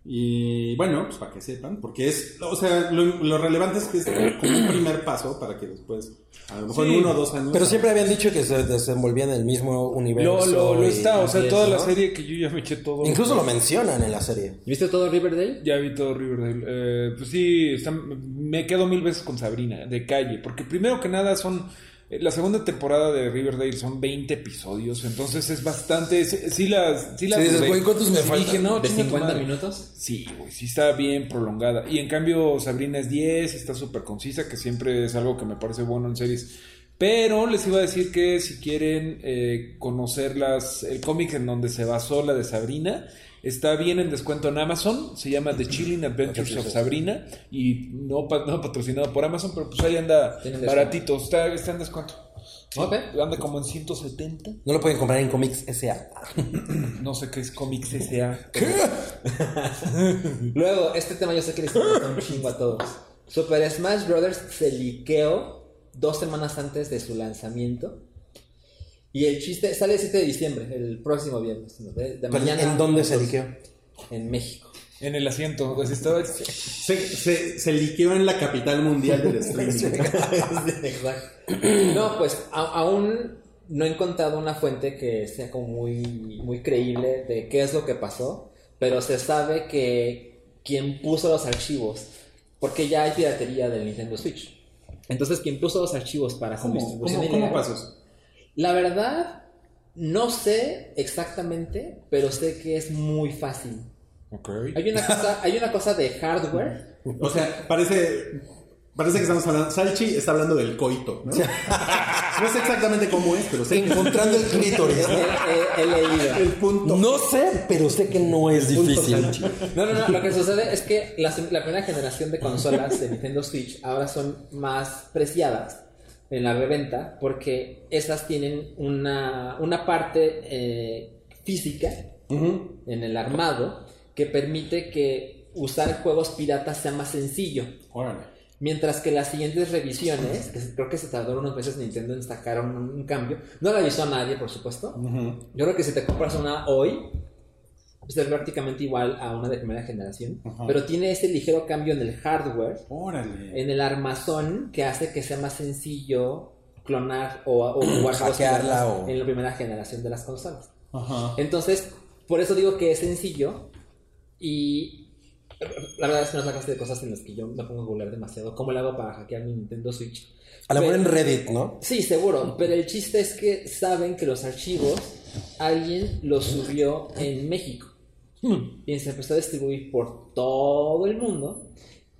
Speaker 5: Y bueno, pues para que sepan, porque es, o sea, lo, lo relevante es que es como un primer paso para que después, a lo mejor
Speaker 3: Sí.
Speaker 5: en uno o dos años.
Speaker 4: Pero siempre habían dicho que se desenvolvía en el mismo
Speaker 3: Lo,
Speaker 4: universo.
Speaker 3: lo, lo
Speaker 4: y-
Speaker 3: está, o sea,
Speaker 4: y
Speaker 3: toda
Speaker 4: eso,
Speaker 3: la
Speaker 4: ¿no?
Speaker 3: serie que yo ya me eché todo.
Speaker 4: Incluso lo mencionan en la serie.
Speaker 2: ¿Viste todo Riverdale?
Speaker 3: Ya vi todo Riverdale. Eh, pues sí, está- me quedo mil veces con Sabrina, de calle. Porque primero que nada son... eh, La segunda temporada de Riverdale son 20 episodios, entonces es bastante... Sí, sí las... Sí, las
Speaker 4: Sí, dices,
Speaker 3: duré.
Speaker 4: güey, ¿cuántos me
Speaker 3: Sí,
Speaker 4: faltan?
Speaker 3: dije, no,
Speaker 2: de
Speaker 3: chinga tu
Speaker 2: 50
Speaker 3: madre.
Speaker 2: minutos.
Speaker 3: Sí, güey, sí está bien prolongada. Y en cambio, Sabrina es 10, está súper concisa, que siempre es algo que me parece bueno en series. Pero les iba a decir que si quieren eh, conocer las, el cómic en donde se basó la de Sabrina, está bien en descuento en Amazon. Se llama The Chilling Adventures of Sabrina. Y no, pa- no patrocinado por Amazon, pero pues ahí anda
Speaker 2: Tienen descuento.
Speaker 3: baratito. Está, está en descuento. Sí,
Speaker 2: Ok.
Speaker 3: Anda como en 170.
Speaker 4: No lo pueden comprar en cómics S.A.
Speaker 3: No sé qué es cómics S.A.
Speaker 2: Luego, este tema yo sé que les importa un chingo a todos. Super Smash Bros. se liqueó dos semanas antes de su lanzamiento. Y el chiste sale el 7 de diciembre, el próximo viernes. ¿no? De, de
Speaker 4: Pero,
Speaker 2: mañana.
Speaker 4: ¿En dónde se eligió?
Speaker 2: En México.
Speaker 3: En el asiento. Pues estaba...
Speaker 5: se, se, se liqueó en la capital mundial del streaming.
Speaker 2: Exacto. No, pues a- aún no he encontrado una fuente que sea como muy, muy creíble de qué es lo que pasó, pero se sabe que quien puso los archivos, porque ya hay piratería del Nintendo Switch. Entonces, quien puso los archivos para su
Speaker 5: ¿Cómo,
Speaker 2: distribución
Speaker 5: cómo, cómo
Speaker 2: ilegal-
Speaker 5: pasó eso?
Speaker 2: La verdad, no sé exactamente, pero sé que es muy fácil.
Speaker 3: Ok.
Speaker 2: Hay una cosa, hay una cosa de hardware
Speaker 5: O sea, parece, parece que estamos hablando. Salchi está hablando del coito, ¿no? No sé exactamente cómo es, pero sé que
Speaker 4: Encontrando el clítoris.
Speaker 2: que he- he leído.
Speaker 5: el punto.
Speaker 4: No sé, pero sé que no es difícil.
Speaker 2: No, no, no, lo que sucede es que la, la primera generación de consolas de Nintendo Switch ahora son más preciadas en la reventa porque esas tienen una, una parte eh, física en el armado que permite que usar juegos piratas sea más sencillo.
Speaker 5: Órale.
Speaker 2: Mientras que las siguientes revisiones, que creo que se tardaron unos meses Nintendo en sacar un, un cambio, no la avisó a nadie, por supuesto.
Speaker 5: Ujú.
Speaker 2: Yo creo que si te compras una hoy, pues es prácticamente igual a una de primera generación,
Speaker 5: Ajá.
Speaker 2: pero tiene ese ligero cambio en el hardware,
Speaker 5: Órale.
Speaker 2: en el armazón, que hace que sea más sencillo clonar o, o jugar juegos
Speaker 4: Hackearla
Speaker 2: piratas
Speaker 4: o-
Speaker 2: en la primera generación de las consolas.
Speaker 5: Ajá.
Speaker 2: Entonces, por eso digo que es sencillo y la verdad es que no es la clase de cosas en las que yo me pongo a googlear demasiado. ¿Cómo le hago para hackear mi Nintendo Switch?
Speaker 4: A lo
Speaker 2: Pero-
Speaker 4: mejor en Reddit, ¿no?
Speaker 2: Sí, seguro, pero el chiste es que saben que los archivos alguien los subió en México
Speaker 4: Hmm.
Speaker 2: y se empezó a distribuir por todo el mundo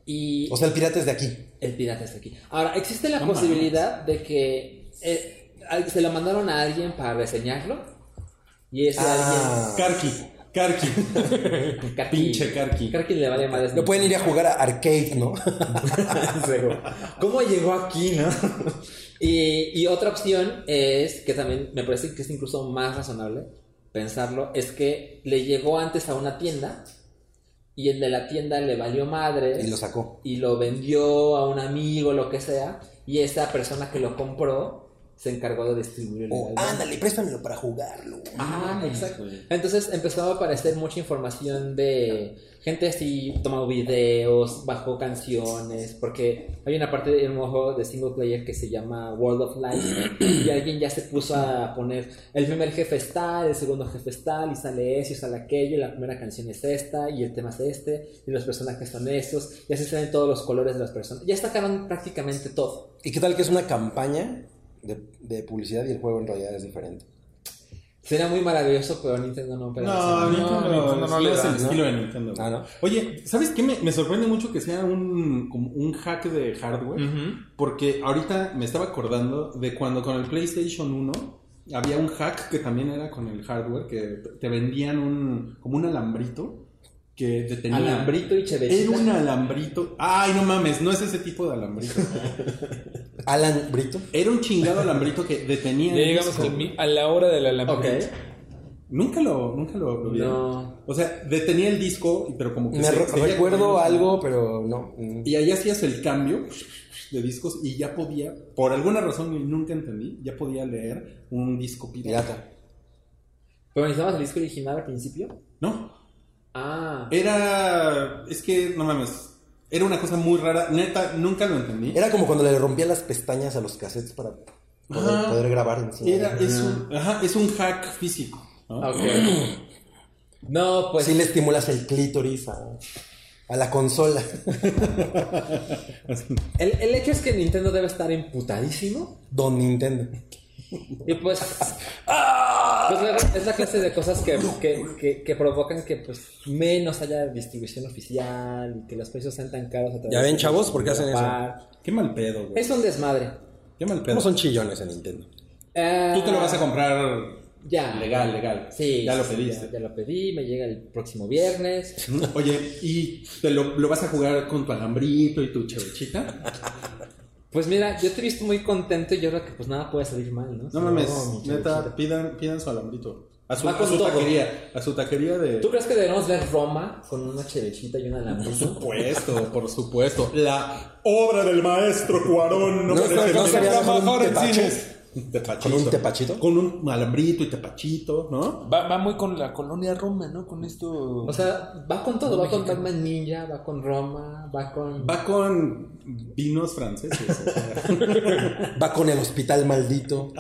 Speaker 2: y
Speaker 4: O sea, el pirata es de aquí.
Speaker 2: el pirata está aquí. Ahora, existe la
Speaker 5: No
Speaker 2: posibilidad de que eh, al- se lo mandaron a alguien para reseñarlo y ese
Speaker 4: Ah.
Speaker 5: Karki. Karki.
Speaker 2: alguien... Karki-
Speaker 5: Pinche Karki.
Speaker 2: Karki le vale madres.
Speaker 4: No pueden ir a jugar a arcade, ¿no?
Speaker 2: Seguro. ¿Cómo llegó aquí, no? y, y otra opción es, que también me parece que es incluso más razonable pensarlo, es que le llegó antes a una tienda y el de la tienda le valió madre
Speaker 4: Y lo sacó.
Speaker 2: y lo vendió a un amigo, lo que sea, y esa persona que lo compró se encargó de distribuirlo.
Speaker 4: O,
Speaker 2: legalmente.
Speaker 4: Oh, ándale, préstamelo para jugarlo.
Speaker 2: Ah, exacto. Entonces empezó a aparecer mucha información de gente así tomó videos, bajó canciones, porque hay una parte de un juego de single player que se llama World of Light y alguien ya se puso a poner el primer jefe es tal, el segundo jefe es tal, y sale eso y sale aquello, y la primera canción es esta, y el tema es este, y los personajes son estos, y así salen todos los colores de las personas. Ya sacaron prácticamente todo.
Speaker 4: ¿Y qué tal que es una campaña de, de publicidad y el juego en realidad es diferente.
Speaker 2: Sería muy maravilloso, pero Nintendo no. Pero
Speaker 5: No, Nintendo,
Speaker 3: Nintendo no
Speaker 5: no
Speaker 3: le
Speaker 5: es
Speaker 3: dan,
Speaker 5: el
Speaker 3: ¿no?
Speaker 5: estilo de Nintendo. güey.
Speaker 4: Ah, ¿no?
Speaker 5: Oye, ¿sabes qué? Me, me sorprende mucho que sea un, como un hack de hardware. Porque ahorita me estaba acordando de cuando con el PlayStation 1 había un hack que también era con el hardware, que te vendían un como un alambrito que te tenía...
Speaker 2: Alambrito y
Speaker 5: Era
Speaker 2: chevechita.
Speaker 5: un alambrito. Ay, no mames, no es ese tipo de alambrito.
Speaker 4: Alan Brito.
Speaker 5: Era un chingado alambrito que detenía.
Speaker 3: Ya
Speaker 5: el
Speaker 3: llegamos
Speaker 5: disco.
Speaker 3: al mi- a la hora de la
Speaker 5: Ok.
Speaker 3: lamparita.
Speaker 5: Nunca lo, nunca lo, lo vieron.
Speaker 2: No.
Speaker 5: O sea, detenía el disco, pero como que
Speaker 4: Me
Speaker 5: se-
Speaker 4: re-
Speaker 5: seguía
Speaker 4: recuerdo
Speaker 5: corriendo.
Speaker 4: algo, pero no. mm.
Speaker 5: Y ahí hacías el cambio de discos y ya podía, por alguna razón que nunca entendí, ya podía leer un disco pirata.
Speaker 4: Pirata.
Speaker 2: Pero necesitabas el disco original al principio.
Speaker 5: No,
Speaker 2: Ah.
Speaker 5: Eh, era, es que no mames, era una cosa muy rara, neta, nunca lo entendí.
Speaker 4: Era como cuando le rompía las pestañas a los cassettes para poder,
Speaker 5: Ajá.
Speaker 4: poder grabar encima.
Speaker 5: Era, es un, ajá, es un hack físico. ¿no?
Speaker 2: Ok. No, pues.
Speaker 4: Así le estimulas el clítoris a, a la consola.
Speaker 2: El, el hecho es que Nintendo debe estar imputadísimo.
Speaker 4: Don Nintendo.
Speaker 2: Y pues.
Speaker 5: ¡Ah!
Speaker 2: pues la- es la clase de cosas que, que, que- que provocan que pues menos haya distribución oficial y que los precios sean tan caros a través
Speaker 4: Ya ven,
Speaker 2: de-
Speaker 4: chavos, ¿por qué hacen eso?
Speaker 2: Par.
Speaker 5: Qué mal pedo, güey.
Speaker 2: Es un desmadre.
Speaker 5: Qué mal pedo.
Speaker 4: ¿Cómo son chillones en Nintendo?
Speaker 2: Eh,
Speaker 5: Tú te lo vas a comprar
Speaker 2: Ya.
Speaker 5: legal, legal.
Speaker 2: Sí.
Speaker 5: Ya lo
Speaker 2: sí, sí,
Speaker 5: pediste.
Speaker 2: Ya, ya lo pedí, me llega el próximo viernes.
Speaker 5: Oye, ¿y te lo, lo vas a jugar con tu alambrito y tu chevechita?
Speaker 2: Pues mira, yo te he visto muy contento y yo creo que pues nada puede salir mal, ¿no?
Speaker 5: No mames,
Speaker 2: mi
Speaker 5: neta,
Speaker 2: chevechita.
Speaker 5: pidan, pidan su alambrito. A su,
Speaker 2: Va
Speaker 5: a
Speaker 2: con
Speaker 5: su
Speaker 2: todo.
Speaker 5: taquería, a su taquería de...
Speaker 2: ¿Tú crees que deberíamos ver Roma con una chevechita y una lambrita?
Speaker 5: Por supuesto, por supuesto. La obra del maestro Cuarón.
Speaker 4: No,
Speaker 5: merece
Speaker 4: no,
Speaker 5: que
Speaker 4: no
Speaker 5: le-
Speaker 4: sería
Speaker 5: le-
Speaker 4: mejor
Speaker 5: un
Speaker 4: en
Speaker 5: tepache.
Speaker 4: cines.
Speaker 5: Un tepachito.
Speaker 4: ¿Con un tepachito?
Speaker 5: Con un alambrito y tepachito, ¿no?
Speaker 3: Va, va muy con la colonia Roma, ¿no? Con esto.
Speaker 2: O sea, va con todo, va con Batman Ninja, va con Roma, va con...
Speaker 5: Va con vinos franceses. o sea.
Speaker 4: Va con el hospital maldito.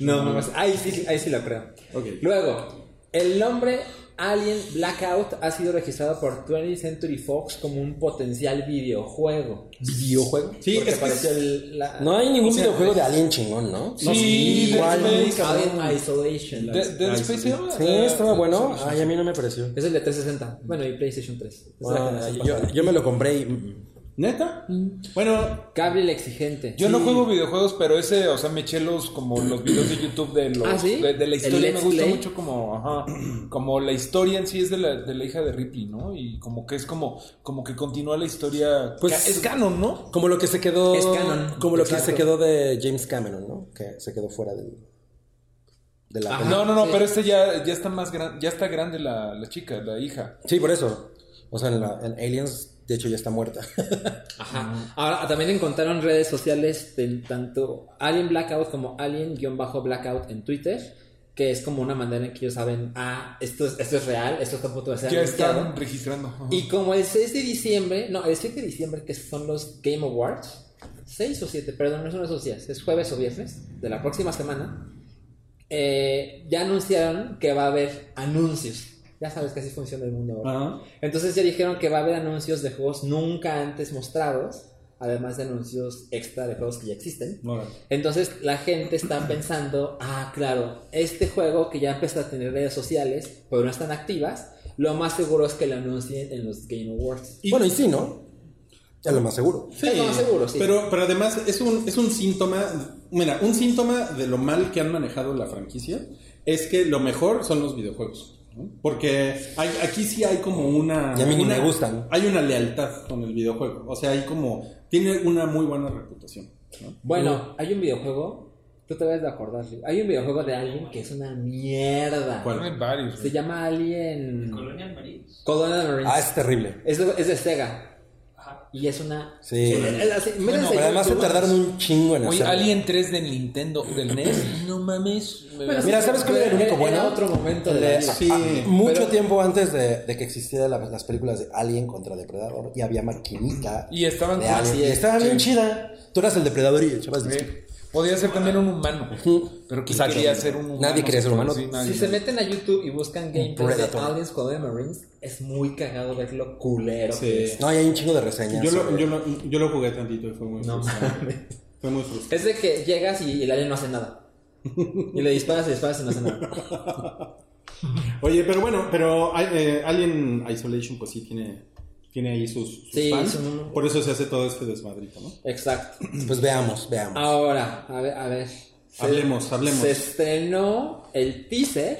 Speaker 2: No, no, no, pues, ahí sí, ahí sí lo creo.
Speaker 5: Ok.
Speaker 2: Luego, el nombre Alien Blackout ha sido registrado por 20th Century Fox como un potencial videojuego.
Speaker 4: ¿Videojuego?
Speaker 5: Sí,
Speaker 2: porque
Speaker 5: es que
Speaker 2: apareció
Speaker 5: es-
Speaker 2: el... la-
Speaker 4: No hay ningún videojuego de Alien chingón, ¿no?
Speaker 3: Sí, Dead
Speaker 4: igual.
Speaker 3: Space.
Speaker 2: Alien Isolation.
Speaker 3: De- Dead Space Ah, se llama.
Speaker 4: Sí, estaba bueno. Ay, a mí no me pareció.
Speaker 2: Es el de 360. Bueno, y PlayStation 3. Es la
Speaker 4: Ah,
Speaker 2: generación
Speaker 4: yo,
Speaker 2: pasada.
Speaker 4: yo me lo compré y.
Speaker 5: ¿Neta? Bueno,
Speaker 2: Gabriel Exigente.
Speaker 3: Yo no juego videojuegos, pero ese, o sea, me eché los como los videos de YouTube de los
Speaker 2: ¿Ah, sí?
Speaker 3: de, de
Speaker 2: ¿El
Speaker 3: la historia. Me
Speaker 2: Let's
Speaker 3: gusta
Speaker 2: Play?
Speaker 3: mucho como, ajá, como la historia en sí es de la, de la hija de Ripley, ¿no? Y como que es como, como que continúa la historia.
Speaker 4: Pues-
Speaker 3: Ca- es canon, ¿no?
Speaker 4: Como lo que se quedó.
Speaker 2: Es canon.
Speaker 4: Como lo que
Speaker 2: Exacto.
Speaker 4: se quedó de James Cameron, ¿no? Que se quedó fuera del. De la.
Speaker 2: Ajá.
Speaker 4: película.
Speaker 3: no, no, no,
Speaker 2: sí.
Speaker 3: pero este ya, ya está más grande, ya está grande la, la chica, la hija.
Speaker 4: Sí, por eso. O sea, en, la- en Aliens, de hecho, ya está muerta.
Speaker 2: Ajá. Ahora también encontraron redes sociales de tanto Alien Blackout como Alien-Blackout en Twitter, que es como una manera en que ellos saben, ah, esto es, esto es real, esto está a punto de ser
Speaker 3: Ya
Speaker 2: anunciado.
Speaker 3: están registrando. ajá.
Speaker 2: Y como el 6 de diciembre, no, el 7 de diciembre, que son los Game Awards, 6 o 7, perdón, no son esos días, es jueves o viernes de la próxima semana, eh, ya anunciaron que va a haber anuncios. Ya sabes que así funciona el mundo ahora.
Speaker 5: ajá.
Speaker 2: Entonces ya dijeron que va a haber anuncios de juegos nunca antes mostrados, además de anuncios extra de juegos que ya existen.
Speaker 5: Bueno.
Speaker 2: Entonces la gente está pensando, ah, claro, este juego que ya empieza a tener redes sociales, pero no están activas, lo más seguro es que lo anuncien en los Game Awards.
Speaker 4: bueno, y sí, ¿no? Ya lo más seguro.
Speaker 5: Sí,
Speaker 2: Es lo más seguro, sí.
Speaker 5: Pero, pero además es un, es un síntoma, mira, un síntoma de lo mal que han manejado la franquicia es que lo mejor son los videojuegos. ¿no? Porque hay- aquí sí hay como una...
Speaker 4: Y a mí ni
Speaker 5: una-
Speaker 4: me gustan.
Speaker 5: Hay una lealtad con el videojuego. O sea, hay como... Tiene una muy buena reputación. ¿no?
Speaker 2: Bueno, hay un videojuego, tú te debes de acordar, Rick, hay un videojuego de Alien que es una mierda.
Speaker 5: ¿Cuál?
Speaker 3: Hay varios.
Speaker 2: Se llama Alien... Colonial Marines. Colonial Marines.
Speaker 4: Ah, es terrible.
Speaker 2: es, de, es de Sega. Y es una...
Speaker 4: Sí.
Speaker 2: Es así,
Speaker 3: Bueno,
Speaker 2: métanse
Speaker 4: Pero
Speaker 2: a
Speaker 4: además se
Speaker 2: YouTube.
Speaker 4: tardaron un chingo en
Speaker 3: Oye,
Speaker 4: hacerlo.
Speaker 3: Alien 3 del Nintendo, del E NES. No mames.
Speaker 2: Pero
Speaker 4: Mira,
Speaker 2: sí,
Speaker 4: ¿sabes cuál era el único bueno?
Speaker 2: Era otro momento de
Speaker 4: Le-
Speaker 2: la vida.
Speaker 5: Sí.
Speaker 4: Ah, mucho
Speaker 2: Pero-
Speaker 4: tiempo antes de, de que existieran la- las películas de Alien contra Depredador y había maquinita
Speaker 3: Y estaban
Speaker 4: de
Speaker 3: con-
Speaker 4: Alien.
Speaker 2: así
Speaker 4: Y
Speaker 2: es,
Speaker 4: estaba bien chida. Tú eras el depredador y el chaval.
Speaker 3: Sí. Podía ser también un humano. Pero que
Speaker 4: Exacto.
Speaker 3: quería ser un humano.
Speaker 4: Nadie quería ser humano.
Speaker 3: Sí, nadie.
Speaker 2: Si se meten a YouTube y buscan gameplays de
Speaker 4: Predator.
Speaker 2: Aliens con Marines, es muy cagado ver lo culero
Speaker 5: Sí.
Speaker 2: que es.
Speaker 4: No, y hay un chingo de reseñas.
Speaker 5: Yo lo,
Speaker 4: sobre-
Speaker 5: yo, lo, yo lo jugué tantito y fue muy...
Speaker 2: No
Speaker 5: frustrante.
Speaker 2: mames.
Speaker 5: Fue muy frustrante.
Speaker 2: Es de que llegas y el alien no hace nada. Y le disparas y disparas y no hace nada.
Speaker 5: Oye, pero bueno, pero eh, Alien Isolation pues sí tiene, tiene ahí sus, sus
Speaker 2: Sí,
Speaker 5: fans.
Speaker 2: es un-
Speaker 5: Por eso se hace todo este desmadrito, ¿no?
Speaker 2: Exacto.
Speaker 4: Pues veamos, veamos.
Speaker 3: Ah.
Speaker 2: Ahora, a ver, a ver. Se-
Speaker 5: Hablemos, hablemos.
Speaker 2: Se estrenó el teaser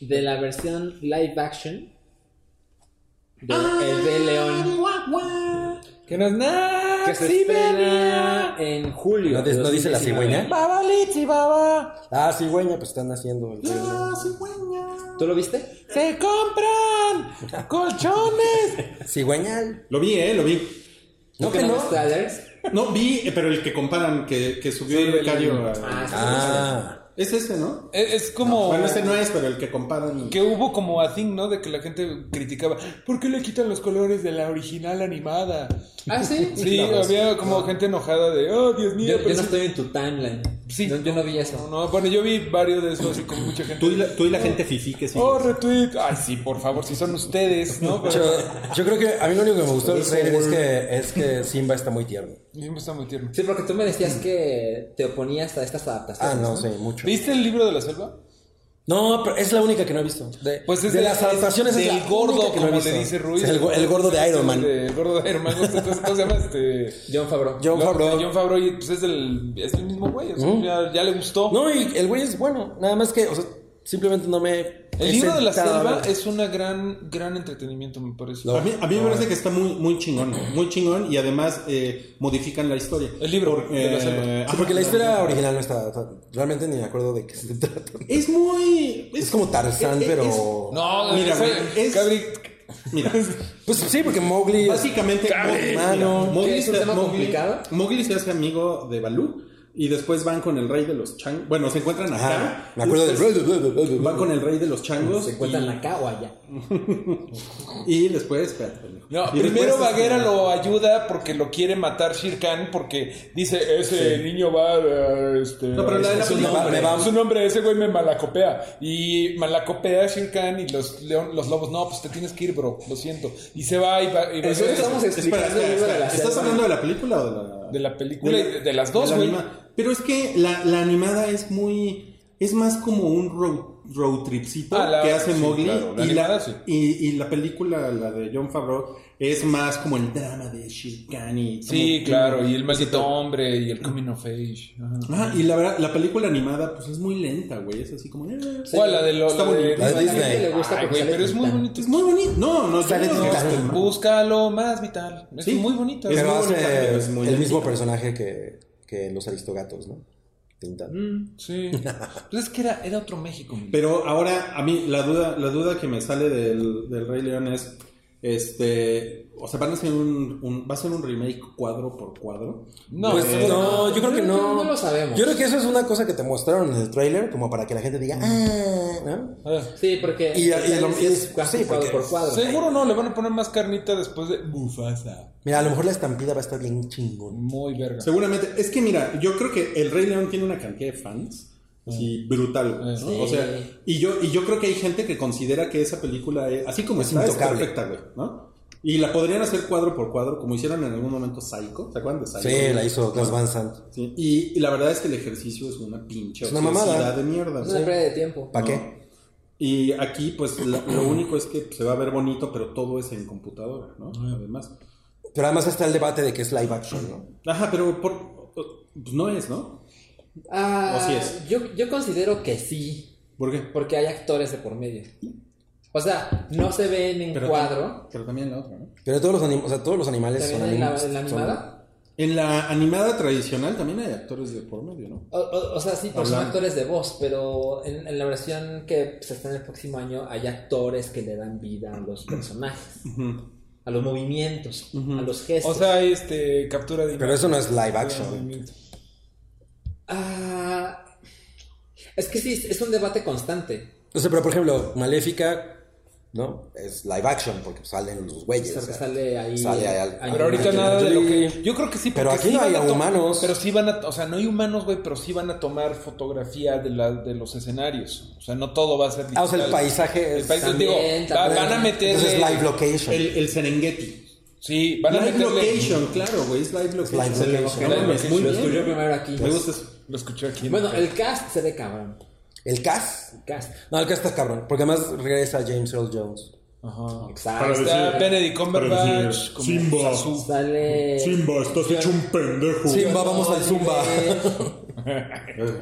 Speaker 2: de la versión live action de
Speaker 5: Ah.
Speaker 2: El de León.
Speaker 3: Que no es nada.
Speaker 2: Que se estrena en julio.
Speaker 4: ¿No,
Speaker 2: de
Speaker 4: dis- no dice la
Speaker 2: 2019.
Speaker 4: cigüeña? Babalitzi, baba. Ah, cigüeña, pues están haciendo. el-
Speaker 3: Ah.
Speaker 2: ¿Tú lo viste?
Speaker 3: ¡Se compran! ¡Colchones!
Speaker 4: Cigüeñal.
Speaker 5: Lo vi, ¿eh? Lo vi.
Speaker 4: No, que
Speaker 2: ¿Viste
Speaker 4: no.
Speaker 2: los trailers?
Speaker 5: No, vi, eh, pero el que comparan, que, que subió
Speaker 3: Sí,
Speaker 5: el
Speaker 3: el-
Speaker 5: becario.
Speaker 2: Ah, sí,
Speaker 4: Ah,
Speaker 5: Es ese, ¿no?
Speaker 3: E-, Es, es como.
Speaker 5: Bueno, ese no es, pero el que comparan.
Speaker 3: Que hubo como a thing, ¿no? De que la gente criticaba. ¿Por qué le quitan los colores de la original animada?
Speaker 2: ¿Ah, sí?
Speaker 3: Sí, había como gente enojada de, oh, Dios mío,
Speaker 2: Yo, yo
Speaker 3: pero
Speaker 2: no
Speaker 3: sí-
Speaker 2: estoy en tu timeline.
Speaker 3: Sí.
Speaker 2: No, yo no vi
Speaker 3: No,
Speaker 2: eso.
Speaker 3: no, bueno, yo vi varios de esos así con mucha gente.
Speaker 5: Tú y la, tú y la gente fifi que sí.
Speaker 3: Oh, retweet. Ay, sí, por favor, si son ustedes, ¿no?
Speaker 4: yo,
Speaker 3: Pero...
Speaker 4: yo creo que a mí lo único que me gustó del trailer es que, es que Simba está muy tierno.
Speaker 3: Sí, me está muy tierno.
Speaker 2: Sí, porque tú me decías que te oponías a estas
Speaker 4: Ah,
Speaker 2: adaptaciones.
Speaker 4: no, sí, mucho.
Speaker 3: ¿Viste el libro de la selva?
Speaker 4: No, pero es la única que no he visto. De,
Speaker 3: Pues es
Speaker 4: de
Speaker 3: de-
Speaker 4: las adaptaciones es,
Speaker 3: del
Speaker 4: la
Speaker 3: gordo,
Speaker 4: única que no he
Speaker 3: como
Speaker 4: visto.
Speaker 3: le dice Ruiz.
Speaker 4: El, go- el gordo de Iron Man.
Speaker 3: El gordo de Iron Man. ¿Cómo se cómo se llama este?
Speaker 2: John Favreau.
Speaker 4: John
Speaker 3: Lo-
Speaker 4: Favreau. Mm.
Speaker 3: John Favreau, y, pues es el, es el mismo güey. o sea, ya, ya le gustó.
Speaker 4: No, y el güey es bueno. Nada más que, o sea, simplemente no me. he
Speaker 3: el libro de la
Speaker 4: sentado a
Speaker 3: selva
Speaker 4: ver.
Speaker 3: es una gran, gran entretenimiento, me parece.
Speaker 4: Lo-
Speaker 5: A mí, a mí me parece que está muy, muy chingón, muy chingón y además eh, modifican la historia.
Speaker 3: El libro de la selva.
Speaker 5: eh,
Speaker 4: Sí, porque la historia original no está. o sea, Realmente ni me acuerdo de qué se trata.
Speaker 5: Es muy...
Speaker 4: Es como Tarzán,
Speaker 5: es- es-
Speaker 4: pero.
Speaker 3: No,
Speaker 5: Mira,
Speaker 3: fue-
Speaker 5: güey, es-
Speaker 3: Cabri,
Speaker 5: Mira,
Speaker 4: Pues sí, porque Mowgli.
Speaker 5: básicamente... Mowgli-
Speaker 4: mano.
Speaker 5: mira, Mowgli
Speaker 2: ¿Qué es un
Speaker 5: se-
Speaker 2: tema
Speaker 5: Mowgli-
Speaker 2: complicado?
Speaker 5: Mowgli se hace amigo de Balú y después van con el rey de los changos. Bueno, se encuentran acá.
Speaker 4: Ajá, me acuerdo
Speaker 5: Después
Speaker 4: del.
Speaker 5: Van con el rey de los changos.
Speaker 2: ¿Se encuentran
Speaker 5: y,
Speaker 2: acá o allá?
Speaker 5: y después... espérate, pendejo.
Speaker 3: No,
Speaker 5: Y
Speaker 3: primero
Speaker 5: después,
Speaker 3: Baguera
Speaker 5: este,
Speaker 3: lo ayuda porque lo quiere matar Shere Khan porque dice, ese niño va a... Este,
Speaker 5: No, pero la de la
Speaker 3: su
Speaker 5: película-
Speaker 3: nombre,
Speaker 4: me va-
Speaker 3: su nombre, ese güey me malacopea. Y malacopea a Shere Khan y los, león- los lobos, no, pues te tienes que ir, bro, lo siento. Y se va y va... y va-
Speaker 2: Eso estamos
Speaker 5: Espera,
Speaker 2: explicando
Speaker 5: espera,
Speaker 2: el libro de
Speaker 5: espera.
Speaker 2: la
Speaker 5: ¿Estás
Speaker 2: selva.
Speaker 5: hablando de la película o de la...?
Speaker 3: De la película y de- de las dos,
Speaker 5: la
Speaker 3: güey.
Speaker 5: anima- Pero es que la, la animada es muy... Es más como un road, road tripcito
Speaker 3: Ah, la-
Speaker 5: que hace
Speaker 3: sí,
Speaker 5: Mowgli.
Speaker 3: claro, la
Speaker 5: y,
Speaker 3: animada,
Speaker 5: la,
Speaker 3: sí.
Speaker 5: y, y la película, la de John Favreau, es más como el drama de Shere Khan y...
Speaker 3: Sí,
Speaker 5: como-
Speaker 3: claro, y el maldito hombre y el coming of age. ajá.
Speaker 5: Ah, y la verdad, la película animada, pues es muy lenta, güey. Es así como... eh,
Speaker 3: ¿Cuál? La de lo-
Speaker 5: Está
Speaker 3: la de-
Speaker 5: bonito.
Speaker 4: La de
Speaker 2: A la gente
Speaker 4: Disney.
Speaker 2: le gusta
Speaker 3: Ay,
Speaker 2: porque
Speaker 3: güey,
Speaker 2: sale
Speaker 3: pero es muy
Speaker 2: Titán.
Speaker 3: bonito.
Speaker 5: Es muy bonito. No, no,
Speaker 4: Sale
Speaker 5: yo no-
Speaker 4: Titán.
Speaker 5: no, no.
Speaker 3: Busca lo más vital. Es
Speaker 5: Sí.
Speaker 3: muy bonito.
Speaker 5: Es
Speaker 4: Pero
Speaker 5: muy bonita,
Speaker 4: hace
Speaker 5: es muy
Speaker 4: eh, el
Speaker 5: bonita.
Speaker 4: mismo personaje que, que los Aristogatos, ¿no? Tintán.
Speaker 3: Mm, sí. Pues es que era, era otro México. mi.
Speaker 5: Pero ahora a mí la duda, la duda que me sale del, del Rey León es, este, o sea, van a hacer un, un- va a ser un remake cuadro por cuadro.
Speaker 3: No,
Speaker 4: Pues
Speaker 3: eh,
Speaker 4: no, yo creo que no.
Speaker 2: No lo sabemos.
Speaker 4: Yo creo que eso es una cosa que te mostraron en el tráiler, como para que la gente diga, ah, ¿no?
Speaker 3: Ah.
Speaker 2: Sí, porque
Speaker 4: Y- y
Speaker 2: sale
Speaker 4: lo-
Speaker 2: así,
Speaker 4: y es-
Speaker 2: casi
Speaker 4: sí,
Speaker 2: cuadro
Speaker 4: porque-
Speaker 2: por cuadro.
Speaker 3: Seguro no, le van a poner más carnita después de Mufasa.
Speaker 4: Mira, a lo mejor la estampida va a estar bien chingón.
Speaker 3: Muy verga.
Speaker 5: Seguramente, es que mira, yo creo que el Rey León tiene una cantidad de fans. así brutal, ¿no?
Speaker 3: Sí.
Speaker 5: O sea, y yo, y yo creo que hay gente que considera que esa película es, así como
Speaker 4: Es
Speaker 5: está, es
Speaker 4: intocable.
Speaker 5: perfecta, güey, ¿no? Y la podrían hacer cuadro por cuadro, como hicieron en algún momento Psycho, ¿se acuerdan de Psycho?
Speaker 4: Sí, la hizo Gus Van Sant.
Speaker 5: Sí, Y, y la verdad es que el ejercicio es una pinche
Speaker 4: Es una mamada.
Speaker 5: obesidad de mierda.
Speaker 2: Es
Speaker 5: ¿no?
Speaker 2: una pérdida de tiempo.
Speaker 4: ¿Para
Speaker 5: No.
Speaker 4: qué?
Speaker 5: Y aquí, pues, lo, lo único es que se va a ver bonito, pero todo es en computadora, ¿no? Además.
Speaker 4: Pero además está el debate de que es live action, ¿no?
Speaker 5: Ajá, pero por, pues no es, ¿no?
Speaker 2: Ah,
Speaker 5: O sí es.
Speaker 2: Yo, yo considero que sí,
Speaker 5: ¿Por qué?
Speaker 2: porque hay actores de por medio. O sea, no se ven en
Speaker 5: Pero
Speaker 2: cuadro.
Speaker 5: Pero también la otra, ¿no?
Speaker 4: Pero todos los, anim- o sea, todos los animales son
Speaker 2: También en la,
Speaker 4: animales.
Speaker 2: en la animada.
Speaker 5: En la animada tradicional también hay actores de por medio, ¿no?
Speaker 2: O, o- o sea, sí, pero son
Speaker 5: Hablando.
Speaker 2: actores de voz, pero en, en la versión que se está en el próximo año hay actores que le dan vida a los personajes, a los movimientos, a los
Speaker 3: O
Speaker 2: gestos.
Speaker 3: sea, hay este, captura de
Speaker 4: Pero eso no es live action.
Speaker 2: Ah, es que sí, es un debate constante.
Speaker 4: No sé, pero por ejemplo, Maléfica, ¿no? Es live action porque salen los güeyes.
Speaker 2: O sea,
Speaker 4: o sea.
Speaker 2: que sale ahí.
Speaker 4: sale ahí al-
Speaker 2: ahí
Speaker 4: Pero
Speaker 3: Pero ahorita
Speaker 2: ahí.
Speaker 3: nada de lo
Speaker 4: Jolie.
Speaker 3: que. Yo creo que sí.
Speaker 4: Pero
Speaker 3: porque
Speaker 4: aquí
Speaker 3: sí
Speaker 4: no hay
Speaker 3: van a to-
Speaker 4: humanos.
Speaker 3: Pero sí van a. O sea, no hay humanos, güey, pero sí van a tomar fotografía de, la, de los escenarios. O sea, no todo va a ser.
Speaker 4: Ah, o sea, el
Speaker 3: digital.
Speaker 4: paisaje es
Speaker 3: El paisaje,
Speaker 4: también-
Speaker 3: digo,
Speaker 2: también,
Speaker 3: va-
Speaker 2: también.
Speaker 3: van a meter. eh,
Speaker 4: Entonces live location.
Speaker 5: El, el Serengeti.
Speaker 3: Sí, van a
Speaker 5: live
Speaker 3: meterle-
Speaker 5: location, claro, güey. Es live location.
Speaker 4: Live location.
Speaker 5: No mames,
Speaker 2: Lo
Speaker 5: muy bien.
Speaker 2: escuché primero aquí.
Speaker 5: Me gusta eso.
Speaker 3: Lo escuché aquí.
Speaker 2: Bueno, el cast se ve cabrón.
Speaker 4: ¿El Cas?
Speaker 2: El cast.
Speaker 4: No, el Cas está cabrón. Porque además regresa James Earl Jones.
Speaker 3: Ajá.
Speaker 2: Exacto.
Speaker 3: Está
Speaker 5: decir-
Speaker 3: Benedict
Speaker 5: para
Speaker 3: Cumberbatch.
Speaker 5: decir,
Speaker 3: como
Speaker 5: Simba.
Speaker 3: Sasu.
Speaker 2: Sale.
Speaker 5: Simba, estás hecho un pendejo.
Speaker 4: Simba, vamos al Zumba.
Speaker 5: Eh,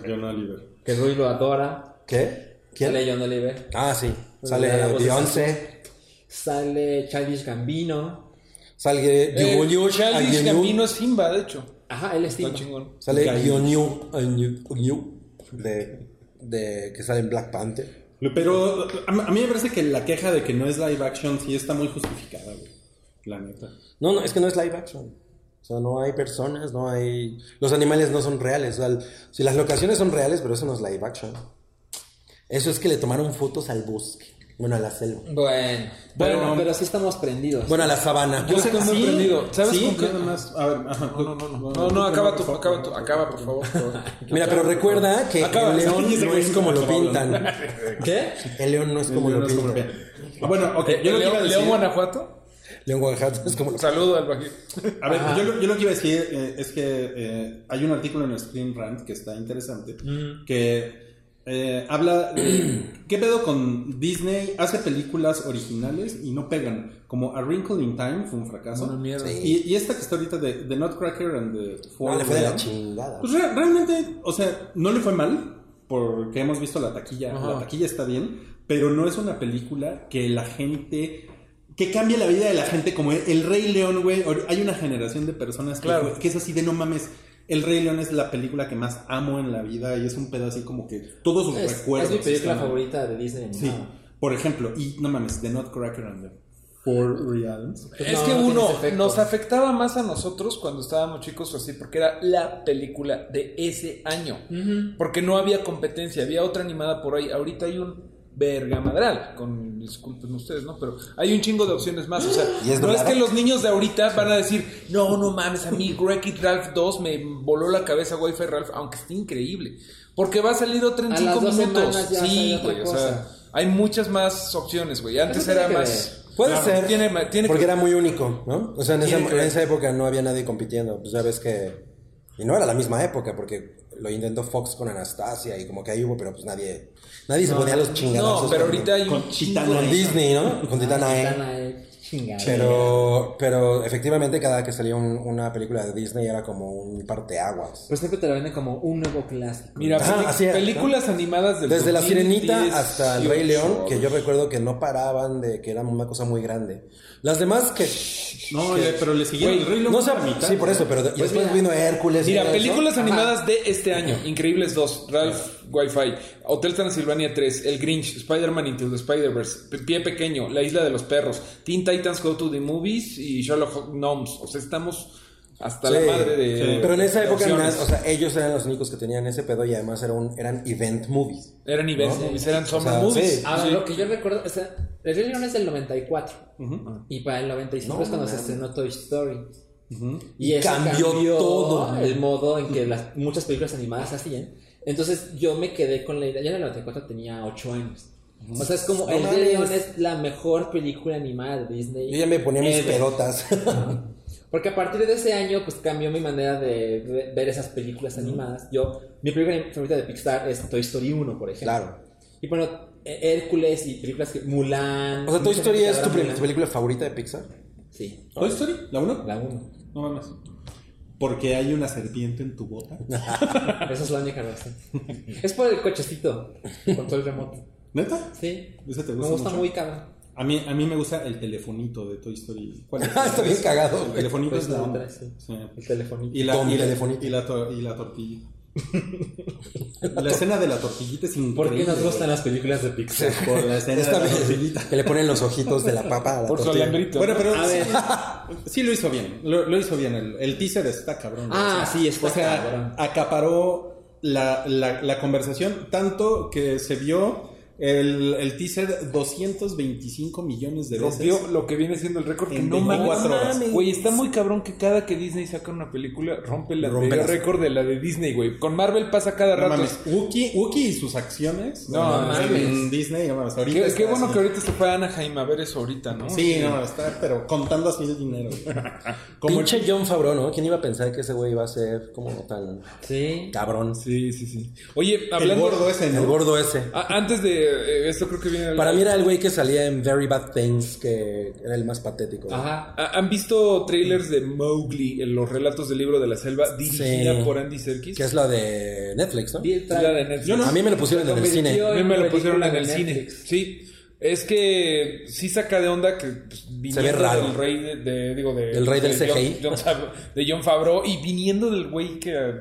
Speaker 5: John Oliver.
Speaker 2: Que Rui lo adora.
Speaker 4: ¿Qué?
Speaker 2: Sale
Speaker 4: ¿Quién?
Speaker 2: John Oliver.
Speaker 4: Ah, sí.
Speaker 2: La
Speaker 4: Sale
Speaker 2: voz de
Speaker 4: Beyoncé.
Speaker 2: Sale Childish Gambino.
Speaker 4: Sale
Speaker 3: Eh,
Speaker 4: Yu
Speaker 3: Childish Gambino es Simba, de hecho.
Speaker 2: Ajá, él es
Speaker 3: Está
Speaker 2: Simba.
Speaker 3: chingón.
Speaker 4: Sale Yonyu. Yonyu. De, de, que sale en Black Panther.
Speaker 5: Pero a, a mí me parece que la queja de que no es live action sí está muy justificada, güey. La neta.
Speaker 4: No, no, es que no es live action. O sea, no hay personas, no hay... Los animales no son reales. O sea, el- si las locaciones son reales, pero eso no es live action. Eso es que le tomaron fotos al bosque. Bueno, a la selva.
Speaker 2: Bueno,
Speaker 5: Pero-
Speaker 2: bueno, pero sí estamos prendidos.
Speaker 4: Bueno, a la sabana.
Speaker 3: Yo estoy muy
Speaker 5: Sí,
Speaker 3: prendido. ¿Sabes
Speaker 5: sí,
Speaker 3: con qué?
Speaker 5: nada más. A ver, ajá. No, no, no.
Speaker 3: No, no, acaba tú, acaba tú, acaba, por favor. por favor.
Speaker 4: Mira, pero recuerda que
Speaker 3: Acaba,
Speaker 4: el león
Speaker 5: es que ese
Speaker 4: no
Speaker 5: güey
Speaker 4: es
Speaker 5: es
Speaker 4: como lo
Speaker 5: inacabable.
Speaker 4: pintan.
Speaker 2: ¿Qué?
Speaker 4: El león no es como lo
Speaker 5: León,
Speaker 4: pintan.
Speaker 5: Bueno, ok, yo lo que iba a
Speaker 3: León,
Speaker 5: decir.
Speaker 3: León, Guanajuato.
Speaker 4: León Guanajuato es como lo
Speaker 3: Saludo al Bajío.
Speaker 5: A ver, yo, lo- yo lo que iba a decir eh, es que eh, hay un artículo en Screen Rant que está interesante, que eh, habla de qué pedo con Disney, hace películas originales y no pegan, como A Wrinkle in Time fue un fracaso.
Speaker 3: Una mierda.
Speaker 5: Y, y esta que está ahorita de The Nutcracker and the Four
Speaker 4: No, Ah, le fue de la
Speaker 5: Lions,
Speaker 4: chingada.
Speaker 5: pues re- realmente, o sea, no le fue mal, porque hemos visto la taquilla,
Speaker 3: Ajá.
Speaker 5: la taquilla está bien, pero no es una película que la gente, que cambie la vida de la gente, como El Rey León, güey, Ahor- hay una generación de personas que,
Speaker 3: Claro.
Speaker 5: que es así de no mames. El Rey León es la película que más amo en la vida y es un pedo así como que todos sus
Speaker 2: Es,
Speaker 5: recuerdos.
Speaker 2: es mi película
Speaker 5: están-
Speaker 2: favorita de Disney.
Speaker 5: Sí,
Speaker 2: animada.
Speaker 5: por ejemplo, y no mames, The Nutcracker and the Four Realms.
Speaker 2: Pues
Speaker 3: es
Speaker 2: no,
Speaker 3: que
Speaker 2: no
Speaker 3: uno,
Speaker 2: tienes efecto.
Speaker 3: nos afectaba más a nosotros cuando estábamos chicos o así, porque era la película de ese año. Porque no había competencia, había otra animada por ahí. Ahorita hay un vergamadral, con disculpen ustedes, ¿no? Pero hay un chingo de opciones más. O sea,
Speaker 4: ¿Y es
Speaker 3: no es
Speaker 4: doblada?
Speaker 3: que los niños de ahorita van a decir, no, no mames, a mí Wreck It Ralph 2 me voló la cabeza Wi-Fi Ralph, aunque esté increíble. Porque va a salir otra en
Speaker 2: A
Speaker 3: 5
Speaker 2: las dos
Speaker 3: minutos.
Speaker 2: semanas ya
Speaker 3: Sí,
Speaker 2: sale otra
Speaker 3: güey, o sea,
Speaker 2: cosa.
Speaker 3: hay muchas más opciones, güey. Antes
Speaker 2: Eso tiene
Speaker 3: era
Speaker 2: que
Speaker 3: más.
Speaker 4: Puede
Speaker 3: Claro,
Speaker 4: ser,
Speaker 3: Tiene, ma- tiene que
Speaker 4: porque era muy único, ¿no? O sea, en esa,
Speaker 3: Tiene que ver.
Speaker 4: en esa época no había nadie compitiendo, pues ya ves que... Y no era la misma época, porque lo intentó Fox con Anastasia y como que ahí hubo, pero pues nadie... Nadie se ponía los chingadazos.
Speaker 3: No, pero
Speaker 4: con-
Speaker 3: ahorita hay un
Speaker 5: con
Speaker 3: chingo
Speaker 5: Titana.
Speaker 4: Con
Speaker 3: de-
Speaker 4: Disney, ¿no? Con Titana
Speaker 2: Ah,
Speaker 4: E.
Speaker 2: Titana E, chingada.
Speaker 4: Pero, pero efectivamente cada que salía un- una película de Disney era como un parteaguas.
Speaker 2: Pero siempre te la venden como un nuevo clásico.
Speaker 3: Mira,
Speaker 4: Ajá,
Speaker 3: peli-
Speaker 4: así es,
Speaker 3: películas animadas del
Speaker 4: Desde La
Speaker 3: 2018.
Speaker 4: Sirenita hasta El Rey León, que yo recuerdo que no paraban de que eran una cosa muy grande. Las demás que...
Speaker 5: No, le- pero le siguieron
Speaker 3: Güey,
Speaker 5: El Rey León
Speaker 4: No
Speaker 5: fue
Speaker 4: sé,
Speaker 5: la mitad.
Speaker 4: sí, por eso, pero de- y después
Speaker 2: mira.
Speaker 4: vino Hércules. y
Speaker 3: Pues Mira,
Speaker 4: todo eso.
Speaker 3: películas animadas de este año. Increíbles 2, Ralph Wi-Fi, Hotel Transilvania 3, El Grinch, Spider-Man Into the Spider-Verse, P- Pie Pequeño, La Isla de los Perros, Teen Titans Go to the Movies y Sherlock Gnomes. O sea, estamos hasta
Speaker 4: Sí,
Speaker 3: la madre de...
Speaker 4: sí. Pero en esa
Speaker 3: de
Speaker 4: época,
Speaker 3: opciones.
Speaker 4: nada, o sea, ellos eran los únicos que tenían ese pedo y además era un- eran event movies.
Speaker 3: eran events
Speaker 4: ¿no?
Speaker 3: movies, eran summer
Speaker 4: O sea,
Speaker 3: movies.
Speaker 4: sí.
Speaker 2: Ahora, Ah, lo que yo recuerdo, o sea, El Rey León es del 94. Y para el 95
Speaker 4: No,
Speaker 2: es cuando se
Speaker 4: mames.
Speaker 2: estrenó Toy Story.
Speaker 4: Y
Speaker 2: eso
Speaker 4: cambió todo.
Speaker 2: El modo en que las, muchas películas animadas se hacían. Entonces yo me quedé con la idea. Ya en el 94 tenía 8 años. O sea, es como
Speaker 4: No
Speaker 2: El Rey
Speaker 4: mames.
Speaker 2: León es la mejor película animada de Disney.
Speaker 4: Yo ya me ponía mis
Speaker 3: Eh,
Speaker 2: ever.
Speaker 4: pedotas.
Speaker 2: Porque a partir de ese año, pues cambió mi manera de re- ver esas películas animadas. Yo, mi película favorita de Pixar es Toy Story 1, por ejemplo.
Speaker 4: claro.
Speaker 2: Y bueno, Hé- Hércules y películas que. Mulan.
Speaker 4: O sea, Toy
Speaker 2: mucha
Speaker 4: Story
Speaker 2: gente
Speaker 4: es tu,
Speaker 2: adora
Speaker 4: prim-
Speaker 2: Mulan.
Speaker 4: tu película favorita de Pixar.
Speaker 2: Sí,
Speaker 5: ¿Toy Story? ¿La 1?
Speaker 2: la 1.
Speaker 5: No mames. Porque hay una serpiente en tu bota.
Speaker 2: Esa es la única razón. es por el cochecito. Control remoto.
Speaker 5: ¿Neta?
Speaker 2: Sí.
Speaker 5: ¿Ese te
Speaker 2: Me
Speaker 5: gusta
Speaker 2: gusta
Speaker 5: mucho?
Speaker 2: muy cabrón.
Speaker 5: A mí, a mí me gusta el telefonito de Toy Story. ¿Cuál es?
Speaker 4: Está bien cagado,
Speaker 5: El
Speaker 4: güey.
Speaker 5: telefonito
Speaker 2: Pues
Speaker 5: es la
Speaker 2: la
Speaker 5: onda.
Speaker 2: otra, sí.
Speaker 5: Sí.
Speaker 2: El telefonito.
Speaker 5: Y la,
Speaker 4: Con
Speaker 5: y, la,
Speaker 4: telefonito.
Speaker 5: y, la tor- y la tortilla. la escena de la tortillita es
Speaker 2: ¿Por
Speaker 5: increíble.
Speaker 2: qué nos gustan las películas de Pixar?
Speaker 5: güey. Por la escena
Speaker 4: Esta
Speaker 5: de la
Speaker 4: vez
Speaker 5: tortillita.
Speaker 4: que le ponen los ojitos de la papa a la
Speaker 3: Por su
Speaker 4: tortilla.
Speaker 3: alambrito.
Speaker 5: Bueno, pero
Speaker 2: A
Speaker 5: sí,
Speaker 2: ver.
Speaker 5: sí lo hizo bien. Lo, lo hizo bien. El, el teaser está cabrón. güey.
Speaker 2: Ah,
Speaker 5: O sea,
Speaker 2: sí, está
Speaker 5: O sea,
Speaker 2: cabrón.
Speaker 5: acaparó la, la- la conversación tanto que se vio El, el teaser 225 millones de veces.
Speaker 3: Rompió lo que viene siendo el récord. Que
Speaker 5: En
Speaker 3: no mames.
Speaker 5: 24 horas.
Speaker 3: Güey, está muy cabrón que cada que Disney saca una película rompe la
Speaker 5: Rompe
Speaker 3: de- el
Speaker 5: las-
Speaker 3: récord de la de Disney, güey. Con Marvel pasa cada
Speaker 5: No
Speaker 3: rato.
Speaker 5: mames, Wookie, Wookie y sus acciones.
Speaker 3: No mames.
Speaker 5: En Disney, no mames. Ahorita
Speaker 3: Qué,
Speaker 5: está
Speaker 3: qué bueno
Speaker 5: así.
Speaker 3: que ahorita se fue a Anaheim a ver eso ahorita, ¿no?
Speaker 5: Sí, no, está, pero contando así el dinero. Como el-
Speaker 4: Pinche John Favreau, ¿no? ¿Quién iba a pensar que ese güey iba a ser como tan
Speaker 2: Sí.
Speaker 4: cabrón?
Speaker 3: Sí, Ah, sí, sí. Oye,
Speaker 5: el,
Speaker 3: hablando.
Speaker 5: gordo ese, ¿no?
Speaker 4: El gordo ese.
Speaker 3: A- antes de eh, esto, creo que viene.
Speaker 4: Para mí era el güey que salía en Very Bad Things, que era el más patético.
Speaker 3: Ah.
Speaker 4: güey.
Speaker 2: Ajá.
Speaker 3: ¿Ha- ¿Han visto trailers de Mowgli en los relatos del libro de la selva dirigida
Speaker 4: Sí.
Speaker 3: por Andy Serkis?
Speaker 4: Que es la de Netflix, ¿no?
Speaker 2: Vi el
Speaker 3: Es la de Netflix.
Speaker 4: A mí me lo pusieron en el
Speaker 2: Convirtió
Speaker 4: cine.
Speaker 3: A mí me
Speaker 2: una
Speaker 3: lo pusieron en
Speaker 2: película
Speaker 3: el
Speaker 2: de
Speaker 3: cine.
Speaker 2: Netflix.
Speaker 3: Sí. Es que sí saca de onda que pues, viniendo
Speaker 4: raro.
Speaker 3: del rey de, de- digo de
Speaker 4: Del rey del
Speaker 3: de John-
Speaker 4: CGI.
Speaker 3: John Favreau- de John Favreau y viniendo del güey que eh,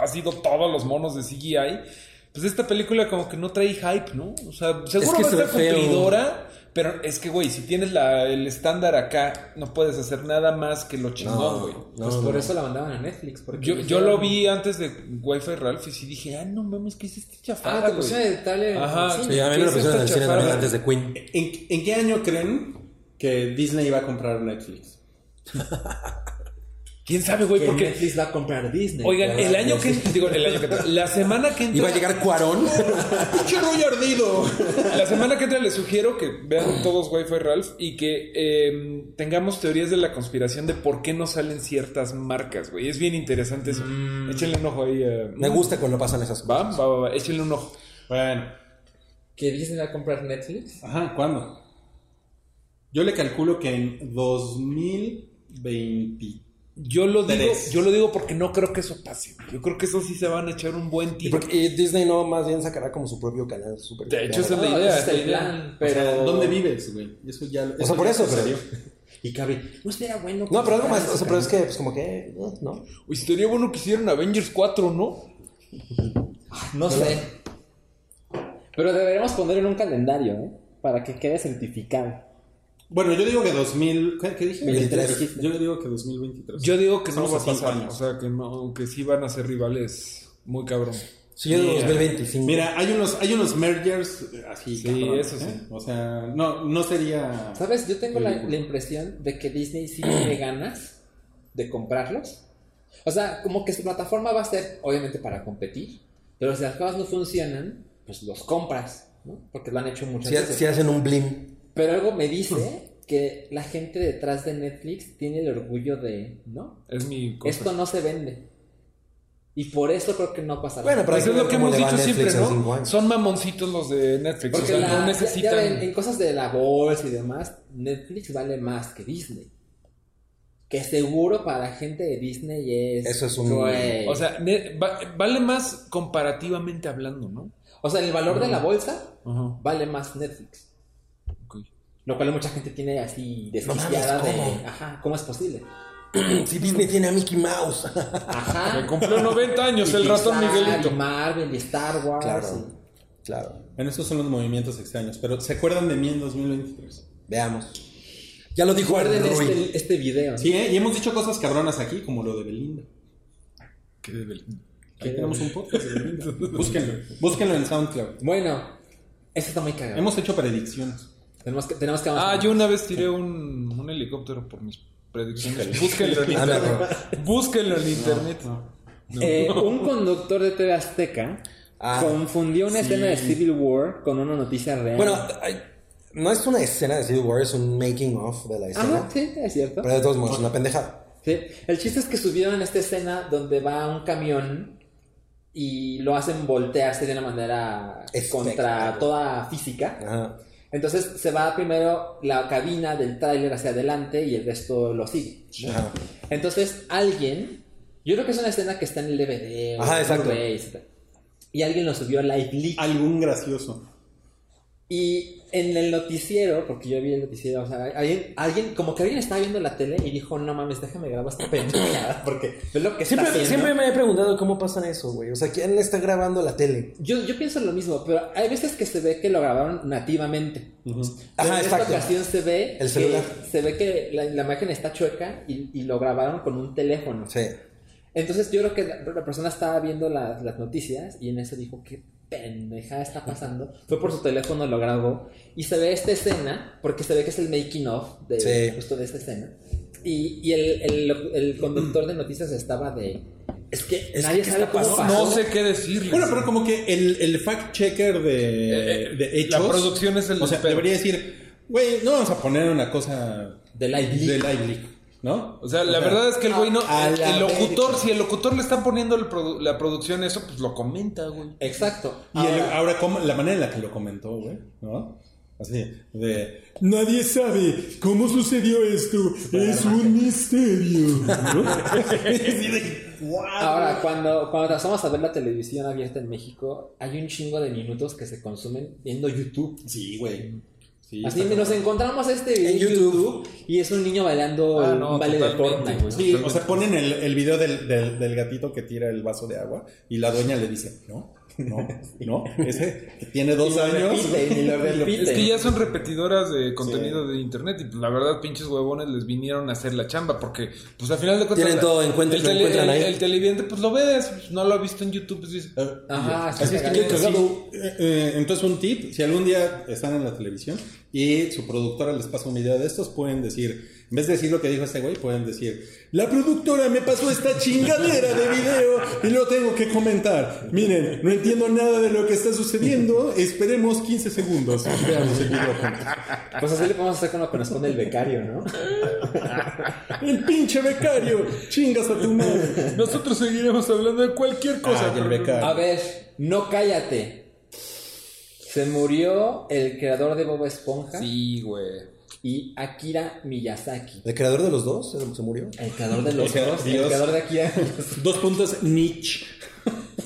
Speaker 3: ha sido todos los monos de CGI, pues esta película como que no trae hype, ¿no? O sea, seguro
Speaker 4: que
Speaker 3: va a
Speaker 4: se ve
Speaker 3: ser
Speaker 4: feo.
Speaker 3: cumplidora, pero es que güey, si tienes la- el estándar acá, no puedes hacer nada más que lo chingón, güey.
Speaker 4: No,
Speaker 2: Pues
Speaker 4: no,
Speaker 2: por
Speaker 4: no.
Speaker 2: eso la mandaban a Netflix. Porque
Speaker 3: Yo, yo
Speaker 2: dijeron-
Speaker 3: lo vi antes de Wi-Fi Ralph y sí dije, ah, no mames, ¿qué es este chafada,
Speaker 2: Ah, te
Speaker 3: güey?"
Speaker 2: pusieron el tal en
Speaker 3: Ajá,
Speaker 2: el cine.
Speaker 4: Sí, a mí me
Speaker 3: ¿Qué
Speaker 4: lo
Speaker 3: es
Speaker 4: pusieron en el
Speaker 3: esta
Speaker 4: cine también
Speaker 3: chafarra?
Speaker 4: antes de Queen.
Speaker 5: ¿En, en qué año creen que Disney iba a comprar Netflix?
Speaker 3: ¿Quién sabe, güey?
Speaker 2: Que
Speaker 3: Porque
Speaker 2: Netflix va a comprar Disney.
Speaker 3: Oigan, el año que. Digo, el año que entra. La semana que entra.
Speaker 4: Iba a llegar Cuarón.
Speaker 5: ¡Pinche rollo ardido!
Speaker 3: La semana que entra les sugiero que vean todos Wi-Fi Ralph y que eh, tengamos teorías de la conspiración de por qué no salen ciertas marcas, güey. Es bien interesante eso. Échenle un ojo ahí. eh.
Speaker 4: Me gusta cuando pasan esas cosas.
Speaker 3: Va, va, va, va. Échenle un ojo.
Speaker 5: Bueno,
Speaker 2: ¿Que Disney va a comprar Netflix?
Speaker 5: ajá, ¿cuándo? Yo le calculo que en 2020.
Speaker 3: Yo lo digo,
Speaker 5: Tres.
Speaker 3: yo lo digo porque no creo que eso pase. Yo creo que eso sí se van a echar un buen
Speaker 4: Y,
Speaker 3: tiro.
Speaker 4: porque- y Disney no, más bien sacará como su propio canal. Super
Speaker 3: De hecho, esa es la
Speaker 2: No, ese
Speaker 3: idea.
Speaker 2: es
Speaker 3: la
Speaker 2: el
Speaker 3: idea.
Speaker 2: plan,
Speaker 5: Pero,
Speaker 2: pero...
Speaker 5: ¿dónde vives, güey? Eso ya lo-
Speaker 4: Oh. O sea, por
Speaker 5: ya
Speaker 4: eso, pero-
Speaker 5: sucedió.
Speaker 2: Y cabe, no será pues, bueno.
Speaker 4: No, pero algo más.
Speaker 2: comprar
Speaker 4: O sea, pero es que, pues como que. eh, ¿No?
Speaker 3: Uy, estaría bueno que hicieran Avengers 4, ¿no?
Speaker 2: No sé. Pero deberíamos poner en un calendario, ¿eh? Para que quede certificado.
Speaker 5: Bueno, yo digo que 2000. ¿Qué, qué dije?
Speaker 2: 23.
Speaker 5: Yo le digo que 2023.
Speaker 3: Yo digo que no
Speaker 5: Estamos
Speaker 3: va
Speaker 5: a
Speaker 3: a
Speaker 5: cinco
Speaker 3: pasar. O
Speaker 5: años.
Speaker 3: sea, que no, que sí van a ser rivales muy cabrón.
Speaker 4: Sí, yo en 2025.
Speaker 5: Mira, hay unos, hay unos mergers eh, así. ¿eh?
Speaker 3: Sí, eso sí.
Speaker 5: O sea, no, no sería.
Speaker 2: ¿Sabes? Yo tengo la, la impresión de que Disney sí tiene ganas de comprarlos. O sea, como que su plataforma va a ser, obviamente, para competir. Pero si las cosas no funcionan, pues los compras, ¿no? Porque lo han hecho muchas
Speaker 4: Si, ha-
Speaker 2: veces.
Speaker 4: si hacen un blim.
Speaker 2: Pero algo me dice que la gente detrás de Netflix tiene el orgullo de, ¿no?
Speaker 3: Es mi cosa.
Speaker 2: Esto no se vende. Y por eso creo que no pasará.
Speaker 4: Bueno, pero hay
Speaker 3: Pues es
Speaker 4: ver
Speaker 3: lo que
Speaker 4: cómo
Speaker 3: hemos
Speaker 4: le va
Speaker 3: dicho
Speaker 4: a Netflix
Speaker 3: siempre,
Speaker 4: en cinco
Speaker 3: ¿no?
Speaker 4: años.
Speaker 3: Son mamoncitos los de Netflix.
Speaker 2: Porque
Speaker 3: o sea,
Speaker 2: la-
Speaker 3: no
Speaker 2: ya- ya ven,
Speaker 3: necesitan.
Speaker 2: en cosas de la bolsa y demás, Netflix vale más que Disney. Que seguro para la gente de Disney es.
Speaker 4: Eso es un-
Speaker 2: cruel.
Speaker 3: O sea, ne- va- vale más comparativamente hablando, ¿no?
Speaker 2: O sea, el valor de la bolsa
Speaker 3: Ajá.
Speaker 2: vale más Netflix.
Speaker 3: ok.
Speaker 2: Lo cual mucha gente tiene así desquiciada
Speaker 4: mames, ¿cómo?
Speaker 2: de. Ajá, ¿cómo es posible?
Speaker 4: Si Disney tiene a Mickey Mouse.
Speaker 3: Que
Speaker 2: Ajá.
Speaker 3: cumplió 90 años
Speaker 2: Y
Speaker 3: el ratón
Speaker 2: Pixar,
Speaker 3: Miguelito.
Speaker 2: Y Marvel y Star Wars.
Speaker 4: claro.
Speaker 2: y-
Speaker 4: Claro.
Speaker 5: Bueno, estos son los movimientos extraños. Pero ¿se acuerdan de mí en 2023?
Speaker 4: Veamos. Ya lo dijo
Speaker 2: Recuerden
Speaker 4: Rui.
Speaker 2: este, este video.
Speaker 5: Sí, ¿eh? y hemos dicho cosas cabronas aquí, como lo de Belinda.
Speaker 3: Qué debe-
Speaker 5: Ahí tenemos un podcast de Belinda. Búsquenlo. Búsquenlo en SoundCloud.
Speaker 2: Bueno, esto está muy cagado.
Speaker 5: Hemos hecho predicciones.
Speaker 2: Tenemos que. Tenemos que
Speaker 3: Ah,
Speaker 2: avanzar.
Speaker 3: yo una vez tiré un, un helicóptero por mis predicciones. Búsquenlo en
Speaker 4: Ah, no,
Speaker 3: internet. Búsquenlo en internet.
Speaker 2: Eh, un conductor de TV Azteca
Speaker 4: Ah,
Speaker 2: confundió una escena de Civil War con una noticia real.
Speaker 4: Bueno, ay, no es una escena de Civil War, es un making of de la
Speaker 2: Ajá,
Speaker 4: escena.
Speaker 2: sí, es cierto.
Speaker 4: Pero de todos modos, una pendejada.
Speaker 2: Sí. El chiste es que subieron esta escena donde va un camión y lo hacen voltearse de una manera contra
Speaker 4: Espectacular.
Speaker 2: toda física.
Speaker 4: Ajá.
Speaker 2: Entonces se va primero la cabina del tráiler hacia adelante y el resto lo sigue. ¿no?
Speaker 4: Ajá.
Speaker 2: Entonces alguien, yo creo que es una escena que está en el DVD. o
Speaker 4: Ajá,
Speaker 2: en
Speaker 4: exacto.
Speaker 2: Blu-ray, etc. Y alguien lo subió a Live Leak.
Speaker 5: Algún gracioso.
Speaker 2: Y en el noticiero, porque yo vi el noticiero, o sea, alguien, alguien como que alguien estaba viendo la tele y dijo, no mames, déjame grabar esta pendejada, porque es lo que está
Speaker 4: Siempre,
Speaker 2: haciendo".
Speaker 4: siempre me he preguntado cómo pasan eso, güey. O sea, ¿quién está grabando la tele?
Speaker 2: Yo, yo pienso lo mismo, pero hay veces que se ve que lo grabaron nativamente. Pero
Speaker 4: Ajá,
Speaker 2: en esta
Speaker 4: exacto.
Speaker 2: ocasión se ve,
Speaker 4: El celular.
Speaker 2: Que, se ve que la, la imagen está chueca y, y lo grabaron con un teléfono.
Speaker 4: Sí.
Speaker 2: Entonces yo creo que la, la persona estaba viendo las, las noticias y en eso dijo, ¿qué pendejada está pasando? Fue por su teléfono, lo grabó. Y se ve esta escena, porque se ve que es el making of de,
Speaker 4: Sí.
Speaker 2: justo de esta escena. Y, y el, el- el conductor de noticias estaba de. Es que
Speaker 4: Es
Speaker 2: nadie
Speaker 4: que
Speaker 2: sabe
Speaker 4: está
Speaker 2: cómo
Speaker 4: pasando".
Speaker 2: pasó.
Speaker 3: No sé qué decirles.
Speaker 5: Bueno, pero como que el, el fact-checker de,
Speaker 3: Eh,
Speaker 5: de hechos.
Speaker 3: la producción es el
Speaker 5: O sea,
Speaker 3: pero-
Speaker 5: debería decir, güey, no vamos a poner una cosa
Speaker 2: De la Ivy
Speaker 5: de
Speaker 2: League.
Speaker 5: live leak, ¿no?
Speaker 3: O sea, la verdad es que el güey no.
Speaker 5: a
Speaker 3: El,
Speaker 5: la
Speaker 3: el locutor,
Speaker 5: verga.
Speaker 3: si el locutor le está poniendo el produ- la producción eso, pues lo comenta, güey.
Speaker 2: Exacto.
Speaker 5: Y el- ahora, ¿cómo? la manera en la que lo comentó, güey, ¿no? Así, de nadie sabe cómo sucedió esto, es un misterio. ¿no? Así de, "Wow".
Speaker 2: Ahora, cuando, cuando te asomas a ver la televisión abierta en México, hay un chingo de minutos que se consumen viendo YouTube.
Speaker 5: Sí, güey. Sí,
Speaker 2: Así
Speaker 5: está
Speaker 2: nos
Speaker 5: cabrón.
Speaker 2: encontramos este video en
Speaker 4: En
Speaker 2: YouTube,
Speaker 4: YouTube.
Speaker 2: y es un niño bailando
Speaker 3: Ah, no,
Speaker 2: un baile de
Speaker 3: totalmente,
Speaker 2: Fortnite, güey.
Speaker 5: Sí, o sea, ponen el, el video del, del- del gatito que tira el vaso de agua y la dueña le dice, no, no, no, ese que tiene dos
Speaker 2: Y lo
Speaker 5: años.
Speaker 2: repite, y lo repite.
Speaker 3: Es que ya son repetidoras de contenido de internet y pues la verdad pinches huevones les vinieron a hacer la chamba porque pues al final de cuentas
Speaker 4: Tienen
Speaker 3: la-
Speaker 4: todo en cuenta y
Speaker 3: el,
Speaker 4: lo encuentran
Speaker 3: el-
Speaker 4: ahí.
Speaker 3: el televidente pues lo ves, pues, no lo ha visto en YouTube, pues dice,
Speaker 2: Ajá, está
Speaker 5: Ah, Así es que
Speaker 2: cagado.
Speaker 5: qué cagado. Eh, eh, entonces un tip, si algún día están en la televisión y su productora les pasa un video de estos, pueden decir, en vez de decir lo que dijo este güey, pueden decir, la productora me pasó esta chingadera de video y lo tengo que comentar. Miren, no entiendo nada de lo que está sucediendo, esperemos 15 segundos. Veamos el video juntos.
Speaker 2: Pues así le podemos hacer con lo que nos pone el becario, ¿no?
Speaker 5: El pinche becario, chingas a tu madre.
Speaker 3: nosotros seguiremos hablando de
Speaker 4: Ah,
Speaker 3: cualquier cosa.
Speaker 5: Ay, el
Speaker 3: pero-
Speaker 5: becario.
Speaker 2: A ver, no cállate. Se murió el creador de Bob Esponja
Speaker 3: Sí, güey.
Speaker 2: y Akira Miyazaki.
Speaker 4: ¿El creador de los dos se, se murió?
Speaker 2: El creador de los
Speaker 5: O sea,
Speaker 2: dos, el
Speaker 5: Dios.
Speaker 2: creador de Akira.
Speaker 5: Dos puntos niche.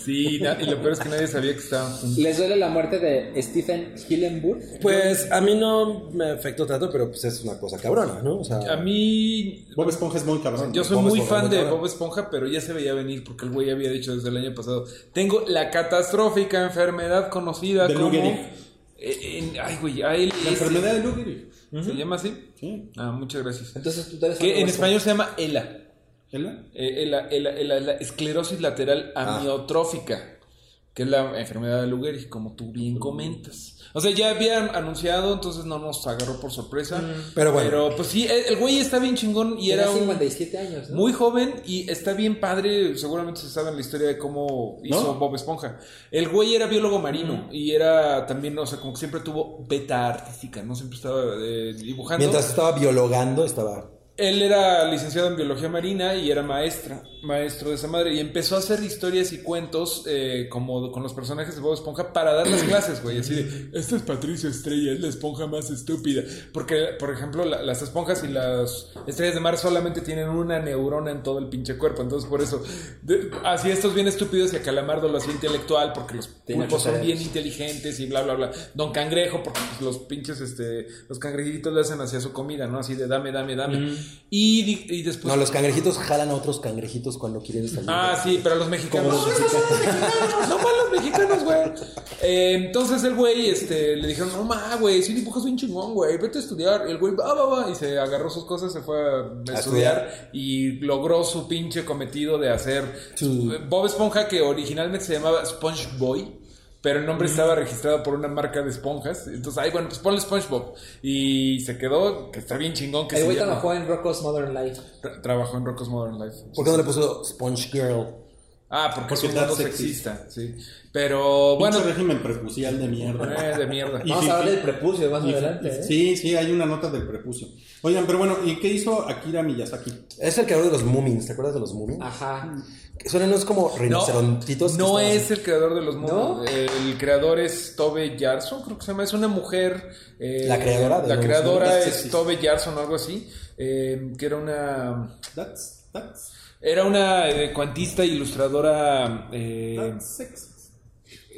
Speaker 3: Sí, na- y lo peor es que nadie sabía que estaban juntos.
Speaker 2: ¿Les duele la muerte de Stephen Hillenburg?
Speaker 4: Pues a mí no me afectó tanto, pero pues es una cosa cabrona, ¿no? O sea,
Speaker 3: A mí
Speaker 5: Bob Esponja es muy cabrón.
Speaker 3: Yo soy
Speaker 4: Bob
Speaker 3: muy
Speaker 4: Esponja,
Speaker 3: fan
Speaker 4: muy
Speaker 3: de
Speaker 4: cabrón.
Speaker 3: Bob Esponja, pero ya se veía venir porque el güey había dicho desde el año pasado, tengo la catastrófica enfermedad conocida
Speaker 5: De
Speaker 3: como...
Speaker 5: Lou Gehrig.
Speaker 3: Eh, en- ay, güey, ALS.
Speaker 5: La enfermedad de Lou Gehrig.
Speaker 3: ¿Se llama así?
Speaker 5: Sí.
Speaker 3: Ah, muchas gracias.
Speaker 2: Entonces tú te ves
Speaker 3: Que en español se llama ELA.
Speaker 5: ¿Ela?
Speaker 3: Eh, ELA, ELA, ELA, es la esclerosis lateral amiotrófica, que es la enfermedad de Lou Gehrig, como tú bien comentas. O sea, ya habían anunciado, entonces no nos agarró por sorpresa.
Speaker 4: Pero bueno.
Speaker 3: Pero pues sí, el el güey está bien chingón y era
Speaker 2: Era
Speaker 3: un...
Speaker 2: 57 años, ¿no?
Speaker 3: Muy joven y está bien padre. Seguramente se saben la historia de cómo hizo Bob Esponja. El güey era biólogo marino y era también, o sea, como que siempre tuvo beta artística, ¿no? Siempre estaba eh, dibujando.
Speaker 4: mientras estaba biologando, estaba.
Speaker 3: Él era licenciado en biología marina y era maestra, maestro de esa madre. Y empezó a hacer historias y cuentos eh, como con los personajes de Bob Esponja para dar las clases, güey. Así de, esta es Patricio Estrella, es la esponja más estúpida. Porque, por ejemplo, la- las esponjas y las estrellas de mar solamente tienen una neurona en todo el pinche cuerpo. Entonces, por eso, de- así estos bien estúpidos y a Calamardo lo hacía intelectual porque los
Speaker 2: Tiene
Speaker 3: pulpos son
Speaker 2: ocho
Speaker 3: bien
Speaker 2: cerebros.
Speaker 3: inteligentes y bla, bla, bla. Don Cangrejo, porque pues, los pinches, este, los cangrejitos le hacen hacia su comida, ¿no? Así de dame, dame, dame. Y, di- y después.
Speaker 4: No, los cangrejitos jalan a otros cangrejitos cuando quieren salir.
Speaker 3: Pues Ah, sí, pero los mexicanos.
Speaker 4: Como los
Speaker 3: No, no, no, no, no, no, los mexicanos, güey. Eh, entonces el güey este, le dijeron, no ma, güey, si dibujas bien chingón, güey, vete a estudiar. Y el güey, va, va, va. Y se agarró sus cosas, se fue a, estudiar, y logró su pinche cometido de hacer eh,
Speaker 4: Su-
Speaker 3: Bob Esponja, que originalmente se llamaba Sponge Boy. Pero el nombre estaba registrado por una marca de esponjas. Entonces, ay, bueno, pues ponle SpongeBob. Y se quedó, que está bien chingón que
Speaker 2: El
Speaker 3: se
Speaker 2: güey
Speaker 3: llama-
Speaker 2: trabajó en Rocco's Modern Life.
Speaker 3: tra- trabajó en Rocco's Modern Life.
Speaker 4: ¿Por qué no le puso Sponge Girl?
Speaker 3: Ah, porque, es
Speaker 5: Porque
Speaker 3: un
Speaker 5: está
Speaker 3: mundo
Speaker 5: sexista.
Speaker 3: sexista, sí. Pero bueno,
Speaker 5: Pinche régimen prepucial de mierda.
Speaker 3: eh, de mierda.
Speaker 5: Y
Speaker 2: Vamos
Speaker 5: sí,
Speaker 2: a hablar
Speaker 5: sí.
Speaker 2: del prepucio más
Speaker 5: Y-
Speaker 2: adelante, ¿eh?
Speaker 5: Sí, sí, hay una nota del prepucio. Oigan, pero bueno, ¿y qué hizo Akira Miyazaki?
Speaker 4: Es el creador de los Moomins, ¿te acuerdas de los Moomins?
Speaker 2: Ajá.
Speaker 4: Que Son unos como
Speaker 3: No,
Speaker 4: rinocerontitos. que
Speaker 3: no
Speaker 4: estaban
Speaker 3: es el creador de los mundos.
Speaker 2: ¿No?
Speaker 3: El creador es Tobe Jarson, creo que se llama. Es una mujer. eh,
Speaker 4: La creadora de
Speaker 3: La
Speaker 4: los
Speaker 3: creadora
Speaker 4: mundos
Speaker 3: es
Speaker 4: sexys.
Speaker 3: Tobe Jarson o algo así. eh, que era una.
Speaker 5: That's, that's,
Speaker 3: Era una eh, cuantista ilustradora eh,
Speaker 5: that's sexy.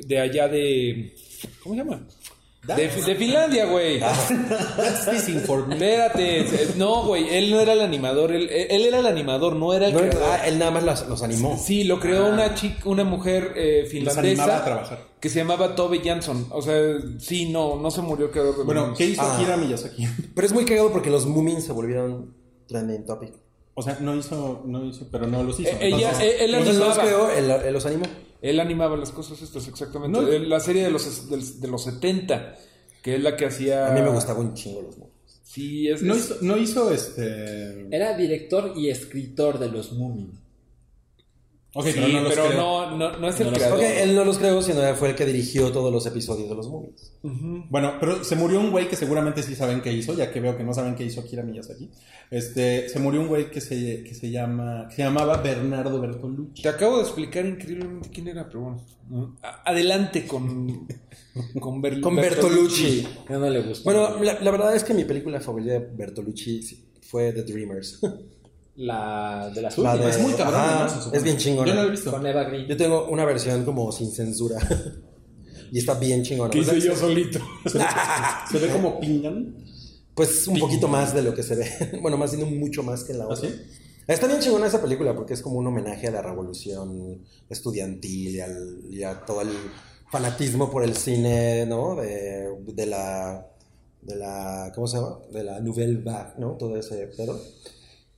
Speaker 3: de allá de. ¿Cómo se llama? De,
Speaker 5: That's-
Speaker 3: de Finlandia, güey.
Speaker 4: Ah.
Speaker 5: that's disinform-
Speaker 3: Espérate, eh, no, güey, él no era el animador, él, él era el animador, no era el
Speaker 4: No,
Speaker 3: creador.
Speaker 4: ah, él nada más los, los animó.
Speaker 3: Sí, lo creó una chica, una mujer eh,
Speaker 5: Ah. Los animaba a
Speaker 3: finlandesa
Speaker 5: trabajar.
Speaker 3: que se llamaba Tobe Jansson. O sea, sí, no, no se murió el creador de
Speaker 5: Bueno,
Speaker 3: los-
Speaker 5: ¿qué hizo
Speaker 4: Ah.
Speaker 5: Akira Miyazaki?
Speaker 4: Pero es muy cagado porque los Moomins se volvieron trending topic.
Speaker 5: O sea, no hizo, no hizo, pero no los hizo.
Speaker 3: Eh, ella,
Speaker 5: Entonces,
Speaker 3: eh, él
Speaker 4: Entonces los
Speaker 3: animaba.
Speaker 4: creó, él, él los animó.
Speaker 3: Él animaba las cosas estas, exactamente.
Speaker 5: No.
Speaker 3: Él- La serie de los, del- de los 70, que es la que hacía...
Speaker 4: A mí me gustaba un chingo los monos.
Speaker 3: Sí, es...
Speaker 5: No
Speaker 3: es-
Speaker 5: hizo, no hizo este.
Speaker 2: Era director y escritor de los Moomin.
Speaker 5: Ok,
Speaker 3: sí,
Speaker 5: pero no los
Speaker 3: pero
Speaker 5: creo.
Speaker 3: no, no, no es el
Speaker 2: No los-
Speaker 3: creador. eh,
Speaker 4: Ok, él no los creó, sino él fue el que dirigió todos los episodios de los movies.
Speaker 5: Bueno, pero se murió un güey que seguramente sí saben qué hizo, ya que veo que no saben qué hizo Kira Miyazaki. Este, se murió un güey que se, que se llama, que se llamaba Bernardo Bertolucci.
Speaker 3: Te acabo de explicar increíblemente quién era, pero bueno. ¿no? A- Adelante con... Con, Ber-
Speaker 4: Con Bertolucci.
Speaker 2: No, no le gustó.
Speaker 4: Bueno, la, la verdad es que mi película favorita de Bertolucci sí, fue The Dreamers.
Speaker 2: la de las
Speaker 4: La
Speaker 2: últimas.
Speaker 4: de-
Speaker 5: Es muy cabrón,
Speaker 4: Ajá,
Speaker 5: ¿no? Se supone.
Speaker 4: es bien chingona.
Speaker 5: Yo no lo he visto.
Speaker 2: Con Eva Green.
Speaker 4: Yo tengo una versión como sin censura. y está bien chingona.
Speaker 3: Que hice yo solito.
Speaker 5: Se ve como pingan.
Speaker 4: Pues un poquito más de lo que se ve. bueno, más sino mucho más que en la otra.
Speaker 5: ¿Ah, sí?
Speaker 4: Está bien chingona esa película porque es como un homenaje a la revolución estudiantil y, al- y a todo el fanatismo por el cine, ¿no? De, de la de la ¿cómo se llama? de la Nouvelle Vague, ¿no? Todo ese pedo.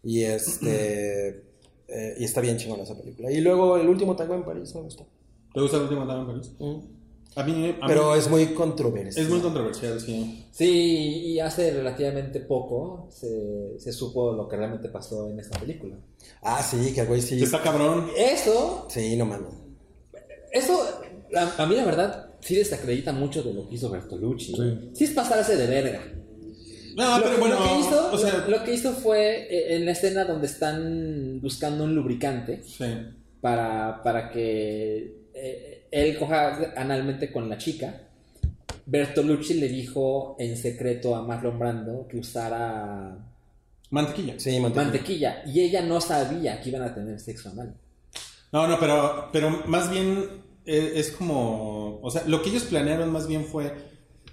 Speaker 4: Y este eh, y está bien chingona esa película. Y luego el último tango en París me gustó.
Speaker 5: ¿Te gusta el último Tango en París?
Speaker 2: Mm.
Speaker 5: A mí, a
Speaker 4: Pero
Speaker 5: mí-
Speaker 4: es muy controversial.
Speaker 5: es muy controversial, sí.
Speaker 2: Sí, y hace relativamente poco se, se supo lo que realmente pasó en esta película.
Speaker 4: Ah, sí, que el güey sí.
Speaker 5: Está cabrón.
Speaker 2: Eso,
Speaker 4: Sí, no mames.
Speaker 2: eso, la- a mí la verdad sí desacredita mucho de lo que hizo Bertolucci.
Speaker 3: Sí.
Speaker 2: Sí, es pasarse de verga.
Speaker 5: No,
Speaker 2: lo,
Speaker 5: Ah, pero bueno,
Speaker 2: lo que hizo,
Speaker 5: o sea,
Speaker 2: lo, lo que hizo fue eh, en la escena donde están buscando un lubricante
Speaker 5: sí.
Speaker 2: para, para que eh, él coja analmente con la chica. Bertolucci le dijo en secreto a Marlon Brando que usara
Speaker 5: Mantequilla.
Speaker 4: Sí, mantequilla.
Speaker 2: mantequilla y ella no sabía que iban a tener sexo anal.
Speaker 5: No, no, pero, pero más bien eh, es como. O sea, lo que ellos planearon más bien fue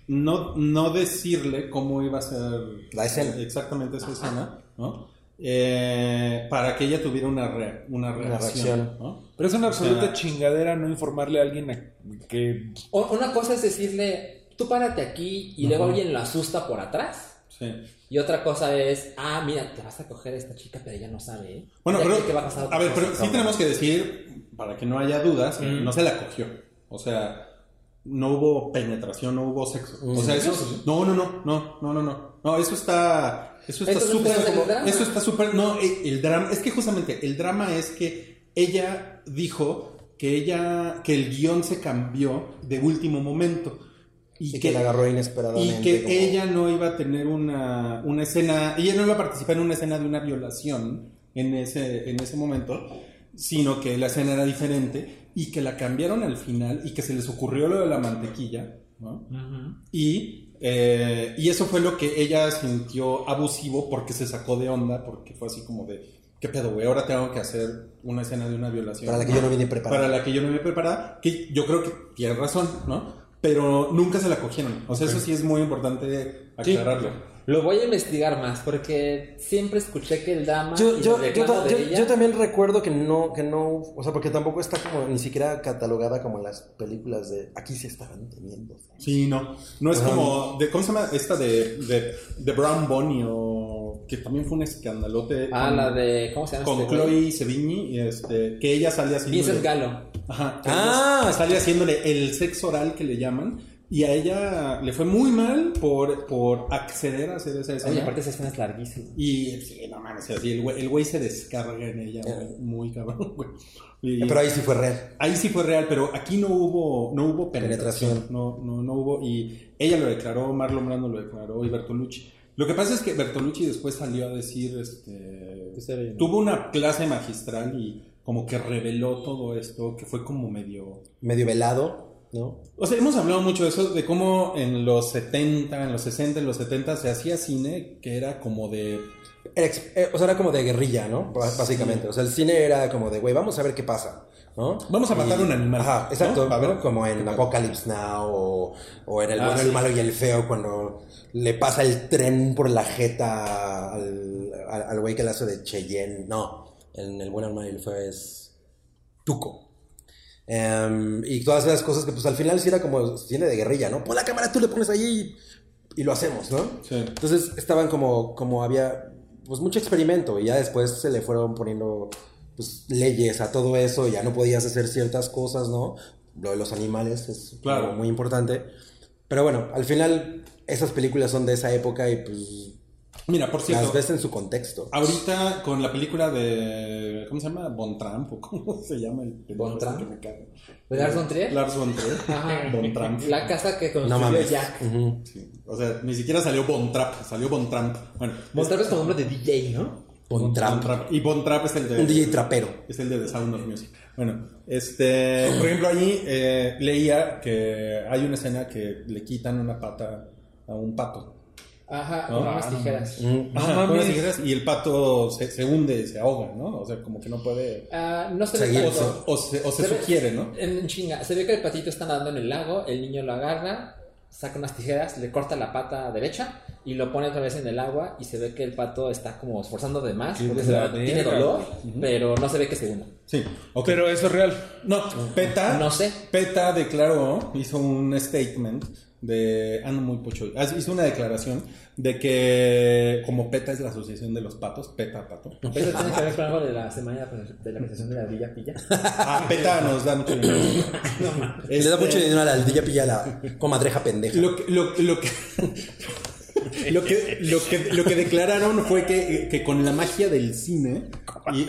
Speaker 5: no, no decirle cómo iba a ser.
Speaker 4: La
Speaker 5: Eh,
Speaker 4: escena.
Speaker 5: Exactamente esa escena, ¿no? Eh, para que ella tuviera una, re- una reacción.
Speaker 4: reacción.
Speaker 5: ¿no?
Speaker 3: Pero es una absoluta
Speaker 5: O sea,
Speaker 3: chingadera no informarle a alguien a- que...
Speaker 2: O- una cosa es decirle, tú párate aquí y luego alguien lo asusta por atrás.
Speaker 5: sí.
Speaker 2: Y otra cosa es, ah, mira, te vas a coger a esta chica, pero ella no sabe. ¿eh?
Speaker 5: Bueno,
Speaker 2: Ella
Speaker 5: pero.
Speaker 2: cree que va a pasar otra
Speaker 5: a ver,
Speaker 2: cosa".
Speaker 5: pero sí tenemos que decir, para que no haya dudas, que no se la cogió. O sea, no hubo penetración, no hubo sexo. O sea, eso. No, no, no, no, no, no, no. No, eso está. Eso está
Speaker 2: Entonces,
Speaker 5: súper.
Speaker 2: ¿cuál es el drama?
Speaker 5: Eso está súper. No, eh, el drama. Es que justamente el drama es que ella dijo que ella. que el guión se cambió de último momento.
Speaker 4: Y, que, la agarró inesperadamente.
Speaker 5: Y que
Speaker 4: como-
Speaker 5: ella no iba a tener una, una escena, ella no iba a participar en una escena de una violación en ese, en ese momento, sino que la escena era diferente y que la cambiaron al final y que se les ocurrió lo de la mantequilla, ¿no? Y, eh, y eso fue lo que ella sintió abusivo porque se sacó de onda, porque fue así como de, ¿qué pedo, güey? Ahora tengo que hacer una escena de una violación.
Speaker 4: Para la que yo no vine
Speaker 5: Para
Speaker 4: preparada.
Speaker 5: la que yo no me preparada, que yo creo que tiene razón, ¿no? Pero nunca se la cogieron. O sea, eso sí es muy importante
Speaker 2: Sí.
Speaker 5: aclararlo.
Speaker 2: Lo voy a investigar más porque siempre escuché que el drama.
Speaker 4: Yo,
Speaker 2: y
Speaker 4: yo,
Speaker 2: el
Speaker 4: yo,
Speaker 2: reclamo
Speaker 4: ta-
Speaker 2: de
Speaker 4: yo-
Speaker 2: ella-
Speaker 4: yo también recuerdo que no, que no, o sea, porque tampoco está como ni siquiera catalogada como en las películas de aquí se estaban teniendo.
Speaker 5: Sí, no. No es
Speaker 4: Ajá.
Speaker 5: como. De, ¿Cómo se llama esta de, de, de Brown Bunny o. que también fue un escandalote.
Speaker 2: Ah,
Speaker 5: con,
Speaker 2: la de. ¿Cómo se llama?
Speaker 5: Con
Speaker 2: este güey?
Speaker 5: Chloe Sevigny, este, que ella sale haciendo.
Speaker 2: Vincent Gallo.
Speaker 5: Ajá. que
Speaker 4: Ah,
Speaker 5: ella sale haciéndole el sexo oral que le llaman. Y a ella le fue muy mal por, por acceder a hacer esa escena.
Speaker 2: Oye, aparte esa escena es larguísima.
Speaker 5: Y sí, no mames, así el güey, el güey se descarga en ella, güey, muy cabrón, güey. Y
Speaker 4: Pero ahí sí fue real.
Speaker 5: ahí sí fue real, pero aquí no hubo, no hubo penetración.
Speaker 4: Penetración.
Speaker 5: No, no, no hubo. Y ella lo declaró, Marlon Brando lo declaró y Bertolucci. Lo que pasa es que Bertolucci después salió a decir, este, tuvo una clase magistral y como que reveló todo esto, que fue como medio
Speaker 4: Medio velado, ¿no?
Speaker 5: o sea, hemos hablado mucho de eso, de cómo en los 70, en los 60, en los 70 se hacía cine que era como de
Speaker 4: Era ex- eh, o sea, era como de guerrilla, ¿no? Bá- Básicamente. O sea, el cine era como de, güey, vamos a ver qué pasa, ¿no?
Speaker 5: Vamos a matar un animal,
Speaker 4: Ajá,
Speaker 5: ¿no?
Speaker 4: exacto.
Speaker 5: A ver
Speaker 4: ¿no? Como en
Speaker 5: pasa.
Speaker 4: Apocalypse Now o, o en El
Speaker 5: Ah,
Speaker 4: bueno,
Speaker 5: sí.
Speaker 4: el malo y el feo cuando le pasa el tren por la jeta al al- al güey que la hace de Cheyenne. No, en El bueno, el malo y el feo es Tuco. Em, y todas esas cosas que pues al final sí era como cine de guerrilla, ¿no? Pon la cámara, tú le pones ahí y, y lo hacemos, ¿no?
Speaker 5: Sí.
Speaker 4: Entonces estaban como, como había pues mucho experimento y ya después se le fueron poniendo pues, leyes a todo eso, ya no podías hacer ciertas cosas, ¿no? Lo de los animales es
Speaker 5: Claro.
Speaker 4: como muy importante. Pero bueno, al final esas películas son de esa época y pues
Speaker 5: Mira, por cierto,
Speaker 4: las ves en su contexto.
Speaker 3: Ah,
Speaker 5: ahorita con la película de. ¿Cómo se llama? Von Trump, o ¿cómo se llama el pendejo
Speaker 2: ¿Von
Speaker 5: ese
Speaker 2: Trump?
Speaker 5: que me caga?
Speaker 2: ¿Lars von Trier?
Speaker 5: Lars von Trier. Von Trump.
Speaker 2: La casa que construyó
Speaker 4: No mames.
Speaker 2: Jack.
Speaker 4: Ujú.
Speaker 5: Sí. O sea, ni siquiera salió Von Trap, salió Von Trump. Bueno,
Speaker 2: Montar es como nombre de DJ, ¿no?
Speaker 4: Von Trapp.
Speaker 5: Y Von Trap es el de.
Speaker 4: Un DJ trapero.
Speaker 5: Es el de The Sound of Music. Bueno, este, por ejemplo, allí eh, leía que hay una escena que le quitan una pata a un pato.
Speaker 2: Ajá,
Speaker 5: No,
Speaker 2: con unas
Speaker 5: ah, no.
Speaker 2: tijeras.
Speaker 4: Mm.
Speaker 5: Ajá,
Speaker 2: mames.
Speaker 5: con las tijeras, y el pato se, se hunde, se ahoga, ¿no? O sea, como que no puede.
Speaker 2: Ah, no se
Speaker 4: Seguir,
Speaker 2: ve
Speaker 5: O
Speaker 2: tanto.
Speaker 5: se, o se, o se
Speaker 2: Se ve-
Speaker 5: sugiere, ¿no?
Speaker 2: En chinga, se ve que el patito está nadando en el lago, el niño lo agarra, saca unas tijeras, le corta la pata derecha y lo pone otra vez en el agua y se ve que el pato está como esforzando de más,
Speaker 3: Qué
Speaker 2: porque se
Speaker 3: la
Speaker 2: ve- tiene
Speaker 3: verga,
Speaker 2: dolor, pero no se ve que se hunda.
Speaker 5: Sí. ok.
Speaker 3: Pero eso es real.
Speaker 5: No, PETA.
Speaker 2: No sé.
Speaker 5: PETA declaró, hizo un statement de. Ah, no, muy pocho. Ah, Hizo una declaración de que, como PETA es la asociación de los patos, PETA pato.
Speaker 2: Eso tiene que ver con algo de la semana de la presentación de la Villa Pilla.
Speaker 5: Ah, PETA nos da mucho dinero. Este,
Speaker 4: Le da mucho dinero a la aldilla pilla la comadreja pendeja.
Speaker 5: Lo que. Lo, lo que... Lo que, lo, que, lo que declararon fue que, que con la magia del cine, y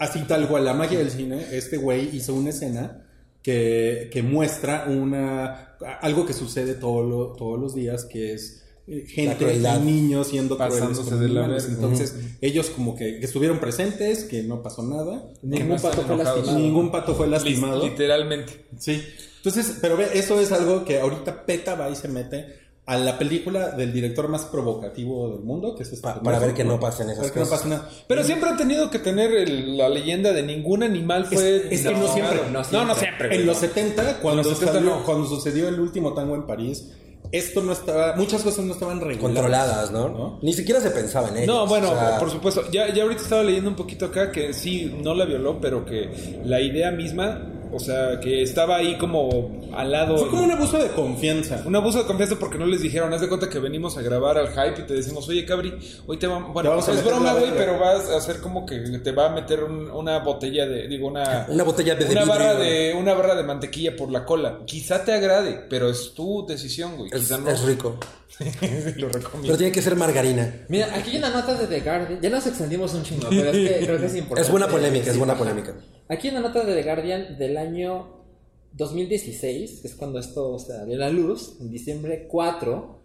Speaker 5: así tal cual, la magia del cine, este güey hizo una escena que, que muestra una algo que sucede todo lo- todos los días, que es eh, gente y
Speaker 4: crueldad.
Speaker 5: niños siendo crueles
Speaker 3: Pasándose
Speaker 5: con
Speaker 3: de la
Speaker 5: animales.
Speaker 3: verga.
Speaker 5: Entonces, ellos como que, que estuvieron presentes, que no pasó nada,
Speaker 2: Ningún pato
Speaker 3: están
Speaker 2: fue
Speaker 3: enojados.
Speaker 2: lastimado.
Speaker 5: ningún pato fue lastimado.
Speaker 3: Literalmente.
Speaker 5: Sí. Entonces, pero ve, eso es algo que ahorita PETA va y se mete a la película del director más provocativo del mundo, que es esta
Speaker 4: Pa- para ver que no pasen esas
Speaker 5: Para que no
Speaker 4: cosas. Mm.
Speaker 5: pase nada.
Speaker 3: Pero siempre han tenido que tener el- la leyenda de ningún animal fue.
Speaker 5: Es- es que no siempre, no
Speaker 3: No, no siempre. güey.
Speaker 5: En los 70, cuando,
Speaker 3: En los 70
Speaker 5: salió-
Speaker 3: no.
Speaker 5: cuando sucedió el último tango en París, esto no estaba, muchas cosas no estaban reguladas.
Speaker 4: Controladas, ¿no?
Speaker 5: ¿No?
Speaker 4: Ni siquiera se pensaba en ellas.
Speaker 3: No, bueno,
Speaker 4: o sea,
Speaker 3: por supuesto. Ya, ya ahorita estaba leyendo un poquito acá que sí, no la violó, pero que la idea misma, o sea, que estaba ahí como al lado.
Speaker 5: Fue como un abuso de confianza.
Speaker 3: Un abuso de confianza porque no les dijeron, haz de cuenta que venimos a grabar al hype y te decimos, oye Cabri, hoy te vamos, bueno,
Speaker 5: Te vamos
Speaker 3: o sea,
Speaker 5: a
Speaker 3: es
Speaker 5: meter
Speaker 3: broma,
Speaker 5: la
Speaker 3: güey,
Speaker 5: verga".
Speaker 3: pero vas a hacer como que te va a meter un- una botella de, digo, una,
Speaker 4: Una botella de
Speaker 3: una
Speaker 4: vidrio,
Speaker 3: barra
Speaker 4: güey.
Speaker 3: de, una barra de mantequilla por la cola. Quizá te agrade, pero es tu decisión, güey.
Speaker 4: es,
Speaker 3: Quizá no
Speaker 4: es rico.
Speaker 3: lo
Speaker 4: Pero
Speaker 3: recomiendo.
Speaker 4: tiene que ser margarina.
Speaker 2: Mira, aquí hay una nota de The Guardian. Ya nos extendimos un chingo, pero es que creo que es importante.
Speaker 4: Es buena polémica, es
Speaker 2: Sí,
Speaker 4: buena
Speaker 2: ajá.
Speaker 4: polémica.
Speaker 2: Aquí una nota de The Guardian del año 2016, que es cuando esto salió a la luz, en diciembre 4,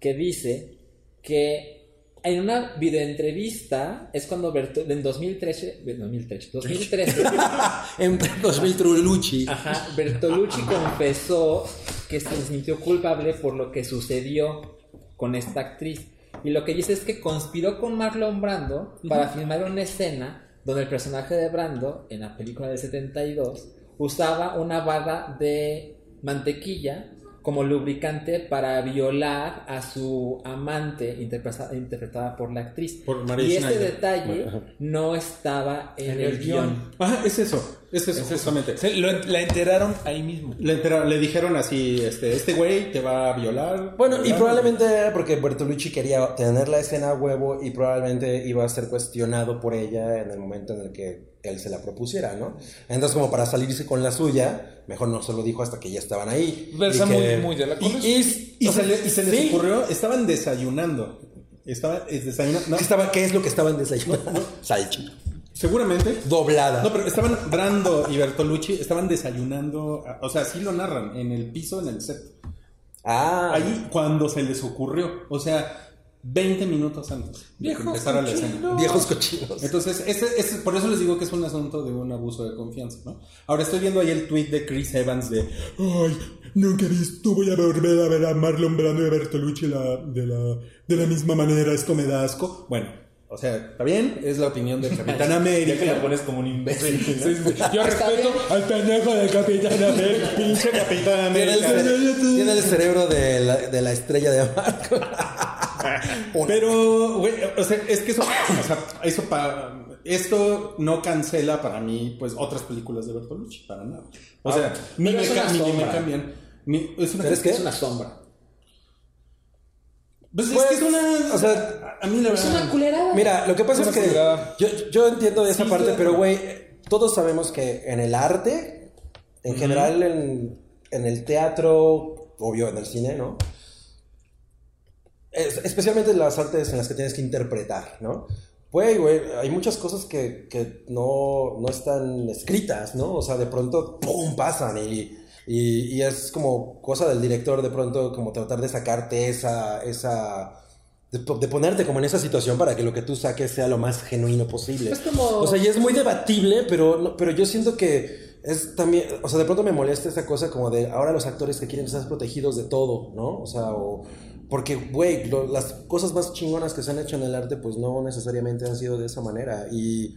Speaker 2: que dice que en una videoentrevista es cuando Berto- en 2013, 2013, 2013
Speaker 4: En 2000 Trulucci.
Speaker 2: ajá, Bertolucci confesó que se sintió culpable por lo que sucedió con esta actriz. Y lo que dice es que conspiró con Marlon Brando para filmar una escena donde el personaje de Brando, en la película del 72, usaba una barra de mantequilla como lubricante para violar a su amante interpreta- interpretada por la actriz.
Speaker 5: Por María
Speaker 2: y ese
Speaker 5: Schneider.
Speaker 2: detalle no estaba en, el, guión.
Speaker 5: Ajá, es eso, es eso, justamente.
Speaker 3: Se- lo- la enteraron ahí mismo.
Speaker 5: Le, entera- le dijeron así, este, este güey te va a violar.
Speaker 4: Bueno, y
Speaker 5: ¿verdad?
Speaker 4: probablemente era porque Bertolucci quería tener la escena a huevo y probablemente iba a ser cuestionado por ella en el momento en el que él se la propusiera, ¿no? Entonces, como para salirse con la suya, mejor no se lo dijo hasta que ya estaban ahí.
Speaker 3: Pero está
Speaker 4: Y que-
Speaker 3: muy, muy de la
Speaker 5: Y,
Speaker 3: cola.
Speaker 5: y- y
Speaker 4: o sea,
Speaker 5: se, le- y se les
Speaker 4: sí.
Speaker 5: ocurrió, estaban desayunando. Estaba, es desayunando. no,
Speaker 4: Estaba- ¿Qué es lo que estaban desayunando? Salchi.
Speaker 5: seguramente.
Speaker 4: Doblada.
Speaker 5: No, pero estaban Brando y Bertolucci, estaban desayunando. a- O sea, así lo narran, en el piso, en el set.
Speaker 4: ah,
Speaker 5: Ahí cuando se les ocurrió. O sea, 20 minutos antes de que
Speaker 3: Viejos
Speaker 5: empezara la escena.
Speaker 3: cochinos.
Speaker 4: viejos cochinos.
Speaker 5: Entonces, ese- ese- por eso les digo que es un asunto de un abuso de confianza, ¿no? Ahora estoy viendo ahí el tweet de Chris Evans de Ay, nunca vi- tú voy a volver a ver a Marlon Brando y a Bertolucci la- de, la, de la misma manera, esto me da asco. Bueno, o sea, está bien, es la opinión del Capitán América.
Speaker 6: como un imbécil.
Speaker 3: Sí, sí, sí. Yo respeto al pendejo del capitán América.
Speaker 5: Pinche Capitán
Speaker 4: Tiene el, cere-
Speaker 5: América.
Speaker 4: tiene el cerebro de la, de la estrella de Marco.
Speaker 5: Pero, güey, o sea, es que eso, o sea, eso pa- esto no cancela para mí, pues, otras películas de Bertolucci, para nada. O sea,
Speaker 4: Ah,
Speaker 5: ni,
Speaker 2: pero
Speaker 5: me,
Speaker 2: es
Speaker 5: ca-
Speaker 2: una
Speaker 5: ni me
Speaker 2: sombra.
Speaker 5: cambian. ni- es una,
Speaker 4: ¿Sabes qué?
Speaker 2: Es una sombra.
Speaker 4: Pues,
Speaker 5: Pues, es que es una,
Speaker 4: o sea,
Speaker 5: a mí la
Speaker 2: Es una
Speaker 5: verdad.
Speaker 2: culerada.
Speaker 4: Mira, lo que pasa es que yo, yo entiendo de esa
Speaker 5: Sí,
Speaker 4: parte,
Speaker 5: claro.
Speaker 4: pero güey, todos sabemos que en el arte, en general en, en el teatro, obvio en el cine, ¿no? Es- especialmente las artes en las que tienes que interpretar, ¿no? Güey, güey, hay muchas cosas que, que no, no están escritas, ¿no? O sea, de pronto, ¡pum!, pasan y, y, y es como cosa del director de pronto como tratar de sacarte esa, esa, de, po- de ponerte como en esa situación para que lo que tú saques sea lo más genuino posible.
Speaker 2: Es como-
Speaker 4: O sea, y es muy debatible, pero, no- pero yo siento que es también, o sea, de pronto me molesta esa cosa como de ahora los actores que quieren estar protegidos de todo, ¿no? O sea, o... Porque, güey, lo- las cosas más chingonas que se han hecho en el arte, pues no necesariamente han sido de esa manera. Y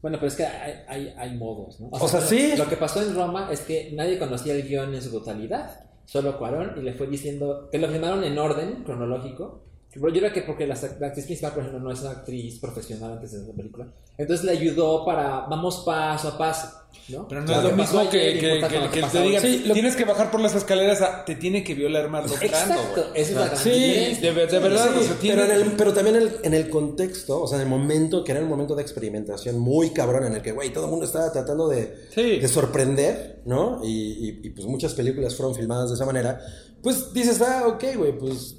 Speaker 2: Bueno, pero es que hay, hay, hay modos, ¿no?
Speaker 4: O sea, sí.
Speaker 2: Lo que pasó en Roma es que nadie conocía el guión en su totalidad, solo Cuarón, y le fue diciendo que lo filmaron en orden cronológico. Pero Yo creo que porque la, la actriz principal, por ejemplo, no es una actriz profesional antes de la película. Entonces le ayudó para, vamos paso a paso, ¿no?
Speaker 3: Pero no es lo mismo que, que, que- que te digan, tienes que bajar por las escaleras, a- te tiene que violar Marlon Brando.
Speaker 2: Exacto,
Speaker 3: güey".
Speaker 2: esa es la gran
Speaker 3: Sí,
Speaker 2: diferencia.
Speaker 3: de, ver- de verdad,
Speaker 4: Sí,
Speaker 3: o sea, tiene-
Speaker 4: pero, en el- pero también en el, en el contexto, o sea, en el momento, que era el momento de experimentación muy cabrón, en el que, güey, todo el mundo estaba tratando de,
Speaker 3: Sí.
Speaker 4: de sorprender, ¿no? Y, y- y, pues muchas películas fueron filmadas de esa manera. Pues dices, ah, ok, güey, pues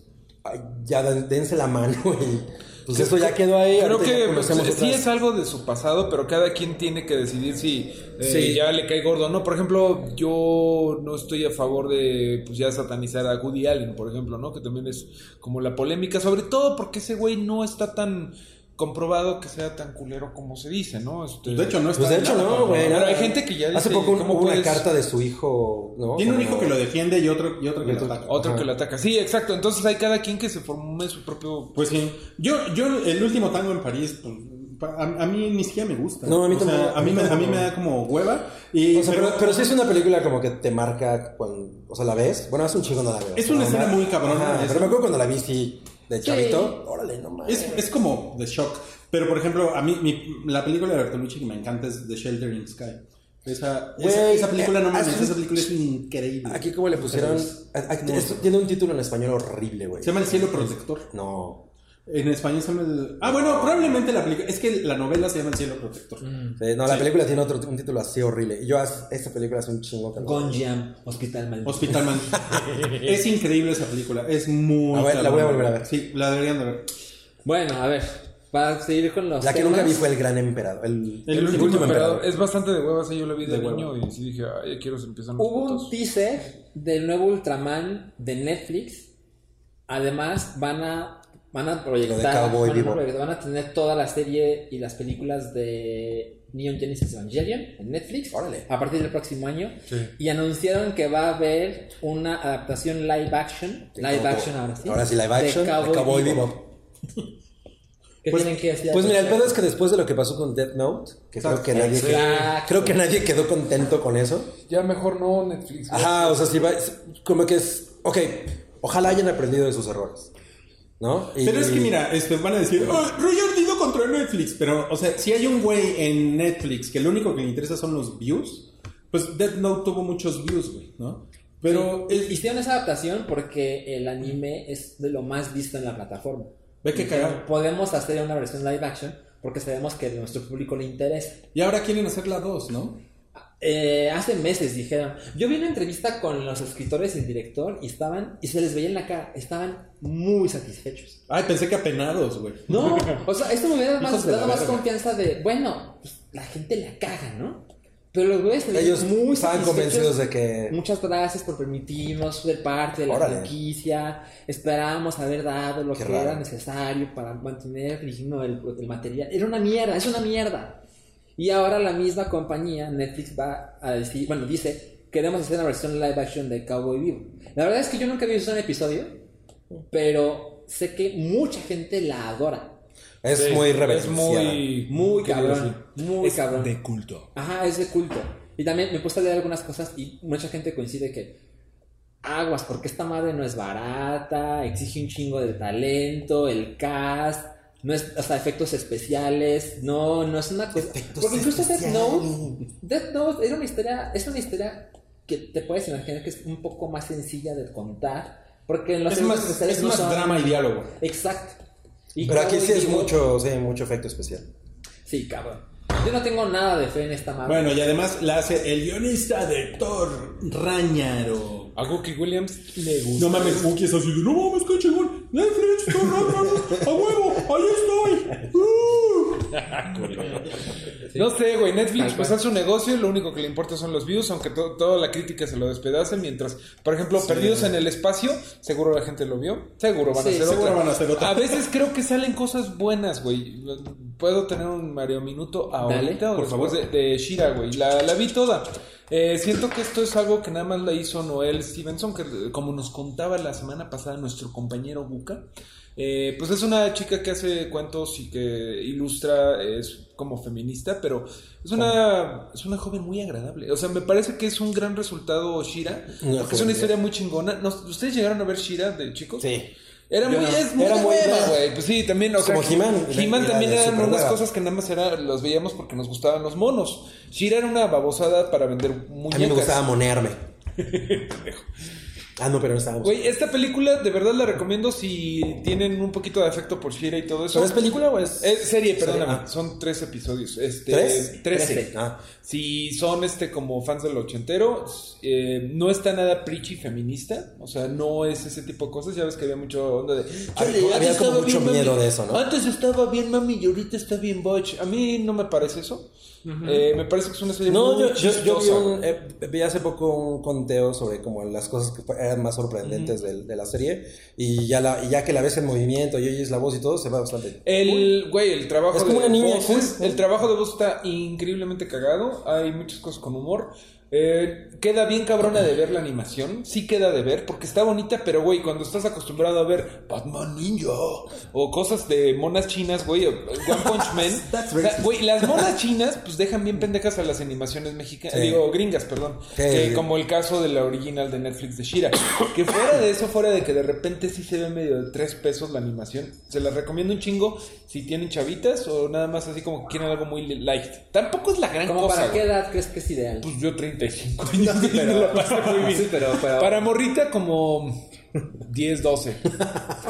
Speaker 4: ay, ya den- dense la mano y pues eso ya quedó ahí.
Speaker 3: Creo
Speaker 4: ahorita ya
Speaker 3: que pues,
Speaker 4: conocemos
Speaker 3: sí
Speaker 4: otras-
Speaker 3: es algo de su pasado, pero cada quien tiene que decidir si eh,
Speaker 4: Sí.
Speaker 3: ya le cae gordo o no. Por ejemplo, yo no estoy a favor de pues ya satanizar a Woody Allen, por ejemplo, ¿no? Que también es como la polémica, sobre todo porque ese güey no está tan comprobado que sea tan culero como se dice, ¿no? Este-
Speaker 5: De hecho, no está.
Speaker 4: Pues de hecho,
Speaker 5: nada
Speaker 4: no,
Speaker 5: cabrón.
Speaker 4: güey.
Speaker 3: Pero
Speaker 4: nada.
Speaker 3: hay gente que ya
Speaker 4: Hace
Speaker 3: dice,
Speaker 4: poco un-
Speaker 3: ¿cómo
Speaker 4: hubo una
Speaker 3: puedes?
Speaker 4: carta de su hijo, ¿no?
Speaker 5: Tiene un
Speaker 4: Como-
Speaker 5: hijo que lo defiende y otro, y otro que lo ataca.
Speaker 3: Otro
Speaker 4: Ajá.
Speaker 3: que lo ataca. Sí, exacto. Entonces hay cada quien que se forme su propio.
Speaker 5: Pues sí. Yo, yo, el último tango en París, pues, pa- a, a mí ni siquiera me gusta.
Speaker 4: No, a mí
Speaker 5: O sea,
Speaker 4: tampoco.
Speaker 5: a mí, me, a mí
Speaker 4: Tampoco.
Speaker 5: me da como hueva. Y
Speaker 4: O sea,
Speaker 5: me-
Speaker 4: pero, pero sí es una película como que te marca cuando, o sea, la ves. Bueno, hace un chingo no la veo.
Speaker 5: Es una
Speaker 4: No,
Speaker 5: escena
Speaker 4: no.
Speaker 5: muy cabrona,
Speaker 4: Ajá,
Speaker 5: es-
Speaker 4: pero me acuerdo cuando la vi, sí, de chavito. Órale, no mames.
Speaker 5: es, es como de shock. Pero, por ejemplo, a mí, mi- la película de Bertolucci que me encanta es The Sheltering Sky. Esa,
Speaker 4: Güey,
Speaker 5: esa, esa película, no
Speaker 4: eh,
Speaker 5: mames,
Speaker 4: haz-
Speaker 5: esa película es increíble.
Speaker 4: Aquí como le pusieron... a- a- esto tiene un título en español horrible, güey.
Speaker 5: Se llama El Cielo Protector.
Speaker 4: No.
Speaker 5: En español se llama el... Ah, bueno, probablemente la película... Es que la novela se llama El Cielo Protector.
Speaker 4: Sí, no, la película tiene otro un título así horrible. Y yo, as- esta película es un chingo. que no-
Speaker 2: Gonjam, Hospital Maldito.
Speaker 5: Hospital Man. es increíble esa película. Es muy...
Speaker 4: La voy- la
Speaker 5: cabrona.
Speaker 4: voy a volver a ver.
Speaker 5: Sí, la deberían de ver.
Speaker 2: Bueno, a ver, para seguir con los
Speaker 4: La que nunca vi
Speaker 2: temas.
Speaker 4: fue El Gran Emperador. El,
Speaker 5: El
Speaker 4: el
Speaker 5: último
Speaker 3: Pero es bastante de huevas. ¿eh? Yo lo vi de,
Speaker 5: De
Speaker 3: niño y sí dije, ay, ya quiero empezar los
Speaker 2: Hubo un
Speaker 3: putos".
Speaker 2: teaser del nuevo Ultraman de Netflix. Además, van a, van a proyectar.
Speaker 4: Lo de Cowboy
Speaker 2: van, a
Speaker 4: Bebop.
Speaker 2: proyectar- van a tener toda la serie y las películas de Neon Genesis Evangelion en Netflix.
Speaker 4: Órale.
Speaker 2: A partir del próximo año.
Speaker 3: Sí.
Speaker 2: Y anunciaron que va a haber una adaptación live action.
Speaker 4: De
Speaker 2: live
Speaker 4: Cowboy-
Speaker 2: action ahora sí.
Speaker 4: Ahora sí, live
Speaker 2: de
Speaker 4: action. de
Speaker 2: Cowboy, Bebop.
Speaker 4: Bebop.
Speaker 2: ¿Qué
Speaker 4: Pues-
Speaker 2: tienen que hacer?
Speaker 4: Pues mira, el pedo es que después de lo que pasó con Death Note, que creo que, nadie
Speaker 2: Exacto.
Speaker 4: creo que nadie quedó contento con eso.
Speaker 3: Ya mejor no Netflix. güey.
Speaker 4: Ajá, o sea, si va, como que es, ok, ojalá hayan aprendido de sus errores, ¿no? Y-
Speaker 5: Pero es que mira, este, van a decir, oh, Roger Dido contra Netflix. Pero, o sea, si hay un güey en Netflix que lo único que le interesa son los views, pues Death Note tuvo muchos views, güey, ¿no? Pero
Speaker 2: Sí, hicieron esa adaptación porque el anime es de lo más visto en la plataforma.
Speaker 5: Ve que
Speaker 2: Dijeron,
Speaker 5: cagar.
Speaker 2: Podemos hacer una versión live action porque sabemos que a nuestro público le interesa.
Speaker 5: Y ahora quieren hacer la 2, ¿no?
Speaker 2: Eh, hace meses dijeron, yo vi una entrevista con los escritores y el director y estaban, y se les veía en la cara, estaban muy satisfechos.
Speaker 5: Ay, pensé que apenados, güey.
Speaker 2: No, o sea, esto me hubiera más,
Speaker 5: Hijos de la
Speaker 2: dado más
Speaker 5: verga.
Speaker 2: confianza de, bueno, pues, la gente la caga, ¿no? Pero los güeyes se veían
Speaker 4: ellos estaban
Speaker 2: satisfechos.
Speaker 4: convencidos de que,
Speaker 2: Muchas gracias por permitirnos ser parte de la
Speaker 4: Órale.
Speaker 2: franquicia. Esperábamos haber dado lo
Speaker 4: Qué
Speaker 2: que
Speaker 4: raro.
Speaker 2: era necesario para mantener digno el, el material. Era una mierda, es una mierda. Y ahora la misma compañía, Netflix, va a decir, bueno, dice, queremos hacer una versión live action de Cowboy Vivo. La verdad es que yo nunca he visto un episodio, pero sé que mucha gente la adora.
Speaker 4: es
Speaker 3: Sí,
Speaker 4: muy
Speaker 3: Es
Speaker 4: reverenciada.
Speaker 3: muy.
Speaker 2: Muy
Speaker 3: ¿qué
Speaker 2: cabrón, muy cabrón.
Speaker 3: culto.
Speaker 2: Ajá, es de culto. Y también me he puesto a leer algunas cosas y mucha gente coincide que aguas, porque esta madre no es barata, exige un chingo de talento, el cast, no es, o sea, efectos especiales, no, no es una cosa.
Speaker 4: Efectos
Speaker 2: Porque incluso Death
Speaker 4: especiales.
Speaker 2: Note, Death Note era una historia, es una historia que te puedes imaginar que es un poco más sencilla de contar, porque en los
Speaker 5: Es
Speaker 2: efectos
Speaker 5: más,
Speaker 2: especiales
Speaker 5: es
Speaker 2: no
Speaker 5: más
Speaker 2: son-
Speaker 5: drama y diálogo.
Speaker 2: Exacto. Y
Speaker 4: Pero aquí
Speaker 2: Cowboy
Speaker 4: sí es
Speaker 2: Bebop-
Speaker 4: mucho, sí, mucho efecto especial.
Speaker 2: Sí, cabrón. Yo no tengo nada de fe en esta madre.
Speaker 5: Bueno, y además la hace el guionista de Thor, Rañaro.
Speaker 3: Algo que Williams le gusta.
Speaker 5: No mames, Wookie es así de, no mames, qué chingón. Netflix, Thor, Ragnarok, a huevo, ahí estoy. ¡Uh!
Speaker 3: No sé, güey. Netflix,
Speaker 2: Tal
Speaker 3: pues
Speaker 2: cual.
Speaker 3: hace su negocio y lo único que le importa son los views, aunque to- toda la crítica se lo despedace. Mientras, por ejemplo, Perdidos en el Espacio, seguro la gente lo vio. Seguro van a
Speaker 2: Sí,
Speaker 3: hacer
Speaker 5: seguro
Speaker 3: otra.
Speaker 5: van a hacer otra.
Speaker 3: veces creo que salen cosas buenas, güey. ¿Puedo tener un Mario Minuto ahorita o
Speaker 5: por
Speaker 3: después
Speaker 5: favor.
Speaker 3: de, de Shira, güey? La, la vi toda. Eh, siento que esto es algo que nada más la hizo Noel Stevenson, que eh, como nos contaba la semana pasada nuestro compañero Buca, eh, pues es una chica que hace cuentos y que ilustra, es como feminista, pero es una, es una joven muy agradable. O sea, me parece que es un gran resultado Shira,
Speaker 4: Una
Speaker 3: porque es
Speaker 4: joven, eh.
Speaker 3: una historia muy chingona. Nos- ¿Ustedes llegaron a ver Shira de chicos?
Speaker 4: Sí.
Speaker 3: Era
Speaker 5: Yo
Speaker 3: muy,
Speaker 5: no.
Speaker 3: es muy
Speaker 4: Era muy
Speaker 3: hueva,
Speaker 4: hueva.
Speaker 3: güey. Pues sí, también, o
Speaker 4: Como
Speaker 3: sea,
Speaker 4: He-Man. Era
Speaker 3: también
Speaker 4: de
Speaker 3: eran
Speaker 4: super
Speaker 3: unas
Speaker 4: hueva.
Speaker 3: cosas que nada más era, los veíamos porque nos gustaban los monos. Shira era una babosada para vender muñecas.
Speaker 4: A mí me gustaba monearme. ah, no, pero no estábamos.
Speaker 3: Güey, esta película de verdad la recomiendo si tienen un poquito de afecto por Shira y todo eso.
Speaker 4: ¿Pero es película o es-
Speaker 3: Es serie,
Speaker 4: Serie,
Speaker 3: perdóname.
Speaker 4: ah.
Speaker 3: Son tres episodios. Este,
Speaker 4: ¿Tres?
Speaker 3: Trece.
Speaker 4: Ah.
Speaker 3: Si son este como fans del ochentero, eh, no está nada preachy feminista. O sea, no es ese tipo de cosas. Ya ves que había mucho onda de. "Chale,
Speaker 4: había
Speaker 3: antes
Speaker 4: como
Speaker 3: estaba
Speaker 4: mucho
Speaker 3: bien,
Speaker 4: miedo
Speaker 3: mami.
Speaker 4: de eso, ¿no?
Speaker 3: Antes estaba bien mami y ahorita está bien botch. A mí no me parece eso. Eh, me parece que es una serie
Speaker 4: No,
Speaker 3: muy
Speaker 4: yo, yo, yo vi,
Speaker 3: chistosa.
Speaker 4: un- eh, vi hace poco un conteo sobre como las cosas que fue- eran más sorprendentes del- de, la serie y ya, la, y ya que la ves en movimiento y oyes la voz y todo, se va bastante.
Speaker 3: El, güey, el trabajo
Speaker 4: Es como
Speaker 3: de
Speaker 4: una niña,
Speaker 3: voces,
Speaker 4: sí.
Speaker 3: el trabajo de voz está increíblemente cagado, hay muchas cosas con humor. Eh, queda bien cabrona de ver la animación, sí queda de ver, porque está bonita, pero güey, cuando estás acostumbrado a ver Batman Ninja o cosas de monas chinas, güey, o One Punch Man, la- güey, las monas chinas pues dejan bien pendejas a las animaciones mexicanas,
Speaker 4: Sí.
Speaker 3: digo, gringas, perdón,
Speaker 4: Sí,
Speaker 3: Eh,
Speaker 4: sí.
Speaker 3: como el caso de la original de Netflix de Shira, que fuera de eso, fuera de que de repente sí se ve medio de tres pesos la animación, se la recomiendo un chingo si tienen chavitas o nada más así como que quieren algo muy light. Tampoco es la gran
Speaker 2: ¿Cómo
Speaker 3: cosa.
Speaker 2: para qué
Speaker 3: güey.
Speaker 2: edad crees que es ideal?
Speaker 3: Pues yo 35 años y me la pasé muy bien.
Speaker 2: sí, pero- pero-
Speaker 3: Para morrita como 10, 12.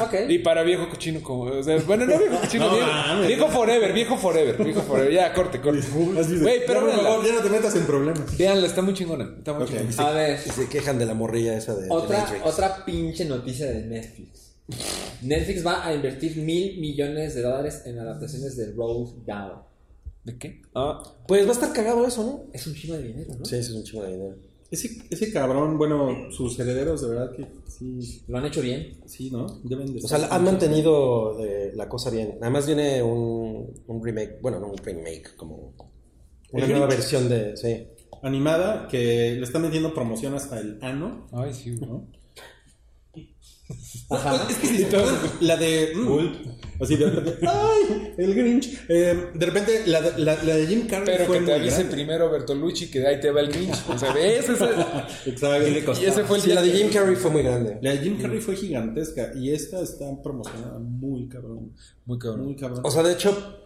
Speaker 2: Ok.
Speaker 3: Y para viejo cochino como... o sea, bueno, no viejo cochino,
Speaker 5: No
Speaker 3: viejo,
Speaker 5: mames.
Speaker 3: viejo forever, viejo forever, viejo forever. Ya, corte, corte.
Speaker 5: Así de,
Speaker 3: Güey, pero
Speaker 5: ya, por
Speaker 3: véanla.
Speaker 5: favor, ya no te metas en problemas.
Speaker 3: Véanla, está muy chingona. Está muy
Speaker 5: Ok.
Speaker 3: chingona.
Speaker 2: A ver,
Speaker 4: Y se quejan de la morrilla esa de, de
Speaker 2: otra,
Speaker 4: Matrix.
Speaker 2: otra pinche noticia de Netflix. Netflix va a invertir mil millones de dólares en adaptaciones de Roll Down.
Speaker 3: ¿De qué? Ah,
Speaker 4: Pues va a estar cagado eso, ¿no?
Speaker 2: Es un chingo de dinero, ¿no?
Speaker 4: Sí, eso es un chingo de dinero.
Speaker 5: Ese, ese cabrón, bueno, sus herederos, de verdad que sí,
Speaker 2: Lo han hecho bien.
Speaker 5: sí, ¿no? Deben de
Speaker 4: O sea,
Speaker 5: estar-
Speaker 4: han mantenido eh, la cosa bien. Además viene un, un remake, bueno, no un remake, como una
Speaker 5: ¿El
Speaker 4: nueva
Speaker 5: Grinch?
Speaker 4: versión de... Sí.
Speaker 5: animada que le está metiendo promoción hasta el ano,
Speaker 3: ay, sí, güey.
Speaker 5: ¿no?
Speaker 2: Ajá.
Speaker 5: Y todo- la de mm, así de repente, ay, el Grinch. Eh, de repente la, de- la- la de Jim Carrey
Speaker 3: Pero
Speaker 5: fue
Speaker 3: que te
Speaker 5: muy
Speaker 3: avise
Speaker 5: grande.
Speaker 3: primero Bertolucci que ahí te va el Grinch. O sea, ese, ese,
Speaker 5: Exacto.
Speaker 3: y ese fue el
Speaker 4: Sí,
Speaker 3: día
Speaker 4: la de
Speaker 3: que-
Speaker 4: Jim Carrey fue muy grande.
Speaker 5: La de
Speaker 3: Mm.
Speaker 5: Jim Carrey fue gigantesca y esta está promocionada muy cabrón,
Speaker 3: Muy cabrón.
Speaker 5: muy cabrón.
Speaker 4: O sea, de hecho,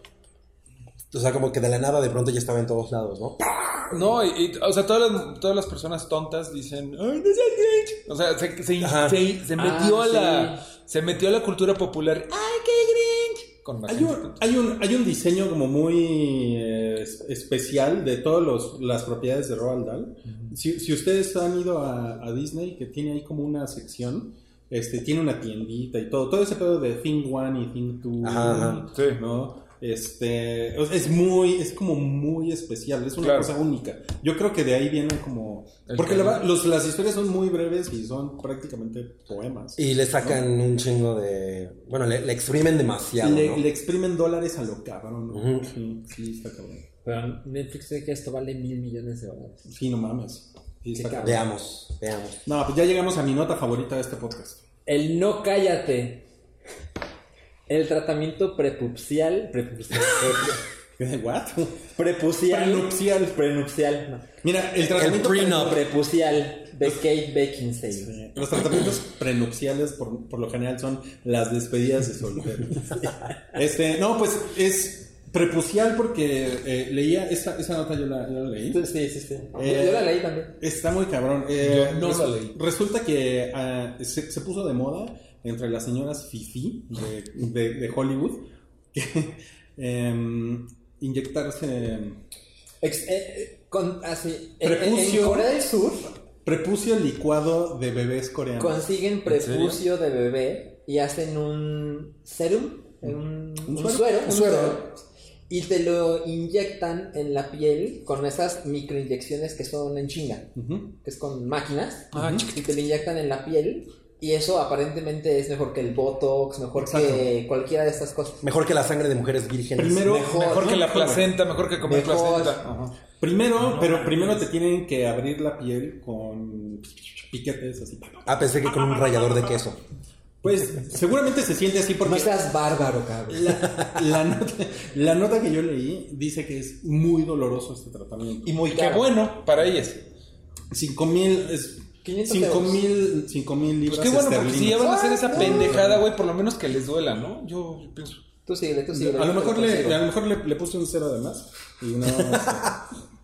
Speaker 4: o sea, como que de la nada de pronto ya estaba en todos lados, ¿no?
Speaker 3: No, y, y, o sea, todas las, todas las personas tontas dicen, ¡ay, no es el Grinch! O sea, se, se,
Speaker 4: Ajá.
Speaker 3: se- se metió
Speaker 2: Ah,
Speaker 3: a la, se metió a la cultura popular. ¡ay, qué Grinch! Con la
Speaker 5: Hay
Speaker 3: gente
Speaker 5: un,
Speaker 3: tonta.
Speaker 5: hay, un, hay un diseño como muy eh, es- especial de todas las propiedades de Roald Dahl. si, si ustedes han ido a, a Disney, que tiene ahí como una sección, este, tiene una tiendita y todo, todo ese pedo de Thing One y Thing Two,
Speaker 4: Ajá, ajá.
Speaker 3: Sí.
Speaker 5: ¿no? Este, o sea, es muy, es como muy especial, es una
Speaker 3: Claro.
Speaker 5: cosa única. Yo creo que de ahí viene como...
Speaker 3: El
Speaker 5: porque la
Speaker 3: cariño.
Speaker 5: verdad, los- las historias son muy breves y son prácticamente poemas.
Speaker 4: Y le sacan un chingo de. Bueno, le, le exprimen demasiado.
Speaker 5: le,
Speaker 4: ¿no?
Speaker 5: le exprimen dólares a lo cabrón. ¿no?
Speaker 4: Ujú.
Speaker 5: sí, sí, está cabrón.
Speaker 2: Pero Netflix dice que esto vale mil millones de dólares.
Speaker 5: Sí, no mames. Sí, está
Speaker 2: Qué
Speaker 5: cabrón.
Speaker 4: Veamos, veamos.
Speaker 5: No, pues ya llegamos a mi nota favorita de este podcast.
Speaker 2: El no cállate. El tratamiento prepupcial. Prepupcial.
Speaker 5: ¿What?
Speaker 2: prepucial.
Speaker 5: Prenupcial.
Speaker 2: Prenupcial. no.
Speaker 5: Mira, el tratamiento.
Speaker 4: El prenup.
Speaker 2: Prepucial de Kate Beckinsale.
Speaker 5: pre- Los tratamientos prenupciales por, por lo general son las despedidas de soltero. Este, no, pues es prepucial porque eh, leía esa, esa nota, yo la, yo la leí.
Speaker 2: Sí, sí, sí.
Speaker 5: Eh,
Speaker 2: yo, yo la leí también.
Speaker 5: Está muy cabrón. Eh,
Speaker 3: Yo no
Speaker 5: res-
Speaker 3: la leí.
Speaker 5: Resulta que ah, se, se puso de moda entre las señoras fifi de, de- de Hollywood que, em, inyectarse
Speaker 2: Ex- eh, eh, con, así, en- en,
Speaker 5: Prepucio.
Speaker 2: en Corea del Sur
Speaker 5: prepucio licuado de bebés coreanos.
Speaker 2: consiguen prepucio de bebé y hacen un serum, un, un suero, un
Speaker 5: suero.
Speaker 2: suero, y te lo inyectan en la piel con esas microinyecciones que son en chinga,
Speaker 5: Ujú.
Speaker 2: que es con máquinas,
Speaker 3: Ah,
Speaker 2: ujú, y te lo inyectan en la piel. Y eso aparentemente es mejor que el Botox, mejor que cualquiera de estas cosas.
Speaker 4: Mejor que la sangre de mujeres vírgenes.
Speaker 5: Primero,
Speaker 2: Mejor,
Speaker 3: Mejor que
Speaker 5: no,
Speaker 3: la
Speaker 5: mejor, güey.
Speaker 3: placenta, mejor que comer
Speaker 2: Mejor.
Speaker 3: placenta.
Speaker 5: Primero, pero primero te tienen que abrir la piel con piquetes así.
Speaker 4: Ah, pensé que con un rallador de queso.
Speaker 5: Pues seguramente se siente así porque
Speaker 2: No seas bárbaro, cabrón.
Speaker 5: la, la nota, la nota que yo leí dice que es muy doloroso este tratamiento.
Speaker 2: Y muy
Speaker 3: Qué
Speaker 2: caro.
Speaker 3: bueno para ellas.
Speaker 5: 5 mil, es
Speaker 2: 500
Speaker 5: cinco
Speaker 2: euros.
Speaker 5: mil, cinco mil
Speaker 3: Pues
Speaker 5: libras
Speaker 3: qué bueno, porque
Speaker 5: esterlinas.
Speaker 3: si ya van a hacer
Speaker 2: Ah,
Speaker 3: esa pendejada, güey, por lo menos que les duela, ¿no? Yo, yo pienso.
Speaker 2: Tú síguele, tú síguele.
Speaker 5: a lo
Speaker 2: yo te
Speaker 5: mejor le,
Speaker 2: consigo.
Speaker 5: a lo mejor le, le puse un cero de más y no, este,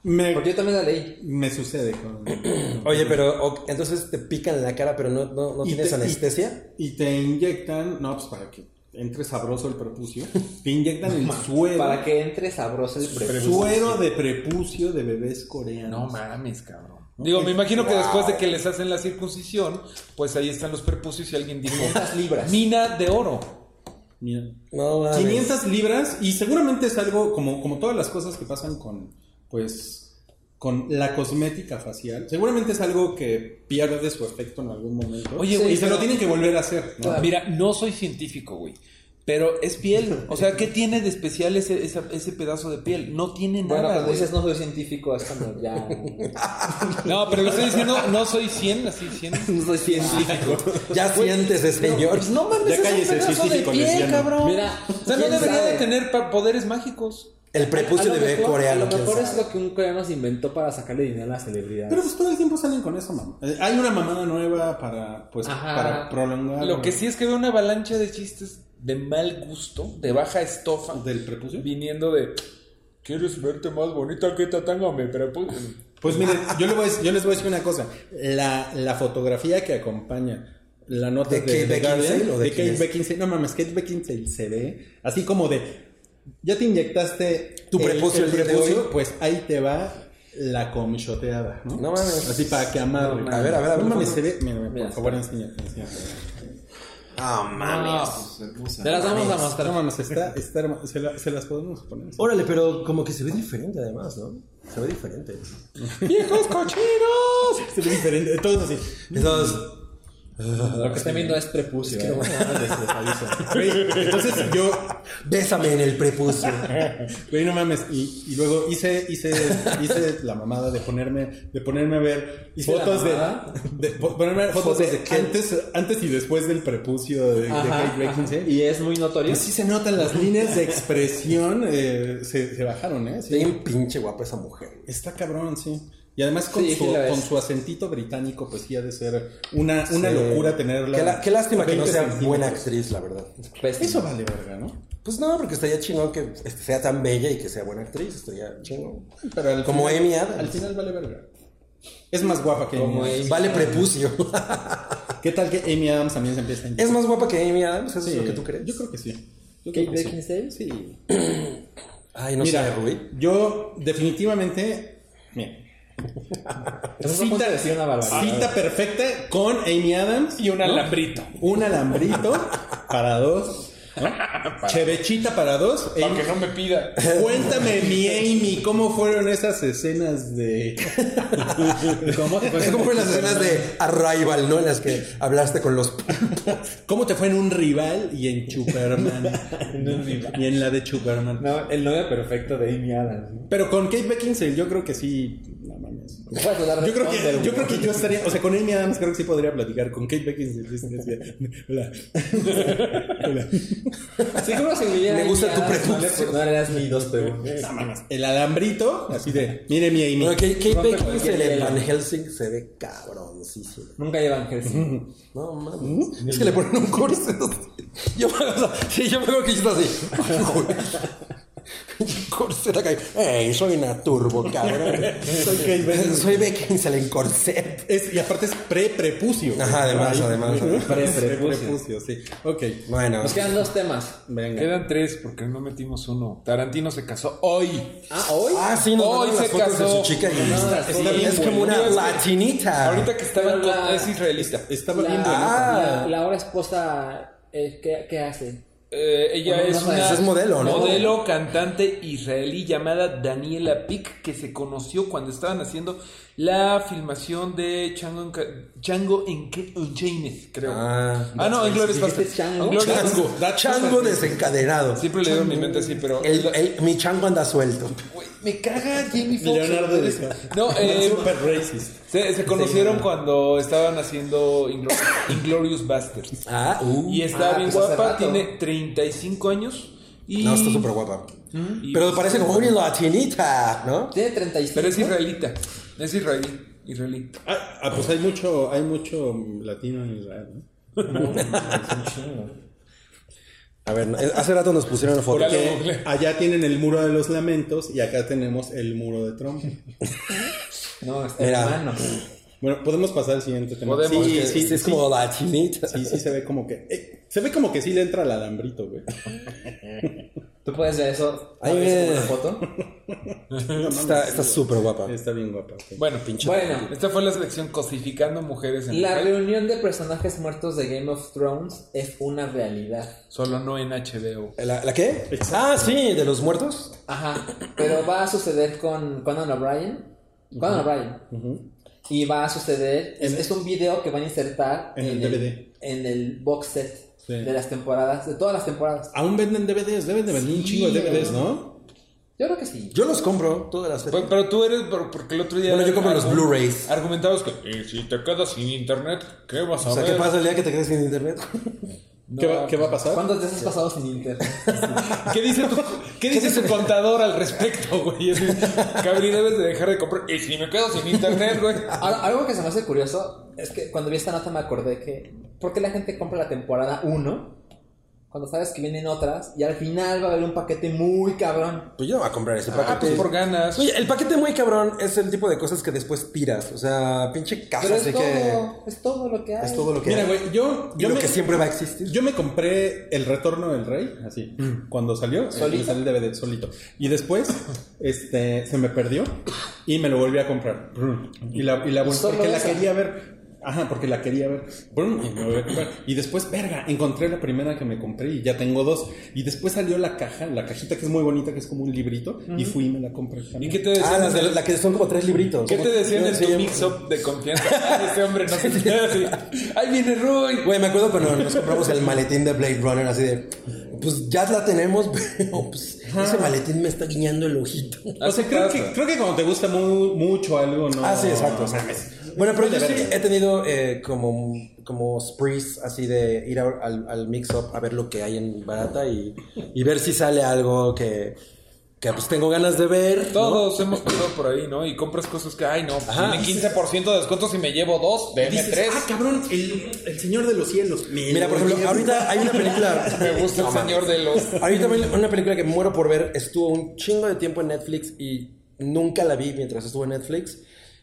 Speaker 5: me,
Speaker 2: Porque yo también la leí.
Speaker 5: me sucede con-
Speaker 4: Oye, pero ok, entonces te pican en la cara, pero no, no, no
Speaker 5: Y
Speaker 4: tienes
Speaker 5: te- y-
Speaker 4: anestesia.
Speaker 5: y te inyectan, no, pues para que entre sabroso el prepucio, te inyectan el suero,
Speaker 2: Para que entre sabroso el
Speaker 5: el
Speaker 2: prepucio.
Speaker 5: suero de prepucio de bebés coreanos.
Speaker 3: No mames, cabrón. Digo, me imagino que después de que les hacen la circuncisión, pues ahí están los prepucios y alguien dijo,
Speaker 2: 500 libras.
Speaker 3: mina de oro.
Speaker 5: Mira.
Speaker 4: No, mames.
Speaker 5: 500 libras y seguramente es algo como, como todas las cosas que pasan con, pues, con la cosmética facial. Seguramente es algo que pierde su efecto en algún momento.
Speaker 3: Oye,
Speaker 5: y
Speaker 3: güey,
Speaker 5: se
Speaker 3: pero-
Speaker 5: lo tienen que volver a hacer. ¿no?
Speaker 2: Claro.
Speaker 3: Mira, no soy científico, güey. Pero es piel. O sea, ¿qué tiene de especial ese, esa- ese pedazo de piel? No tiene
Speaker 2: Bueno,
Speaker 3: nada,
Speaker 2: cuando
Speaker 3: güey.
Speaker 2: dices no soy científico, es cuando ya.
Speaker 3: No, pero lo estoy diciendo, no soy 100, así 100.
Speaker 2: no soy científico.
Speaker 4: Ya siéntese, señor.
Speaker 3: No mames, pues,
Speaker 5: Ya
Speaker 3: es un
Speaker 5: cállese,
Speaker 3: pedazo
Speaker 5: científico
Speaker 3: de piel,
Speaker 5: lesbiano.
Speaker 3: cabrón.
Speaker 2: Mira,
Speaker 3: o sea, no
Speaker 2: ¿quién
Speaker 3: debería
Speaker 2: sabe?
Speaker 3: de tener pa- poderes mágicos.
Speaker 4: El prepucio de bebé coreano.
Speaker 2: A lo
Speaker 4: quién
Speaker 2: mejor es
Speaker 4: sabe.
Speaker 2: lo que un coreano se inventó para sacarle dinero a la celebridad.
Speaker 5: Pero pues todo el tiempo salen con eso, mamá. Eh, Hay una mamada nueva para, pues,
Speaker 2: Ajá.
Speaker 5: para prolongar.
Speaker 3: Lo que sí es que veo una avalancha de chistes de mal gusto, de baja estofa,
Speaker 5: ¿Del prepucio?
Speaker 3: viniendo de ¿Quieres verte más bonita que Tatanga? Me prepuso.
Speaker 5: Pues miren, yo, le voy a- yo les voy a decir una cosa. La, la fotografía que acompaña la nota
Speaker 4: ¿De
Speaker 5: de,
Speaker 4: Kate
Speaker 5: The
Speaker 4: Beckinsale
Speaker 5: Guardian,
Speaker 4: o de
Speaker 5: de
Speaker 4: quién
Speaker 5: Kate
Speaker 4: es?
Speaker 5: Beckinsale, no mames, Kate Beckinsale se ve así como de, ya te inyectaste
Speaker 4: Tu prepucio el día de hoy.
Speaker 5: pues ahí te va la comichoteada, ¿no?
Speaker 4: No mames.
Speaker 5: Así para que amarre.
Speaker 4: mames. A ver, a ver, a ver,
Speaker 5: No mames,
Speaker 4: por
Speaker 5: se ve, mira, mira,
Speaker 2: Mira.
Speaker 5: por favor, enséñate, enséñate.
Speaker 4: Ah, mames.
Speaker 2: Te las vamos a
Speaker 5: No
Speaker 2: mostrar.
Speaker 5: mames, está, está hermo- se, la- se las podemos poner.
Speaker 4: Órale, pero como que se ve diferente además, ¿no? Se ve diferente.
Speaker 3: ¡Viejos cochinos!
Speaker 5: Se ve diferente, todos así.
Speaker 4: Entonces,
Speaker 2: Lo que están viendo es prepucio. ¿eh?
Speaker 5: Güey, Entonces yo
Speaker 4: bésame en el prepucio.
Speaker 5: Güey, no mames. Y, y luego hice, hice, hice la mamada de ponerme, de ponerme a ver
Speaker 2: ¿Hice la
Speaker 5: fotos de,
Speaker 2: mamada?
Speaker 5: de po- ponerme a ver fotos
Speaker 4: Fotos
Speaker 5: de
Speaker 4: de qué.
Speaker 5: antes, antes y después del prepucio de, de
Speaker 2: Ajá,
Speaker 5: Kate Beckinsale.
Speaker 2: ajá. Y es muy
Speaker 5: Y
Speaker 2: notorio.
Speaker 5: Pues sí se notan las líneas de expresión, eh, se, se bajaron, ¿eh? Sí.
Speaker 4: Bien pinche guapa esa mujer.
Speaker 5: Está cabrón, sí. Y además con,
Speaker 2: Sí, sí
Speaker 5: su,
Speaker 2: la ves.
Speaker 5: con su acentito británico, pues sí ha de ser una, una
Speaker 4: Sí.
Speaker 5: locura tenerla.
Speaker 4: Qué, la- qué lástima que no
Speaker 5: 20
Speaker 4: sea
Speaker 5: centímetros.
Speaker 4: buena actriz, la verdad.
Speaker 2: Pésimo.
Speaker 5: Eso vale verga, ¿no?
Speaker 4: Pues no, porque estaría chingón que sea tan bella y que sea buena actriz. Estaría chingón.
Speaker 5: Pero al
Speaker 4: Como
Speaker 5: final-
Speaker 4: Amy Adams.
Speaker 5: Al final vale verga. Es más guapa que
Speaker 2: Como
Speaker 5: Amy Adams.
Speaker 2: Amy.
Speaker 4: Vale prepucio.
Speaker 5: ¿Qué tal que Amy Adams también se empieza a
Speaker 4: ¿Es más guapa que Amy Adams? ¿Eso es
Speaker 5: Sí,
Speaker 4: lo que tú crees?
Speaker 5: Yo creo que sí. Yo
Speaker 2: Kate
Speaker 5: creo que sí.
Speaker 2: Beckinsale.
Speaker 5: Sí.
Speaker 4: Ay, no
Speaker 5: Mira,
Speaker 4: sé, Rubí.
Speaker 5: yo definitivamente. mira,
Speaker 2: Estás a punto de decir una barbaridad.
Speaker 5: cita perfecta con Amy Adams.
Speaker 3: Y un
Speaker 5: ¿no?
Speaker 3: alambrito.
Speaker 5: Un alambrito para dos. ¿no? Chevechita para dos.
Speaker 3: Para
Speaker 5: Amy-
Speaker 3: que no me pida.
Speaker 5: Cuéntame, mi Amy, ¿cómo fueron esas escenas de. ¿Cómo, te
Speaker 4: Es como en
Speaker 5: pues,
Speaker 4: las escenas de Arrival, ¿no? En las que hablaste con los...
Speaker 5: ¿Cómo te fue en un rival y en Superman? Y en la de Superman.
Speaker 2: No, el novio perfecto de Amy Adams. ¿no?
Speaker 5: Pero con Kate Beckinsale, yo creo que sí. No mames.
Speaker 2: Bueno, la
Speaker 5: Yo creo,
Speaker 2: Responder,
Speaker 5: que, yo
Speaker 2: güey.
Speaker 5: creo que yo estaría, o sea, con Amy Adams creo que sí podría platicar, con Kate Beckinsale sí estaría así, hola. Hola.
Speaker 2: Seguro si viviera
Speaker 4: Me
Speaker 2: Amy
Speaker 4: gusta tu
Speaker 2: Adams, no le-
Speaker 4: prepucio.
Speaker 2: No le das ni dos preguntas.
Speaker 5: No mames, El alambrito, así de, mire mi Amy.
Speaker 4: No, que Kate
Speaker 2: Rompe
Speaker 4: Beckinsale
Speaker 2: cualquier
Speaker 4: en
Speaker 2: hielo.
Speaker 4: Van Helsing se ve cabroncísimo.
Speaker 2: Nunca llevan Helsing.
Speaker 4: No mames.
Speaker 5: ¿Mm?
Speaker 4: Es que le ponen un corset. Yo me o sea, sí, yo me veo que yo estoy así. corset acá. ¡Ey, soy una turbo, cabrón! soy Kate Beckinsale. Soy Beckinsale en corset.
Speaker 5: Es- y aparte es pre-prepucio. güey.
Speaker 4: Ajá, además,
Speaker 5: Ay,
Speaker 4: además.
Speaker 2: Pre-prepucio.
Speaker 5: Pre-prepucio, sí. Ok.
Speaker 4: Bueno,
Speaker 2: Nos quedan dos temas.
Speaker 5: Venga.
Speaker 3: Quedan tres porque no metimos uno. Tarantino se casó hoy.
Speaker 2: Ah, hoy.
Speaker 4: Ah, sí, nos
Speaker 3: Hoy
Speaker 4: mandaron las
Speaker 3: se
Speaker 4: fotos
Speaker 3: casó.
Speaker 4: de su chica y
Speaker 2: Ah,
Speaker 4: está-
Speaker 2: sí,
Speaker 4: está bien, es como
Speaker 3: güey.
Speaker 4: una
Speaker 3: Es que-
Speaker 4: latinita.
Speaker 3: Ahorita que estaba
Speaker 2: Pero la-
Speaker 3: con- es israelita.
Speaker 5: Estaba
Speaker 2: La,
Speaker 5: bien bueno.
Speaker 4: Ah.
Speaker 2: la- la ahora esposa, eh, ¿qué, qué hace?
Speaker 3: Eh, ella
Speaker 2: Bueno,
Speaker 3: es,
Speaker 2: no sabes,
Speaker 3: una
Speaker 4: es modelo, ¿no?
Speaker 3: modelo, cantante israelí llamada Daniela Pick, que se conoció cuando estaban haciendo la filmación de Django, en Ca- Django en Ca- Unchained, creo.
Speaker 4: Ah.
Speaker 3: Ah, no, en Glorious
Speaker 2: Dijiste
Speaker 3: Bastards.
Speaker 2: Django.
Speaker 3: En Glorious-
Speaker 4: Chango,
Speaker 5: Da
Speaker 4: chango desencadenado.
Speaker 3: Siempre le digo en mi mente así, pero...
Speaker 4: El- el- mi chango anda suelto.
Speaker 3: Güey, me caga Jamie Foxx.
Speaker 5: Leonardo
Speaker 3: Eres-
Speaker 5: DiCaprio.
Speaker 3: No, eh,
Speaker 5: Super racist.
Speaker 3: se, se conocieron cuando estaban haciendo Inglo- Inglorious Bastards.
Speaker 4: Ah, uh.
Speaker 3: Y está
Speaker 2: Ah,
Speaker 3: bien
Speaker 2: pues hace
Speaker 3: guapa,
Speaker 2: rato.
Speaker 3: tiene 35 años. Y,
Speaker 4: No, está súper guapa.
Speaker 3: y- pues,
Speaker 4: Pero parece como una latinita, ¿no?
Speaker 2: Tiene 35.
Speaker 3: Pero es israelita. Es israelí. Israelí.
Speaker 5: Ah, ah, pues hay mucho, hay mucho latino en Israel. ¿no?
Speaker 4: A ver, no, eh, hace rato nos pusieron
Speaker 3: Por
Speaker 4: fotos.
Speaker 3: algo
Speaker 4: ¿Qué?
Speaker 3: googleé.
Speaker 5: Allá tienen el muro de los lamentos y acá tenemos el muro de Trump.
Speaker 2: No, está
Speaker 4: Mira.
Speaker 2: hermano.
Speaker 5: Bueno, podemos pasar al siguiente tema.
Speaker 3: Podemos,
Speaker 5: sí,
Speaker 4: Que
Speaker 5: sí,
Speaker 4: es
Speaker 5: sí.
Speaker 4: como latinita.
Speaker 5: Sí, sí se ve como que. eh, se ve como que sí le entra el alambrito, güey.
Speaker 2: ¿Tú puedes ver eso?
Speaker 4: Ahí
Speaker 2: ¿No ves
Speaker 4: viene.
Speaker 2: una foto?
Speaker 4: Está está súper guapa.
Speaker 5: Está bien guapa. ok.
Speaker 3: Bueno, pinche.
Speaker 2: Bueno.
Speaker 3: Esta fue la selección cosificando mujeres en
Speaker 2: La
Speaker 3: mujer,
Speaker 2: reunión de personajes muertos de Game of Thrones es una realidad.
Speaker 3: Solo no en HBO.
Speaker 4: ¿La, la qué? Ah, sí, de los muertos.
Speaker 2: Ajá. Pero va a suceder con Conan O'Brien. Conan O'Brien. Y va a suceder. Es,
Speaker 5: En-
Speaker 2: es un video que van a insertar
Speaker 5: en el DVD.
Speaker 2: en el box set
Speaker 5: Sí.
Speaker 2: de las temporadas, de todas las temporadas.
Speaker 5: Aún venden DVDs, deben de vender un
Speaker 2: Sí,
Speaker 5: chingo de DVDs, ¿no?
Speaker 2: Yo creo que sí.
Speaker 4: Yo los compro, Pues, todas las
Speaker 3: Pero, pero tú eres, pero- porque el otro día.
Speaker 4: Bueno, yo compro los
Speaker 3: argu-
Speaker 4: Blu-rays.
Speaker 3: Argumentabas que "Eh, si te quedas sin internet, ¿qué vas a
Speaker 4: O sea,
Speaker 3: ver?
Speaker 4: ¿qué pasa el día que te quedes sin internet?
Speaker 3: No,
Speaker 5: ¿Qué, va, qué va a pasar?
Speaker 2: ¿Cuántas veces has pasado sin internet?
Speaker 3: ¿Qué dice tu, qué dice tu contador al respecto, güey? Así, Cabri, debes de dejar de comprar. Y si me quedo sin internet, güey.
Speaker 2: Ahora, algo que se me hace curioso es que cuando vi esta nota me acordé que ¿por qué la gente compra la temporada 1 cuando sabes que vienen otras y al final va a haber un paquete muy cabrón?
Speaker 4: Pues yo no voy a comprar ese
Speaker 3: Ah, pues
Speaker 4: paquete.
Speaker 3: por ganas.
Speaker 4: Oye, el paquete muy cabrón es el tipo de cosas que después tiras. O sea, pinche caja,
Speaker 2: Pero es
Speaker 4: Ah, así
Speaker 2: todo,
Speaker 4: que.
Speaker 2: es todo lo que hay.
Speaker 4: Es todo lo que.
Speaker 5: Mira,
Speaker 4: hay.
Speaker 5: güey, yo,
Speaker 4: Y
Speaker 5: yo,
Speaker 4: lo
Speaker 5: me,
Speaker 4: que siempre va a existir.
Speaker 5: yo me compré El Retorno del Rey, así,
Speaker 4: Mm.
Speaker 5: cuando salió, eh, me
Speaker 2: ¿Solito?
Speaker 5: salió el DVD solito. Y después, este, se me perdió y me lo volví a comprar.
Speaker 4: Mm.
Speaker 5: Y la, y la vol-
Speaker 2: Solo
Speaker 5: porque la
Speaker 2: esa.
Speaker 5: quería ver. Ajá, porque la quería ver. Brum, Y, me volví a comprar. Y después, verga, encontré la primera que me compré y ya tengo dos. Y después salió la caja, la cajita que es muy bonita, que es como un librito, y fui y me la compré.
Speaker 3: ¿Y
Speaker 5: también.
Speaker 3: qué te
Speaker 4: Ah,
Speaker 3: decían?
Speaker 4: las de la que son como tres libritos.
Speaker 3: ¿Qué te decían en
Speaker 4: Sí,
Speaker 3: tu mix-up de confianza? Ah, Este hombre no se así. ¡Ahí viene Rui!
Speaker 4: Güey, me acuerdo cuando nos compramos el maletín de Blade Runner, así de. Pues ya la tenemos, pero pues, ese maletín me está guiñando el ojito.
Speaker 5: O sea, creo que, creo que cuando te gusta mu- mucho algo, ¿no?
Speaker 4: Ah, sí, exacto. o sea, Bueno, pero yo sí
Speaker 5: verga.
Speaker 4: he tenido eh, como, como sprees así de ir a- al, al mix-up a ver lo que hay en barata y, y ver si sale algo que, que pues tengo ganas de ver. ¿no?
Speaker 3: Todos hemos pasado por ahí, ¿no? Y compras cosas que, ay, no,
Speaker 4: Ajá.
Speaker 3: tiene 15% de descuento si me llevo dos de
Speaker 5: Dices, ah,
Speaker 3: M3.
Speaker 5: cabrón, el, el señor de los cielos.
Speaker 4: Mira, por ejemplo, ahorita hay una
Speaker 3: Me
Speaker 4: película.
Speaker 3: gusta el señor de los.
Speaker 4: Ahorita hay una película que muero por ver. Estuvo un chingo de tiempo en Netflix y nunca la vi mientras estuvo en Netflix.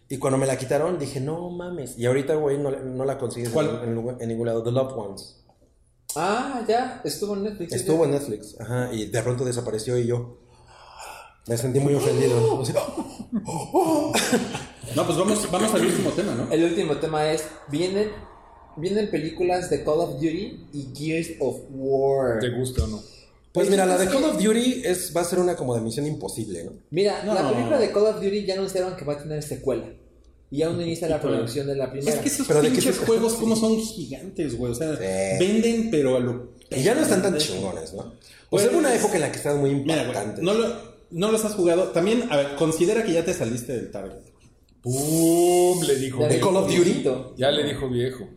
Speaker 4: Y cuando me la quitaron dije, no mames. Y ahorita, güey, no, no la consigues en,
Speaker 5: ¿Cuál?
Speaker 4: en lugar- en ningún lado. The Loved Ones.
Speaker 2: Ah, ya, estuvo en Netflix.
Speaker 4: Estuvo en Netflix, ajá, y de pronto desapareció y yo me sentí muy ofendido. O sea,
Speaker 5: No, pues vamos, vamos al último tema, ¿no?
Speaker 4: Eh,
Speaker 2: El último tema es, vienen, vienen películas de Call of Duty y Gears of War.
Speaker 3: ¿Te gusta o no?
Speaker 4: Pues mira, la de
Speaker 2: Es
Speaker 4: Call
Speaker 2: que-
Speaker 4: of Duty es, va a ser una como de misión imposible, ¿no?
Speaker 2: Mira,
Speaker 5: No.
Speaker 2: la película de Call of Duty ya anunciaron que va a tener secuela. Y aún no inicia la
Speaker 5: ¿eh?
Speaker 2: producción de la primera.
Speaker 5: Es que esos
Speaker 4: Pero ¿de qué
Speaker 5: pinches
Speaker 4: se-
Speaker 5: juegos como son gigantes, güey. O sea,
Speaker 4: Sí.
Speaker 5: venden, pero a lo...
Speaker 4: Y ya no están tan chingones, ¿no? O sea, hubo una época en la que estaban muy
Speaker 5: Mira, güey,
Speaker 4: impactantes.
Speaker 5: no, lo- no los has jugado. También, a ver, considera que ya te saliste del target.
Speaker 3: ¡Pum! Le dijo.
Speaker 2: Ya
Speaker 4: ¿De
Speaker 2: dijo
Speaker 4: Call of Duty?
Speaker 2: viejito.
Speaker 3: Ya le dijo viejo.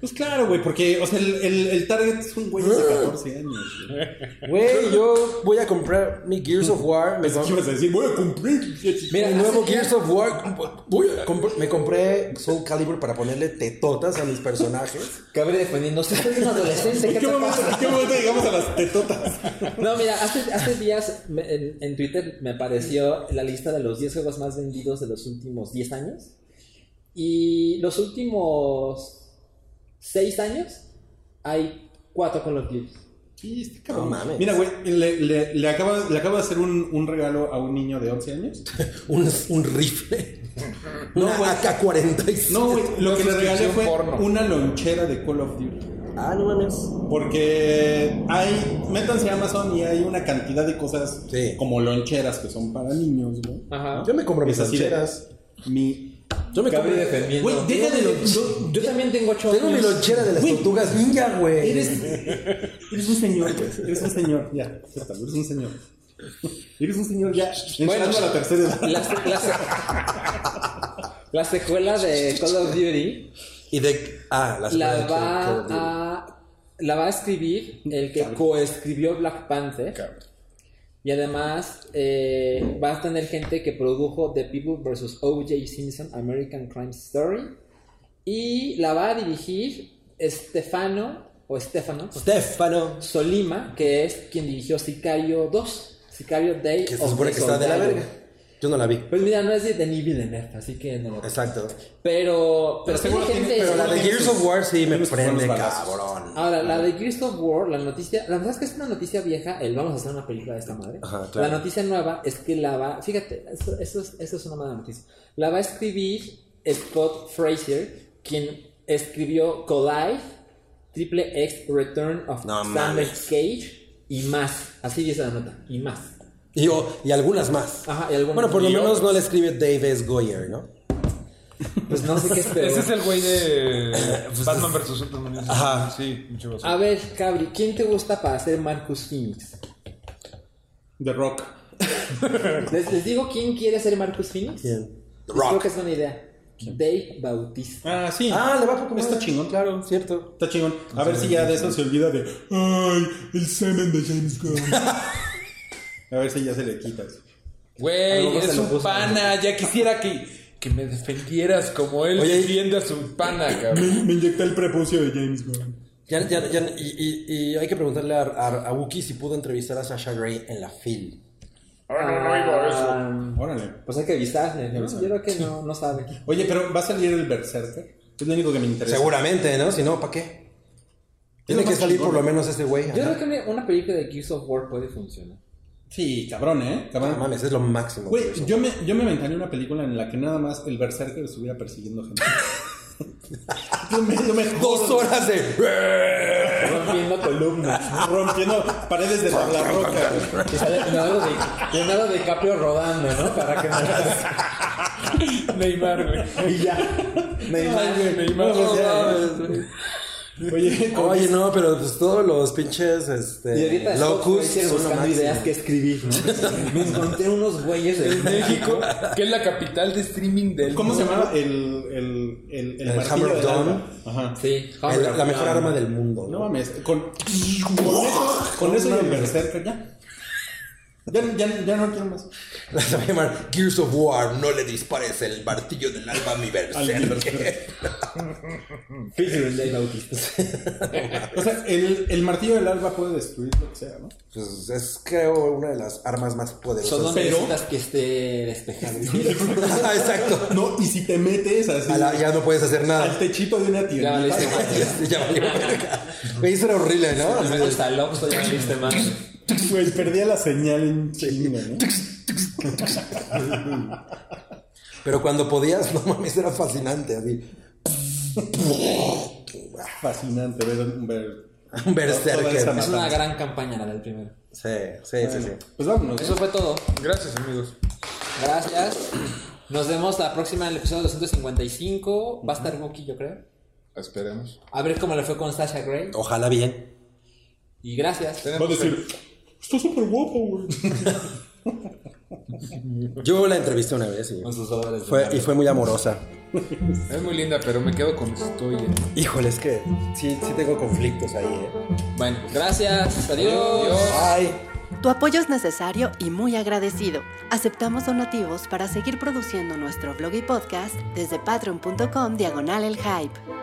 Speaker 5: Pues claro, güey, porque, o sea, el, el- el target es un güey de
Speaker 4: Ah.
Speaker 5: 14 años. güey.
Speaker 4: Güey, yo voy a comprar mi Gears of War. Me
Speaker 5: Pensé que ibas a decir, voy a cumplir.
Speaker 4: Mira, el nuevo Gears of War. voy a comprar- me compré Soul Calibur para ponerle tetotas a mis personajes.
Speaker 6: Cabrera defendiendo. Usted es un adolescente.
Speaker 5: ¿En
Speaker 6: ¿Qué
Speaker 5: qué
Speaker 6: te
Speaker 5: momento,
Speaker 6: pasa?
Speaker 5: en qué momento llegamos a las tetotas?
Speaker 2: No, mira, hace, hace días me- en, en Twitter me apareció la lista de los 10 juegos más vendidos de los últimos 10 años. Y los últimos 6 años hay 4 Call of Duty.
Speaker 5: Sí, está cabrón.
Speaker 4: No mames.
Speaker 5: Mira, güey, le, le, le acaba, le acaba de hacer un, un regalo a un niño de 11 años.
Speaker 4: Un, un rifle.
Speaker 5: No,
Speaker 4: Una
Speaker 5: güey.
Speaker 4: AK-47.
Speaker 5: No, güey, lo que le regalé fue
Speaker 3: porno.
Speaker 5: una lonchera de Call of Duty.
Speaker 4: Ah, no mames.
Speaker 5: Porque hay, métanse a Amazon y hay una cantidad de cosas
Speaker 4: Sí.
Speaker 5: como loncheras que son para niños, güey.
Speaker 2: Ajá.
Speaker 4: Yo me compro mis
Speaker 5: Es así de-
Speaker 4: loncheras.
Speaker 5: Mi...
Speaker 4: Yo me
Speaker 6: Cabrera
Speaker 4: compro.
Speaker 6: defendiendo.
Speaker 5: Güey, deja de... yo-
Speaker 2: Yo también tengo 8
Speaker 4: Tengo mi lonchera de las tortugas ninja, güey.
Speaker 5: Eres, eres un señor, güey. Eres un señor, ya. ya está, Eres un señor. Eres un señor ya. Entrando a la tercera edad.
Speaker 2: La, se- la se- la secuela de Call of Duty
Speaker 4: Y de. Ah, las
Speaker 2: la
Speaker 4: cosas
Speaker 2: va
Speaker 4: que-
Speaker 2: a, la va a escribir el que coescribió Black Panther. Y además eh, va a tener gente que produjo The People vs. O.J. Simpson American Crime Story. Y la va a dirigir Stefano o Stefano pues,
Speaker 4: Stefano.
Speaker 2: Solima, que es quien dirigió Sicario 2. Sicario Day
Speaker 4: Que se
Speaker 2: of
Speaker 4: supone
Speaker 2: the
Speaker 4: que está de la
Speaker 2: Soldado.
Speaker 4: verga. Yo no la vi.
Speaker 2: Pues mira, no es de Denis Villeneuve, así que no lo
Speaker 4: Exacto.
Speaker 2: Pero, pero tiene
Speaker 5: seguro
Speaker 2: gente.
Speaker 5: tiene-
Speaker 4: Pero la de Gears of War sí me
Speaker 5: Tienes que
Speaker 4: prende,
Speaker 5: poner los balazos.
Speaker 4: cabrón.
Speaker 2: Ahora, la de Gears of War, la noticia, la verdad es que es una noticia vieja, el vamos a hacer una película de esta madre.
Speaker 4: Ajá, claro.
Speaker 2: La noticia nueva es que la va, fíjate, eso, eso es, eso es una mala noticia. La va a escribir Scott Fraser, quien escribió Collide, Triple X Return of
Speaker 4: No
Speaker 2: Samuel
Speaker 4: mames.
Speaker 2: Cage y más. Así dice la nota, y más.
Speaker 4: Y, o- y algunas más.
Speaker 2: Ajá, Ah, y algunas
Speaker 4: bueno, por lo
Speaker 2: más.
Speaker 4: menos no le escribe Dave S. Goyer, ¿no?
Speaker 2: Pues no sé qué es peor.
Speaker 3: Ese es el güey de Batman vs. Superman.
Speaker 4: Ajá.
Speaker 3: Sí, mucho más.
Speaker 2: A ver, Cabri, ¿quién te gusta para ser Marcus Phoenix?
Speaker 5: The Rock.
Speaker 2: Les, les digo quién quiere ser Marcus Phoenix.
Speaker 4: ¿Quién? The
Speaker 2: Pues Creo
Speaker 4: Rock.
Speaker 2: que es buena idea. Dave Bautista.
Speaker 5: Ah, sí.
Speaker 4: Ah, le va a Pokémon.
Speaker 5: Está chingón,
Speaker 4: claro, cierto.
Speaker 5: Está chingón. A ver si ya de eso se olvida de. Ay, el semen de James Gunn. A ver si ya se le quita eso.
Speaker 3: Güey,
Speaker 2: Algo se
Speaker 3: es
Speaker 2: lo
Speaker 3: un
Speaker 2: puso.
Speaker 3: pana. Ya quisiera que, que me defendieras como él
Speaker 4: Oye, y-
Speaker 3: defiende a su pana,
Speaker 5: Me,
Speaker 3: cabrón.
Speaker 5: me inyecté el prepucio de James Gunn.
Speaker 4: Ya, ya, ya, y, y- y hay que preguntarle a, a, a Wookie si pudo entrevistar a Sasha Gray en la FIL.
Speaker 2: Ah,
Speaker 5: Órale.
Speaker 2: Pues hay que avisarle, ¿no? Yo creo que no, no sabe.
Speaker 5: Oye, pero ¿va a salir el Berserker? Es lo único que me interesa.
Speaker 4: Seguramente, ¿no? Si no, ¿para qué? Tiene
Speaker 5: lo
Speaker 4: que
Speaker 5: más
Speaker 4: salir por
Speaker 5: chingón.
Speaker 4: Pues, lo menos ese güey.
Speaker 2: Yo
Speaker 4: ajá.
Speaker 2: creo que una- una película de Gears of War puede funcionar.
Speaker 5: Sí, cabrón, ¿eh?
Speaker 4: No
Speaker 5: Cabrón.
Speaker 4: mames, es lo máximo.
Speaker 5: Güey,
Speaker 4: eso.
Speaker 5: yo me, yo me aventaré una película en la que nada más el Berserker estuviera persiguiendo gente. yo me, yo me
Speaker 4: Dos
Speaker 5: jodo.
Speaker 4: horas de...
Speaker 2: Rompiendo columnas.
Speaker 5: Rompiendo paredes de la roca.
Speaker 2: Y sale Leonardo, Di- Leonardo DiCaprio rodando, ¿no? Para que no las-
Speaker 3: Neymar, güey.
Speaker 5: Y ya.
Speaker 3: Ay, güey, Neymar.
Speaker 5: No, pues ya,
Speaker 3: no
Speaker 5: ¿eh?
Speaker 3: mames, güey.
Speaker 5: Oye, con-
Speaker 4: Oye, no, pero pues todos los pinches,
Speaker 2: Y ahorita
Speaker 4: este,
Speaker 2: Scott
Speaker 4: locus
Speaker 2: Fraser
Speaker 4: son lo
Speaker 2: buscando
Speaker 4: máximo.
Speaker 2: ideas que escribir, ¿no? Me encontré unos güeyes
Speaker 3: En
Speaker 2: de...
Speaker 3: México, que es la capital de streaming del
Speaker 5: ¿Cómo se
Speaker 3: mundo.
Speaker 5: llamaba? El, el, el,
Speaker 4: El
Speaker 5: martillo
Speaker 4: Hammer of
Speaker 5: del
Speaker 4: Dawn.
Speaker 5: alma. Ajá.
Speaker 2: Sí,
Speaker 4: El- la mejor arma del mundo.
Speaker 5: No mames, con, con eso, con eso y el Berserker ya. Ya, ya, ya no quiero más.
Speaker 4: La se va a llamar Gears of War. No le dispares el martillo del alba a mi
Speaker 5: Al
Speaker 4: berserker.
Speaker 2: Featuring Dave Bautista.
Speaker 5: O sea, el, el martillo del alba puede destruir lo que sea, ¿no?
Speaker 4: Pues es, creo, una de las armas más
Speaker 2: Son
Speaker 4: poderosas.
Speaker 2: donde
Speaker 5: pero-
Speaker 2: necesitas que esté despejado.
Speaker 4: Ah, Exacto.
Speaker 5: No, y si te metes así
Speaker 4: A la- ya no puedes hacer
Speaker 5: al
Speaker 4: nada.
Speaker 5: techito de una
Speaker 2: Ya
Speaker 5: tienda.
Speaker 2: valiste más.
Speaker 4: ya valió verga. Güey, eso era horrible, ¿no?
Speaker 2: Al menos hasta el Oxxo ya valiste más.
Speaker 5: Pues perdía la señal en chinga, ¿no?
Speaker 4: Pero cuando podías, no mames, era fascinante. Así.
Speaker 5: Fascinante ver, ver.
Speaker 4: Un
Speaker 5: Toda esa
Speaker 4: berserker.
Speaker 5: madre.
Speaker 2: Es una gran campaña la del primero.
Speaker 4: Sí, sí, sí, sí.
Speaker 5: Pues vámonos.
Speaker 2: Eso fue todo.
Speaker 3: Gracias, amigos.
Speaker 2: Gracias. Nos vemos la próxima en el episodio 255. Va a estar Wookie, yo creo.
Speaker 3: Esperemos.
Speaker 2: A ver cómo le fue con Sasha Gray.
Speaker 4: Ojalá bien.
Speaker 2: Y gracias.
Speaker 5: Va a decir, está súper guapo, güey.
Speaker 4: Yo la entrevisté una vez y
Speaker 2: Con sus obras de
Speaker 4: fue,
Speaker 2: arte.
Speaker 4: y fue muy amorosa.
Speaker 3: Es muy linda, pero me quedo con estoy. en-
Speaker 4: Híjole, es que sí, sí tengo conflictos ahí, ¿eh?
Speaker 2: Bueno, gracias. adiós.
Speaker 4: Ay,
Speaker 1: Tu apoyo es necesario y muy agradecido. Aceptamos donativos para seguir produciendo nuestro blog y podcast desde patreon.com diagonal el hype.